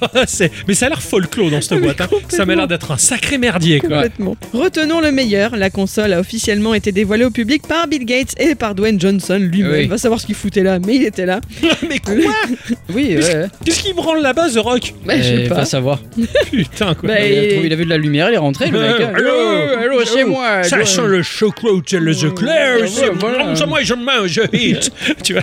A: quoi. C'est- Mais ça a l'air folklore dans cette
C: Mais
A: boîte. hein. Ça m'a l'air d'être un sacré merdier. Quoi.
C: Complètement. Retenons le meilleur, la console a officiellement été dévoilée au public par Bill Gates et par Dwayne Johnson lui-même.
B: Oui.
C: Va savoir ce qu'il foutait là, mais il était là.
A: Mais quoi
B: Oui, ouais. ouais.
A: Qu'est-ce qui branle là-bas, The Rock
B: Euh,
C: Ouais, je sais pas.
B: Va savoir.
A: Putain, quoi.
B: il, a
C: et-
B: trouvé- il a vu de la lumière, il est rentré, le
A: Ouais.
B: mec. hein.
A: Allô, allô,
B: chez moi.
A: ça
B: dois-
A: sent le chocolat ou le the clair.
B: euh, Ouais,
A: c'est-
B: voilà.
A: Non, ça, moi, je mange, je hit. tu vois,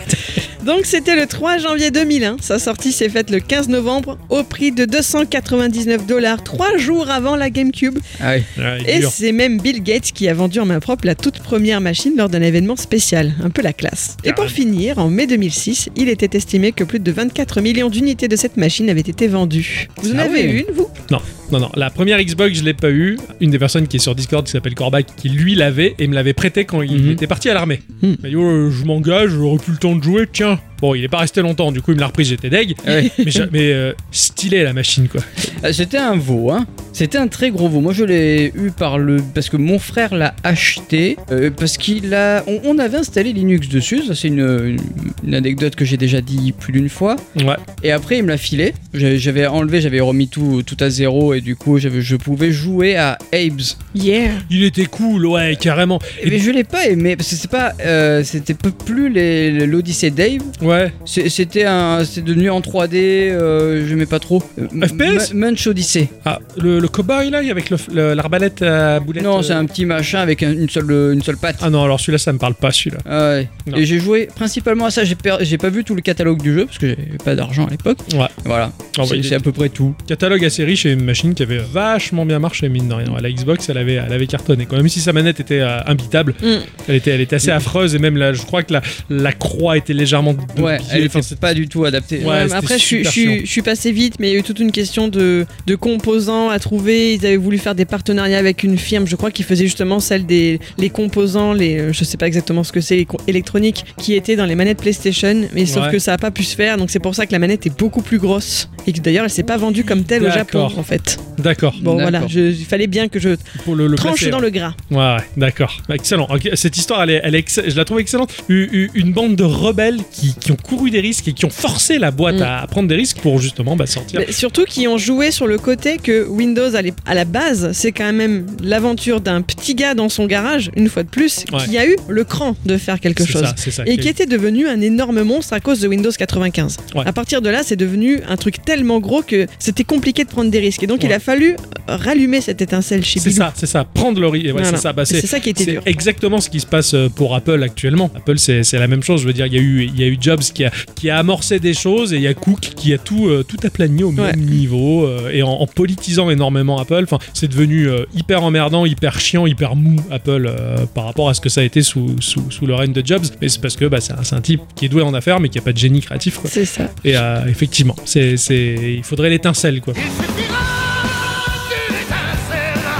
C: Donc c'était le 3 janvier 2001. Sa sortie s'est faite le 15 novembre au prix de 299 dollars, trois jours avant la GameCube.
B: Ah oui.
A: Ouais, il est
C: Et
A: dur.
C: c'est même Bill Gates qui a vendu en main propre la toute première machine lors d'un événement spécial, un peu la classe. Et pour
A: Carrément.
C: finir, en mai 2006, il était estimé que plus de 24 millions d'unités de cette machine avaient été vendues. Vous en
B: Ah
C: avez
B: ouais.
C: une, vous
A: Non, non, non. La première Xbox, je l'ai pas eu. Une des personnes qui est sur Discord qui s'appelle Corbac, qui lui l'avait et me l'avait prêté quand il
B: Mhm.
A: était parti à l'armée.
C: Mhm.
A: Il m'a dit oh, Je m'engage, j'aurai plus le temps de jouer, tiens. Bon, il est pas resté longtemps, du coup, il me l'a reprise, j'étais deg.
B: Ouais.
A: mais j'a- mais euh, stylé la machine, quoi.
B: Euh, C'était un veau, hein. C'était un très gros veau. Moi, je l'ai eu par le parce que mon frère l'a acheté euh, parce qu'il a. On, on avait installé Linux dessus. Ça, c'est une, une- une anecdote que j'ai déjà dit plus d'une fois.
A: Ouais.
B: Et après, il me l'a filé. J'avais j'avais enlevé, j'avais remis tout tout à zéro et du coup, j'avais- je pouvais jouer à Abe's.
C: Yeah
A: Il était cool, ouais, carrément. Et-
B: Mais je l'ai pas aimé parce que c'est pas, euh, c'était peu- plus les- l'Odyssée Dave.
A: Ouais.
B: C'est- C'était un, c'est devenu en 3D. Euh, je pas trop. Euh,
A: FPS?
B: M- Munch Odyssey.
A: Ah, le, le cowboy, là, avec le- le- l'arbalète à boulettes.
B: Non,
A: euh,
B: c'est un petit machin avec un- une seule, euh, une seule patte.
A: Ah non, alors celui-là, ça me parle pas, celui-là.
B: Ah ouais.
A: Non.
B: Et j'ai joué principalement à ça. J'ai per- j'ai pas vu tout le catalogue du jeu parce que j'avais pas d'argent à l'époque.
A: Ouais.
B: Voilà.
A: Ah, ouais,
B: c'est
A: il
B: c'est à peu près tout.
A: catalogue assez riche et une machine qui avait vachement bien marché mine de rien. La Xbox, elle avait, elle avait cartonné. Quand même si sa manette était euh, imbitable,
C: Mm.
A: elle était, elle était assez affreuse et même là, je crois que la, la croix était légèrement. de
B: Ouais.
A: pied.
B: Elle
A: Enfin,
B: était
A: c'est-
B: pas du tout adaptée.
A: Ouais,
C: Ouais, mais
A: c'était
C: après, je, suis-
A: super
C: je suis-
A: chiant.
C: je suis passé vite, mais il y a eu toute une question de, de composants à trouver. Ils avaient voulu faire des partenariats avec une firme, je crois, qui faisait justement celle des les composants, les, euh, je sais pas exactement ce que c'est, les co- électroniques, qui étaient dans les manettes PlayStation, mais sauf
A: Ouais.
C: que ça a pas pu se faire, donc c'est pour ça que la manette est beaucoup plus grosse. Et que d'ailleurs, elle s'est pas vendue comme telle au Japon,
A: D'accord.
C: en fait.
A: D'accord.
C: Bon,
B: D'accord.
C: voilà, je- il fallait bien que je
A: Pour le, le
C: tranche
A: placer,
C: dans le gras.
A: Ouais, ouais, d'accord. Excellent. Ok, Cette histoire, elle est, elle est ex- je la trouve excellente. U- u- Une bande de rebelles qui, qui ont couru des risques et qui ont forcé la boîte
C: Mm.
A: à prendre des risques pour justement bah, sortir.
C: Mais surtout qui ont joué sur le côté que Windows à l'é- à la base, c'est quand même l'aventure d'un petit gars dans son garage, une fois de plus,
A: Ouais.
C: qui a eu le cran de faire quelque
A: C'est
C: chose.
A: ça, c'est ça. qui-
C: Et qui était devenu un énorme monstre à cause de Windows 95.
A: Ouais.
C: À partir de là, c'est devenu un truc tellement gros que c'était compliqué de prendre des risques. Et donc, il
A: Ouais.
C: a fallu rallumer cette étincelle chez
A: C'est
C: Bilou.
A: ça, c'est ça. Prendre le risque. Ouais,
C: Voilà.
A: c'est ça. Bah, c'est-
C: C'est ça qui était
A: C'est
C: dur.
A: exactement ce qui se passe euh, pour Apple actuellement. Apple, c'est c'est la même chose. Je veux dire, il y a eu, il y a eu Jobs qui a, qui a amorcé des choses et il y a Cook qui a tout, euh, tout aplani au
C: Ouais.
A: même niveau euh, et en, en politisant énormément Apple. Enfin, c'est devenu euh, hyper emmerdant, hyper chiant, hyper mou Apple euh, par rapport à ce que ça a été sous, sous, sous le règne de Jobs. Mais c'est parce que bah, c'est un, c'est un type qui est doué en affaires mais qui a pas de génie créatif. Quoi.
C: C'est ça.
A: Et euh, effectivement, c'est c'est- il faudrait l'étincelle quoi.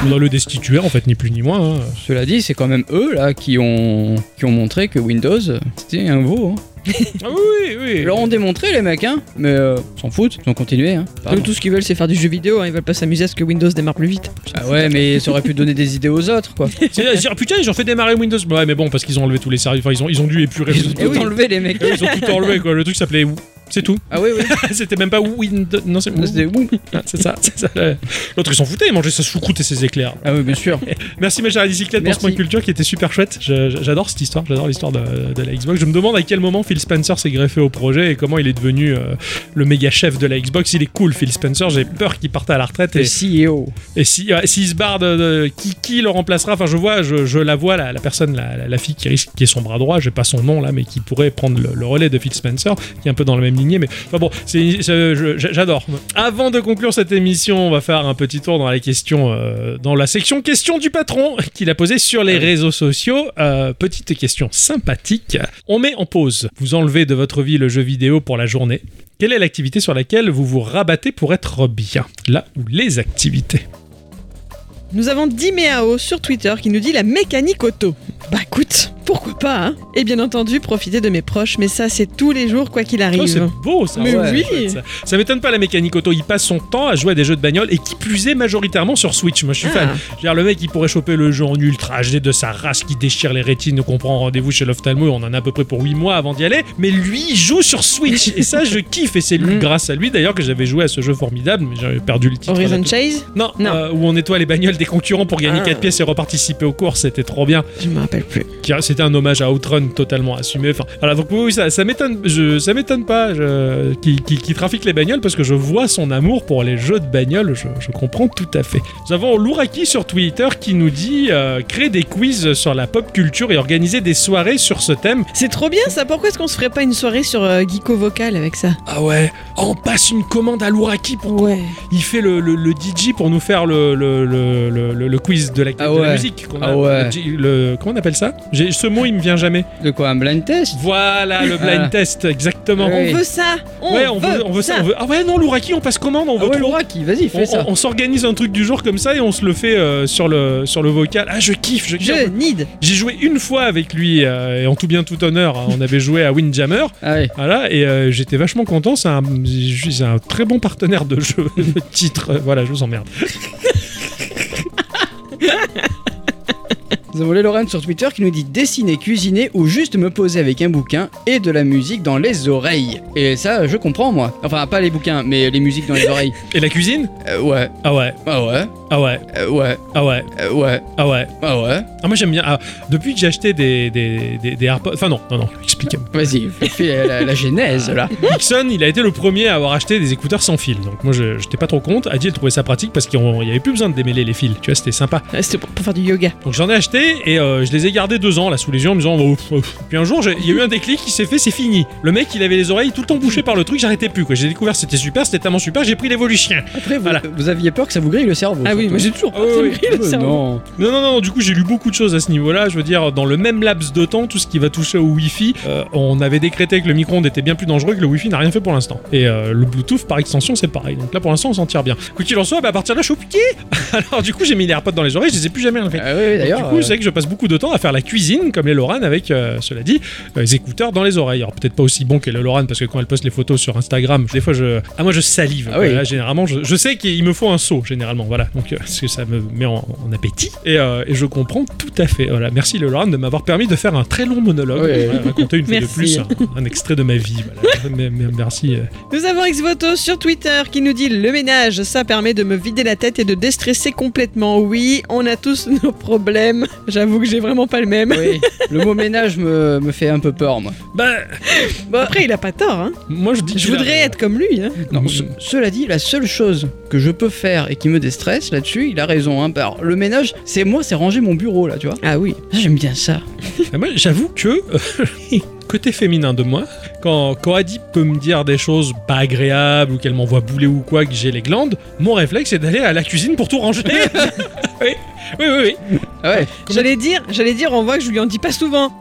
A: Dans le destituer en fait, ni plus ni moins. hein.
B: Cela dit, c'est quand même eux là qui ont, qui ont montré que Windows euh, c'était un veau. Hein.
A: Ah oui, oui.
B: Ils leur ont démontré les mecs, hein. Mais euh, s'en foutent, ils ont continué. Hein. Pardon.
C: Eux, tout ce qu'ils veulent, c'est faire du jeu vidéo. hein. Ils veulent pas s'amuser à ce que Windows démarre plus vite.
B: Ah ouais, mais ça aurait pu donner des idées aux autres quoi.
A: C'est dire, ah, putain, ils ont fait démarrer Windows. Ouais, mais bon, parce qu'ils ont enlevé tous les services. Enfin, ils ont, ils ont dû épurer.
B: Ils ont
A: tout
B: tout
A: enlevé.
B: enlevé les mecs.
A: Ils ont tout enlevé, quoi. Le truc s'appelait. C'est tout.
B: Ah oui, oui.
A: C'était même pas Windows. Non, c'est
B: C'était ouf.
A: Ah, C'est ça. c'est ça. ouais. L'autre, ils s'en foutaient. Ils mangeaient sa choucroute et ses éclairs.
B: Ah oui, bien sûr.
A: Merci, ma chère bicyclette, pour ce
B: Merci.
A: point de culture qui était super chouette. Je- je- J'adore cette histoire. J'adore l'histoire de, de la Xbox. Je me demande à quel moment Phil Spencer s'est greffé au projet et comment il est devenu euh, le méga chef de la Xbox. Il est cool, Phil Spencer. J'ai peur qu'il parte à la retraite. Et,
B: Le E CEO.
A: Et si, ouais, s'il se barre de, de- qui, qui le remplacera Enfin, je vois, je, je la vois, la, la personne, la, la- la fille qui risque, qui est son bras droit, j'ai pas son nom là, mais qui pourrait prendre le, le relais de Phil Spencer, qui est un peu dans la même lignée. Mais enfin bon, c'est, c'est- je- j'a- j'adore. Avant de conclure cette émission, on va faire un petit tour dans la question, euh, dans la section questions du patron qu'il a posée sur les réseaux sociaux. Euh, petite question sympathique. On met en pause. Vous enlevez de votre vie le jeu vidéo pour la journée. Quelle est l'activité sur laquelle vous vous rabattez pour être bien Là ou les activités
C: Nous avons Dimeao sur Twitter qui nous dit la mécanique auto. Bah écoute, Pourquoi pas, hein Et bien entendu, profiter de mes proches, mais ça, c'est tous les jours, quoi qu'il
A: Oh,
C: arrive.
A: c'est beau ça.
C: Mais
A: Ouais,
C: Ah, oui.
A: chouette, ça. Ça m'étonne pas la mécanique auto. Il passe son temps à jouer à des jeux de bagnole et qui plus est majoritairement sur Switch. Moi je suis
C: Ah.
A: fan. Je veux dire, le mec il pourrait choper le jeu en ultra HD de sa race qui déchire les rétines qu'on prend en rendez-vous chez l'ophtalmo. On en a à peu près pour 8 mois avant d'y aller. Mais lui il joue sur Switch et ça je kiffe. Et c'est lui,
B: Mm.
A: grâce à lui d'ailleurs que j'avais joué à ce jeu formidable. Mais j'avais perdu le titre.
C: Horizon
A: là, tout-
C: Chase
A: Non,
C: Non.
A: euh, où on nettoie les bagnoles des concurrents pour gagner
C: Ah.
A: 4 pièces et reparticiper aux courses. C'était trop bien.
C: Je me rappelle plus.
A: Qui- c'était un hommage à Outrun totalement assumé. Enfin, voilà, donc oui, oui, ça, ça m'étonne, je, ça m'étonne pas je- qui, qui- qui trafique les bagnoles parce que je vois son amour pour les jeux de bagnoles, je, je comprends tout à fait. Nous avons Louraki sur Twitter qui nous dit euh, créer des quiz sur la pop culture et organiser des soirées sur ce thème.
C: C'est trop bien ça, pourquoi est-ce qu'on se ferait pas une soirée sur euh, Geeko Vocal avec ça
A: Ah ouais, on passe une commande à Louraki pour
C: Ouais.
A: il fait le, le- le DJ pour nous faire le, le, le- le- le- le quiz de la,
B: Ah
A: de la
B: ouais.
A: musique. qu'on a-
B: Ah ouais.
A: le- comment on appelle ça J'ai- Ce mot il me vient jamais.
B: De quoi Un blind test
A: Voilà le blind
B: Ah.
A: test, exactement.
B: Ouais.
C: On veut ça On,
A: ouais,
C: veut,
A: on veut, on veut ça. on veut- Ah ouais, non, l'ouraki, on passe commande, on
B: Ah
A: veut
B: ouais,
A: trop.
B: Louraki, vas-y,
A: On,
B: fais ça.
A: on- on s'organise un truc du jour comme ça et on se le fait euh, sur, le, sur le vocal. Ah, je kiffe, je
C: Je
A: kiffe.
C: need
A: J'ai joué une fois avec lui euh, et en tout bien tout honneur. hein, on avait joué à Windjammer.
B: Ah ouais.
A: Voilà, et euh, j'étais vachement content. C'est un, c'est un très bon partenaire de jeu, le titre. euh, Voilà, je vous emmerde.
B: Nous avons les Lorraine sur Twitter qui nous dit dessiner, cuisiner ou juste me poser avec un bouquin et de la musique dans les oreilles. Et ça, je comprends moi. Enfin, pas les bouquins, mais les musiques dans les oreilles.
A: Et la cuisine
B: Euh, ouais,
A: Ah ouais,
B: ah ouais,
A: ah ouais,
B: euh, ouais,
A: ah ouais,
B: euh, ouais,
A: ah ouais.
B: ah ouais.
A: Ah, moi j'aime bien. Ah, depuis que j'ai acheté des, des, des, des AirPods. Enfin, non, non, non, expliquez-moi.
B: Vas-y, fais la, la genèse là.
A: Nixon, il a été le premier à avoir acheté des écouteurs sans fil. Donc moi, je j'étais pas trop contre. Adi, elle trouvait ça pratique parce qu'il n'y avait plus besoin de démêler les fils. Tu vois, c'était sympa.
C: Ah, C'était pour, pour faire du yoga.
A: Donc j'en ai acheté et euh, je les ai gardés deux ans là sous les yeux en me disant. oh, pff, pff. Puis un jour, j'ai- il y a eu un déclic qui s'est fait, c'est fini. Le mec, il avait les oreilles tout le temps bouchées par le truc, j'arrêtais plus. quoi. J'ai découvert que c'était super, c'était tellement super, j'ai pris l'évolution.
B: Après, vous,
A: Voilà.
B: vous aviez peur que ça vous grille le cerveau.
C: Ah oui,
B: surtout.
C: moi j'ai toujours pas
A: Ah oui, oui.
C: compris le
B: Euh,
C: cerveau.
B: Non.
A: Non, non, non, non, du coup j'ai lu beaucoup de choses à ce niveau-là. Je veux dire, dans le même laps de temps, tout ce qui va toucher au Wi-Fi, euh, on avait décrété que le micro-ondes était bien plus dangereux que le Wi-Fi n'a rien fait pour l'instant. Et euh, le Bluetooth, par extension, c'est pareil. Donc là, pour l'instant, on s'en tire bien. Quoi qu'il en soit, bah, à partir de là, je suis au piqué. Alors du coup, j'ai mis les AirPods dans les oreilles, je les ai plus jamais enlevés.
B: Ah oui, oui,
A: Donc, Du
B: d'ailleurs.
A: coup,
B: euh,
A: c'est que je passe beaucoup de temps à faire la cuisine, comme les Lorraine, avec, euh, cela dit, euh, les écouteurs dans les oreilles. Alors, peut-être pas aussi bon que les Lorraine, parce que quand elle poste les photos sur Instagram, des fois, je. Ah, moi, je salive.
B: Ah
A: quoi.
B: oui.
A: Là, généralement, je, je sais qu'il me faut un saut, généralement. Voilà. Donc, euh, parce que ça me met en, en appétit. Et, euh, et je comprends tout à fait. Voilà. Merci, les Lorraine, de m'avoir permis de faire un très long monologue.
B: Oui.
A: Voilà, raconter une fois de
C: Merci.
A: plus un, un extrait de ma vie. Voilà. Mais- mais merci. euh,
C: Nous avons Xvoto sur Twitter qui nous dit le ménage, ça permet de me vider la tête et de déstresser complètement. Oui, on a tous nos problèmes. J'avoue que j'ai vraiment pas le même.
B: oui, le mot ménage me, me fait un peu peur, moi.
A: Bah,
C: Bon, après, il a pas tort. Hein.
A: moi, je dis.
C: Je
A: qu'il a
C: voudrais
A: raison.
C: être comme lui. Hein.
B: Non,
A: Mm.
B: ce- cela dit, la seule chose que je peux faire et qui me déstresse là-dessus, il a raison. Hein, par le ménage, c'est moi, c'est ranger mon bureau là, tu vois.
C: Ah oui.
B: Ça, J'aime bien ça.
A: Ah, moi, j'avoue que côté féminin de moi, quand, quand Adi peut me dire des choses pas agréables ou qu'elle m'envoie bouler ou quoi, que j'ai les glandes, mon réflexe est d'aller à la cuisine pour tout ranger. oui, oui, oui,
B: Ah ouais.
C: J'allais dire, j'allais dire, on voit que je lui en dis pas souvent.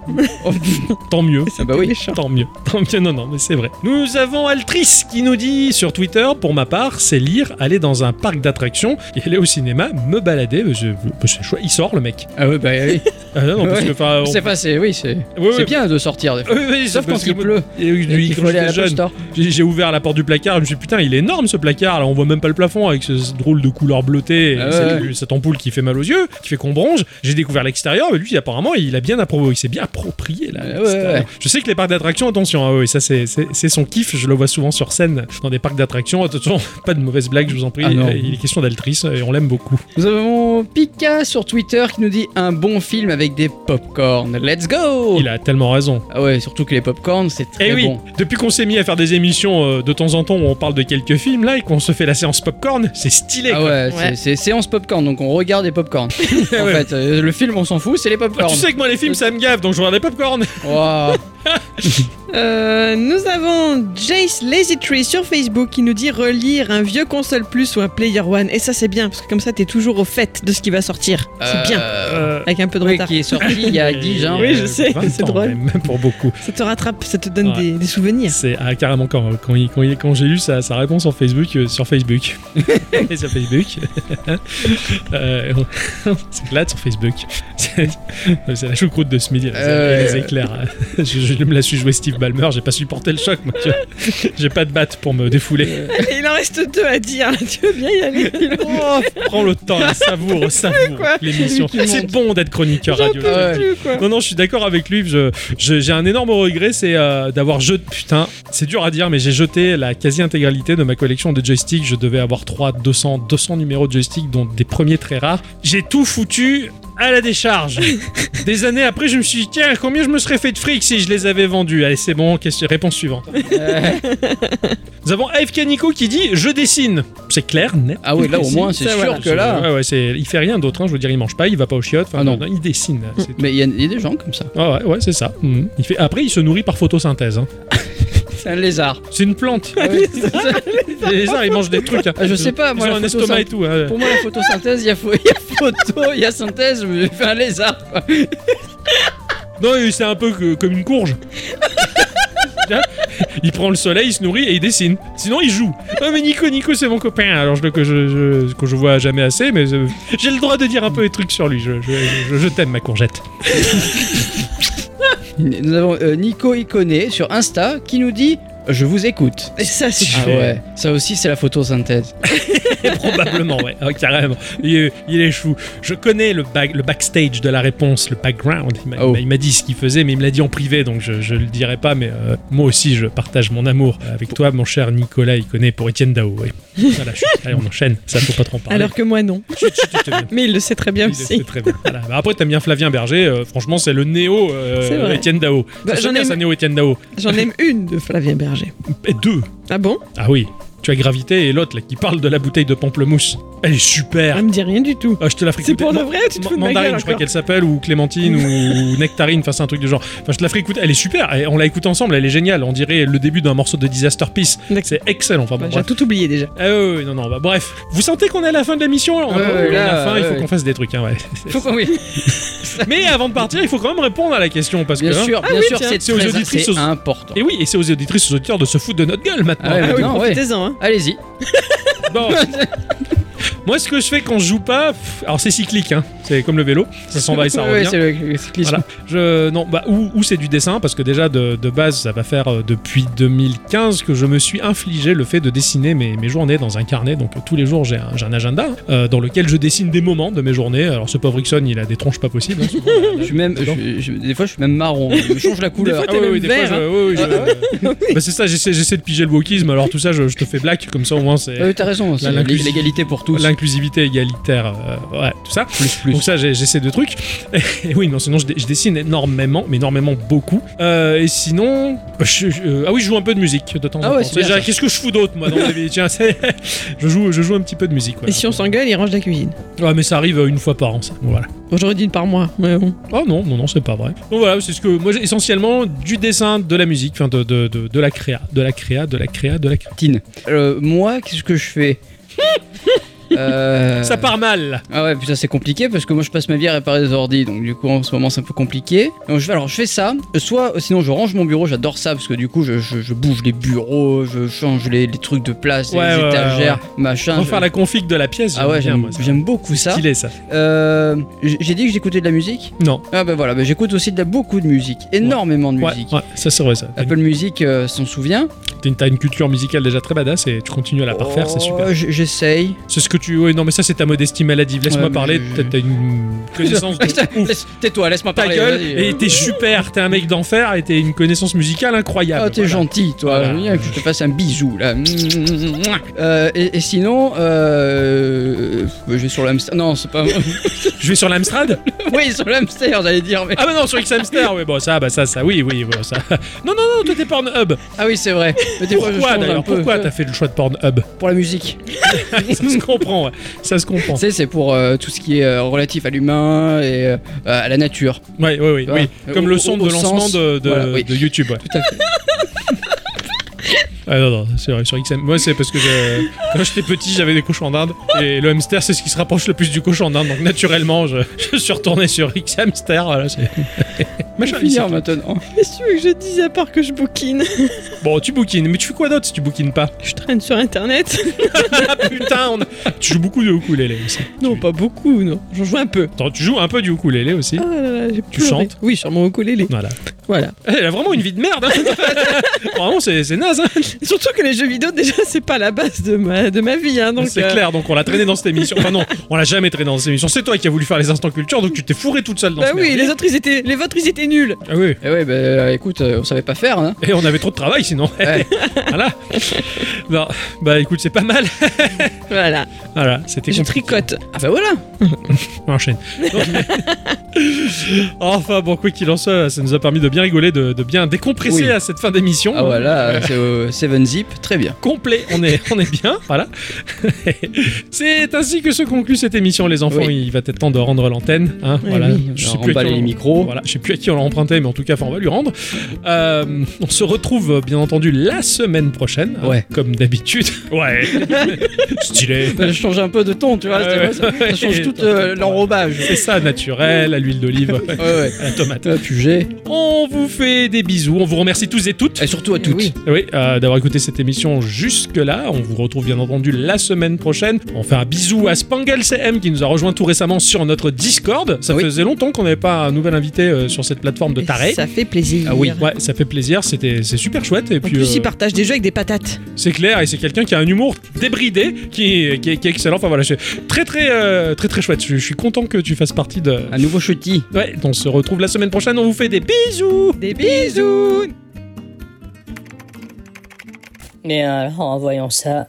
B: Oh,
A: oui. Tant mieux.
B: ah bah oui.
A: Tant mieux, tant mieux, non, non, mais c'est vrai. Nous avons Altrice qui nous dit sur Twitter, pour ma part, c'est lire, aller dans un parc d'attractions et aller au cinéma, me balader, parce que- parce que c'est chouette. il sort le mec.
B: Ah ouais, bah oui.
A: Ah non, non, parce que, enfin, on-
B: C'est pas, c'est, oui, c'est,
A: Oui,
B: c'est
A: oui.
B: bien de sortir des fois.
A: Oui, oui,
B: Sauf
A: c'est parce
B: quand il
A: que-
B: pleut.
A: Et oui,
B: et
A: lui,
B: qu'il
A: quand j'étais
B: Apple
A: jeune.
B: Store.
A: J'ai j'ai ouvert la porte du placard, je me suis dit, putain, il est énorme ce placard, là on voit même pas le plafond avec ce drôle de couleur bleutée, et
B: Ah ouais,
A: cette,
B: ouais.
A: cette ampoule qui fait mal aux yeux, qui fait qu'on bronze. J'ai découvert l'extérieur, mais lui apparemment il a bien approprié, il s'est bien approprié là.
B: Ah Ouais,
A: l'extérieur.
B: ouais, ouais.
A: Je sais que les parcs d'attractions, attention, ah ouais, ça c'est- c'est c'est son kiff, je le vois souvent sur scène dans des parcs d'attractions. Attention, pas de mauvaise blague, je vous en prie,
B: Ah non.
A: il est question d'altrice et on l'aime beaucoup.
B: Nous avons Pika sur Twitter qui nous dit un bon film avec des popcorn. Let's go.
A: Il a tellement raison.
B: Ah ouais, surtout que les popcorn, c'est Oh. très
A: Eh oui,
B: bon.
A: depuis qu'on s'est mis à faire des émissions euh, de temps en temps où on parle de quelques films là et qu'on se fait la séance popcorn, c'est stylé.
B: Ah
A: quoi.
B: ouais, c'est-
C: Ouais.
B: C'est, séance popcorn, donc on regarde des popcorn. en fait, euh, le film, on s'en fout, c'est les
A: Ah,
B: popcorn.
A: tu sais que moi les films ça me gave donc je regarde les popcorn.
B: Ouah.
C: Euh, nous avons Jace Lazy Tree sur Facebook qui nous dit relire un vieux console plus ou un player one. Et ça c'est bien parce que comme ça t'es toujours au fait de ce qui va sortir. C'est
B: Euh, hein.
C: bien.
A: Euh,
C: Avec un peu de
B: oui,
C: retard.
B: qui est sorti il y a 10 ans.
C: Oui, je sais,
A: 20
C: c'est
A: ans
C: drôle.
A: Même pour beaucoup.
C: Ça te rattrape, ça te donne
A: Ouais.
C: des, des souvenirs.
A: C'est ah, carrément quand, quand, il- quand, il- quand j'ai lu sa, sa réponse en Facebook, euh, sur Facebook. Et sur Facebook. Euh, c'est glad sur Facebook. C'est- c'est la choucroute de ce midi, là. C'est
B: Euh,
A: les éclairs. je, je me la suis joué Steve Balmer, j'ai pas supporté le choc, moi. tu vois. J'ai pas de batte pour me défouler.
C: Il en reste deux à dire. Tu veux bien y aller
A: Oh, prends le temps, la savoure, savoure
C: quoi.
A: l'émission.
B: C'est lui qui
A: C'est
B: monte.
A: bon d'être chroniqueur
C: J'en
A: radio.
C: peux
B: ouais.
C: plus, quoi.
A: Non, non, je suis d'accord avec lui. je- je- J'ai un énorme regret, c'est euh, d'avoir jeté. Putain, c'est dur à dire, mais j'ai jeté la quasi-intégralité de ma collection de joysticks. Je devais avoir 3, 200, 200 numéros de joysticks, dont des premiers très rares. J'ai tout foutu à la décharge. des années après, je me suis dit, tiens, combien je me serais fait de fric si je les avais vendus Allez, c'est bon, question- réponse suivante.
B: Euh,
A: Nous avons AFK Nico qui dit, je dessine. C'est clair, net.
B: ah ouais, là au moins, c'est
C: Ça,
B: sûr
C: voilà.
B: que là.
A: Ouais, ouais, c'est- il fait rien d'autre, hein, je veux dire, il mange pas, il va pas aux chiottes, enfin,
B: Ah non.
A: non, il dessine. c'est tout.
B: Mais il y, a- il y a des gens comme ça.
A: Ah Ouais, ouais, ouais, c'est ça. Mhm. Il fait... Après, il se nourrit par photosynthèse. hein.
B: C'est un lézard.
A: C'est une plante. Les lézards, ils mangent des trucs. hein.
B: Ah, je sais pas,
A: Ils
B: moi,
A: ont
B: la
A: un
B: photo,
A: estomac
B: ça-
A: et tout. hein.
B: Pour moi, la photosynthèse, il y, a pho- il y a photo, il y a synthèse, je me fais un lézard. quoi.
A: Non, mais c'est un peu que- comme une courge. Tiens, il prend le soleil, il se nourrit et il dessine. Sinon, il joue. Ah, mais Nico, Nico, c'est mon copain. Alors je, le- que je, je- que je vois jamais assez, mais euh, j'ai le droit de dire un peu des trucs sur lui. Je, je- je- je t'aime, ma courgette.
B: Nous avons euh, Nico Iconé sur Insta qui nous dit Je vous écoute.
C: Et ça, c'est
B: Ah ouais, ça aussi, c'est la photosynthèse.
A: Probablement, ouais. Ah, carrément. Il, est- il est chou. Je connais le, back- le backstage de la réponse, le background. Il m'a
B: Oh.
A: il m'a dit ce qu'il faisait, mais il me l'a dit en privé, donc je, je le dirai pas. Mais euh, moi aussi, je partage mon amour euh, avec toi, mon cher Nicolas. Il connaît pour Étienne Dao. ouais. Voilà, je- allez, on enchaîne. Ça, faut pas trop en parler.
C: Alors que moi, non.
A: Chut, chut, chut, bien.
C: Mais il le sait très bien
A: Oui,
C: aussi.
A: c'est très bien. Voilà. Bah, après, t'aimes bien Flavien Berger. euh, franchement, c'est le néo euh,
C: C'est vrai.
A: Étienne Dao.
C: Bah,
A: Ça,
C: j'en
A: chacun
C: ai-
A: sa néo Étienne Dao.
C: J'en aime une de Flavien Berger.
A: Et deux.
C: Ah bon
A: Ah oui. Tu as gravité et l'autre là qui parle de la bouteille de pamplemousse. Elle est super.
C: Ah, Elle me dit rien du tout.
A: Ah, je te la ferai
C: C'est
A: écouter.
C: pour le
A: Ma-
C: vrai Tu te
A: Ma-
C: fous de ma
A: Mandarine,
C: gueule
A: je crois
C: encore
A: qu'elle s'appelle, ou Clémentine, ou Nectarine, enfin c'est un truc du genre. Enfin, je te la ferai écouter, elle est super, et on la écoute ensemble, elle est géniale, on dirait le début d'un morceau de Disaster Peace.
C: D'accord.
A: C'est excellent, enfin bon,
C: Bah, J'ai
A: bref.
C: tout oublié déjà.
A: Ah ouais, ouais, non, non, bah bref. Vous sentez qu'on est à la fin de l'émission là On
B: Ouais,
A: a-
B: ouais,
A: on est à la
B: là,
A: fin, il faut
B: ouais.
A: qu'on fasse des trucs, hein, ouais.
B: Faut qu'on- oui,
A: Mais avant de partir, il faut quand même répondre à la question, parce
B: bien
A: que. hein,
B: sûr, bien
C: oui,
B: sûr,
C: tiens.
B: Ah c'est
A: C'est aux
B: très
A: auditrices,
B: c'est
A: aux-
B: important.
A: Et oui, et c'est aux auditrices, aux auditeurs de se foutre de notre gueule maintenant.
B: Ah ouais,
C: oui,
B: non, ouais.
C: profitez-en. hein.
B: Allez-y.
A: Bon. Moi, ce que je fais quand je joue pas, pff, alors c'est cyclique, hein. c'est comme le vélo, ça s'en va et ça
B: Ouais,
A: revient.
B: c'est le, le cyclisme.
A: Voilà. Je, non, bah, ou, ou c'est du dessin, parce que déjà de, de base, ça va faire euh, depuis 2015 que je me suis infligé le fait de dessiner mes, mes journées dans un carnet. Donc euh, tous les jours, j'ai un, j'ai un agenda euh, dans lequel je dessine des moments de mes journées. Alors ce pauvre Ixon, il a des tronches pas possibles. hein, souvent.
B: Je suis même,
A: D'accord.
B: je- je- des fois, je suis même marron. Je me change la couleur.
C: fois, t'es même
A: des fois,
C: vert,
A: je-
C: hein.
A: Ah oui, oui, je- Bah, c'est ça, j'essaie j'essaie de piger le wokisme. Alors tout ça, je, je te fais black, comme ça au moins c'est
B: Euh, T'as raison, c'est
A: l'inclusi-
B: l'égalité pour tous.
A: l'inclusivité égalitaire. euh, ouais, tout ça.
B: Plus, plus.
A: Donc ça, j'ai j'ai ces deux trucs. Et oui, non, sinon je, dé- je dessine énormément, mais énormément beaucoup. Euh, et sinon, je- je- euh, ah oui, je joue un peu de musique de temps
B: Ah
A: en
B: ouais,
A: temps.
B: c'est bien
A: Déjà,
B: ça.
A: Qu'est-ce que je fous d'autre, moi, dans la vie Tiens, c'est- je joue, je joue un petit peu de musique.
C: Et
A: Voilà.
C: si on s'engueule, il range la cuisine.
A: Ouais, mais ça arrive euh, une fois par an, ça. Voilà.
C: Bon, j'aurais dit une par mois. Mais bon.
A: Oh non, non, non, c'est pas vrai. Donc voilà, c'est ce que moi, j'ai essentiellement du dessin, de la musique, enfin de, de, de, de la créa, de la créa, de la créa, de la. Créa.
B: Tine. Euh, moi, qu'est-ce que je fais Euh,
A: Ça part mal.
B: Ah ouais, putain, c'est compliqué parce que moi je passe ma vie à réparer des ordi, donc du coup en ce moment c'est un peu compliqué. Donc je vais, alors je fais ça, Euh, soit sinon je range mon bureau, j'adore ça parce que du coup je, je- je bouge les bureaux, je change les, les trucs de place,
A: Ouais,
B: les
A: ouais,
B: étagères, machin.
A: Refaire la config de la pièce.
B: Ah ouais,
A: bien,
B: j'aime
A: moi. ça.
B: j'aime beaucoup ça.
A: Stylé ça.
B: Euh, j- J'ai dit que j'écoutais de la musique
A: Non.
B: Ah bah voilà, bah, j'écoute aussi de la- beaucoup de musique, énormément de
A: Ouais,
B: musique.
A: ouais, ça c'est vrai ça. T'as une-
B: Apple Music euh, s'en souvient.
A: t'as une- T'as une culture musicale déjà très badass et tu continues à la parfaire, c'est super.
B: Oh, j- J'essaye.
A: C'est ce que tu. Ouais, non, mais ça, c'est ta modestie maladive. Laisse-moi
B: Ouais, mais
A: parler.
B: je-
A: T'as t'as une connaissance de ouf.
B: Laisse- Tais-toi, laisse-moi
A: Ta
B: parler.
A: gueule.
B: vas-y, euh.
A: Et t'es super. T'es un mec d'enfer et t'es une connaissance musicale incroyable.
B: Ah, t'es
A: Voilà.
B: gentil, toi.
A: Voilà.
B: Viens que je te fasse un bisou, là. Euh, et, et sinon, euh, je vais sur l'hamster. Non, c'est pas.
A: Je vais sur l'Amstrad.
B: oui, sur l'hamster, j'allais dire. Mais...
A: ah bah non, sur X-Hamster. Ouais, bon, ça, bah ça, ça, oui, oui, bon, ça. Non, non, non, toi t'es Pornhub.
B: Ah oui, c'est vrai. Mais des fois, je
A: Pourquoi
B: change un
A: d'ailleurs
B: peu.
A: Pourquoi t'as fait le choix de Pornhub
B: Pour la musique.
A: Ça se comprend. ouais. Ça se comprend.
B: Tu sais, c'est pour euh, tout ce qui est euh, relatif à l'humain et euh, à la nature.
A: Ouais, ouais, oui,
B: Voilà. Euh,
A: oui. Comme
B: Au-
A: le son
B: au-
A: de
B: au
A: lancement
B: sens.
A: de, de,
B: Voilà, oui.
A: de YouTube. ouais.
B: Tout à fait.
A: Ah non, non, c'est vrai, sur XM. Moi, c'est parce que je- quand j'étais petit, j'avais des cochons d'Inde. Et le hamster, c'est ce qui se rapproche le plus du cochon d'Inde. Donc, naturellement, je, je suis retourné sur X hamster. Voilà, c'est. Machin, ici.
B: finir maintenant.
C: Qu'est-ce que tu veux que je dise à part que je bouquine
A: Bon, tu bouquines. Mais tu fais quoi d'autre si tu bouquines pas
C: Je traîne sur internet
A: Ah putain, on a- tu joues beaucoup de ukulélé aussi.
C: Non, pas beaucoup, non. J'en joue un peu.
A: Attends, tu joues un peu du ukulélé aussi.
C: Ah là là, j'ai
A: Tu
C: pleuré.
A: chantes
C: Oui, sur mon ukulélé.
A: Voilà.
C: Voilà.
A: Elle a vraiment une vie de merde. hein. vraiment, c'est c'est naze. hein.
C: Surtout que les jeux vidéo, déjà, c'est pas la base de ma, de ma vie. Hein, donc,
A: C'est
C: euh,
A: clair, donc on l'a traîné dans cette émission. Enfin non, on l'a jamais traîné dans cette émission. C'est toi qui as voulu faire les instants culture, donc tu t'es fourré toute seule dans
C: Bah
A: ce
C: oui,
A: merdier.
C: les autres, ils étaient, les vôtres, ils étaient nuls.
A: Ah oui.
B: Eh ouais, bah euh, écoute, euh, on savait pas faire, hein.
A: Et on avait trop de travail sinon.
B: Ouais.
A: voilà. Non, bah écoute, c'est pas mal.
C: Voilà.
A: Voilà, c'était
C: Je
A: compliqué.
C: tricote.
B: Ah
A: ben
B: bah voilà
A: On enchaîne. Donc- enfin bon, quoi qu'il en soit, ça nous a permis de bien rigoler, de, de bien décompresser
B: Oui.
A: à cette fin d'émission.
B: Ah voilà, c'est au 7-zip, très bien.
A: complet, on est, on est bien, voilà. C'est ainsi que se conclut cette émission, les enfants. Il va être temps de rendre l'antenne. hein,
C: Eh
A: voilà.
C: oui.
B: Alors,
A: à qui
B: emballer
A: on-
B: les micros.
A: Oh, Voilà, je sais plus à qui on l'a emprunté, mais en tout cas, enfin, on va lui rendre. Euh, on se retrouve euh, bien entendu la semaine prochaine, hein,
B: Ouais.
A: comme d'habitude. Ouais, stylé.
B: Je change un peu de ton, tu vois,
A: Ouais,
B: c'est-
A: ouais,
B: ça, ça
A: ouais.
B: change tout euh, l'enrobage.
A: C'est ça, naturel, à l'huile d'olive,
B: Ouais, ouais.
A: à la tomate.
B: Ah, sujet.
A: On vous fait des bisous, on vous remercie tous et toutes.
B: Et surtout à toutes.
C: Oui.
A: Oui, euh, d'avoir écouté cette émission jusque-là. On vous retrouve bien entendu la semaine prochaine. On fait un bisou à Spangle CM qui nous a rejoint tout récemment sur notre Discord. Ça
B: Oui.
A: faisait longtemps qu'on n'avait pas un nouvel invité euh, sur cette plateforme de taré.
C: Ça fait plaisir.
A: Ah oui, ouais, ça fait plaisir, c'était c'est super chouette et
C: En
A: puis
C: plus,
A: euh,
C: ils partagent des jeux avec des patates.
A: c'est clair et c'est quelqu'un qui a un humour débridé qui, qui est, qui est excellent. Enfin voilà, c'est très très euh, très très chouette. Je, je suis content que tu fasses partie de.
B: Un nouveau chutis.
A: Ouais, on se retrouve la semaine prochaine. On vous fait des bisous.
C: Des bisous
G: Mais euh, en voyant ça,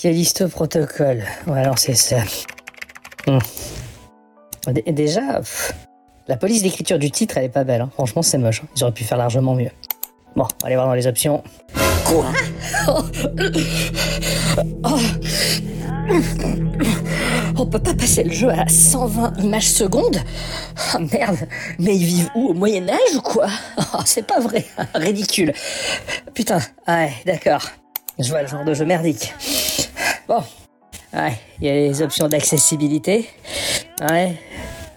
G: Callisto Protocole, on va lancer ça. Hum. Dé- Déjà, pff, la police d'écriture du titre, elle est pas belle. hein. Franchement, c'est moche. hein. Ils auraient pu faire largement mieux. Bon, on va aller voir dans les options. Oh,
H: On peut pas passer le jeu à 120 images secondes Ah merde, mais ils vivent où Au Moyen-Âge ou quoi
G: Oh,
H: Ah, C'est pas vrai, ridicule.
G: Putain, ouais, d'accord. Je vois le genre de jeu merdique. Bon, ouais, il y a les options d'accessibilité. Ouais,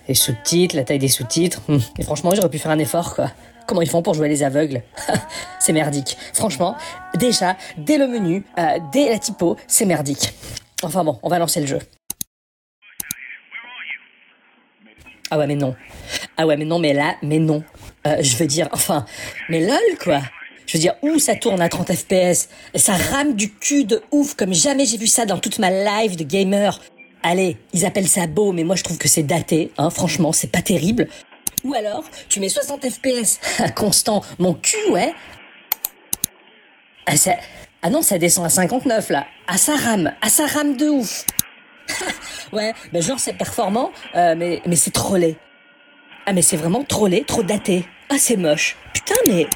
G: les sous-titres, la taille des sous-titres. Hum. Et franchement, j'aurais pu faire un effort, quoi. Comment ils font pour jouer les aveugles C'est merdique. Franchement, déjà, dès le menu, euh, dès la typo, c'est merdique. Enfin bon, on va lancer le jeu. Ah ouais, mais non. Ah ouais, mais non, mais là, mais non. Euh, je veux dire, enfin, mais lol, quoi. Je veux dire, où ça tourne à 30 FPS Et ça rame du cul de ouf, comme jamais j'ai vu ça dans toute ma life de gamer. Allez, ils appellent ça beau, mais moi je trouve que c'est daté, hein, franchement, c'est pas terrible. Ou alors, tu mets 60 FPS, constant, mon cul, ouais. Ah, ça- ah non, ça descend à 59, là. Ah, ça rame, ah, ça rame de ouf. ouais, ben genre c'est performant, euh, mais, mais c'est trop laid. Ah mais c'est vraiment trop laid, trop daté. Ah c'est moche. Putain mais...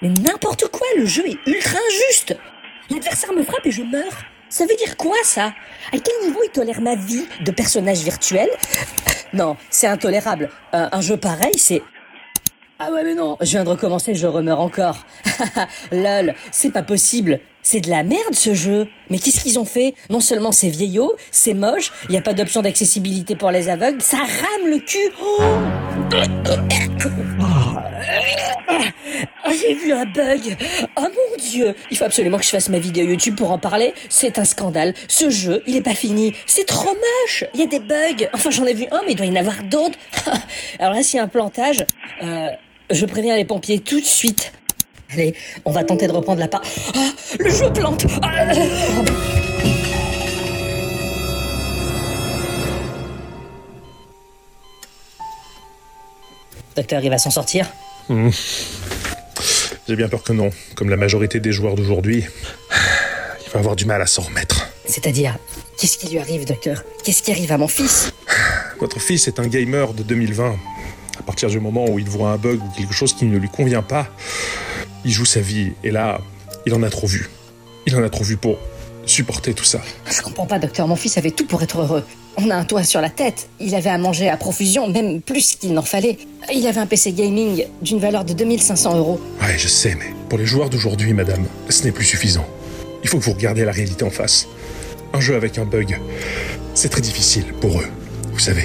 G: Mais n'importe quoi, le jeu est ultra injuste. L'adversaire me frappe et je meurs. Ça veut dire quoi ça À quel niveau il tolère ma vie de personnage virtuel Non, c'est intolérable. Euh, un jeu pareil, c'est... Ah ouais mais non, je viens de recommencer, je remeurs encore. Lol, c'est pas possible. C'est de la merde ce jeu. Mais qu'est-ce qu'ils ont fait Non seulement c'est vieillot, c'est moche, il y a pas d'option d'accessibilité pour les aveugles, ça rame le cul. Oh Ah, j'ai vu un bug. Oh mon dieu. Il faut absolument que je fasse ma vidéo YouTube pour en parler. C'est un scandale. Ce jeu, il est pas fini. C'est trop moche. Il y a des bugs. Enfin, j'en ai vu un, mais il doit y en avoir d'autres. Alors là, s'il y a un plantage, euh, je préviens les pompiers tout de suite. Allez, on va tenter de reprendre la part. Ah, le jeu plante. Ah, Docteur, il va s'en sortir
I: J'ai bien peur que non. Comme la majorité des joueurs d'aujourd'hui, il va avoir du mal à s'en remettre.
G: C'est-à-dire, qu'est-ce qui lui arrive, docteur Qu'est-ce qui arrive à mon fils
I: Votre fils est un gamer de 2020. À partir du moment où il voit un bug ou quelque chose qui ne lui convient pas, il joue sa vie. Et là, il en a trop vu. Il en a trop vu pour supporter tout ça.
G: Je comprends pas, docteur. Mon fils avait tout pour être heureux. On a un toit sur la tête. Il avait à manger à profusion, même plus qu'il n'en fallait. Il avait un PC gaming d'une valeur de 2500 euros.
I: Ouais, je sais, mais pour les joueurs d'aujourd'hui, madame, ce n'est plus suffisant. Il faut que vous regardiez la réalité en face. Un jeu avec un bug, c'est très difficile pour eux, vous savez.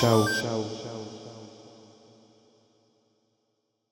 J: Ciao.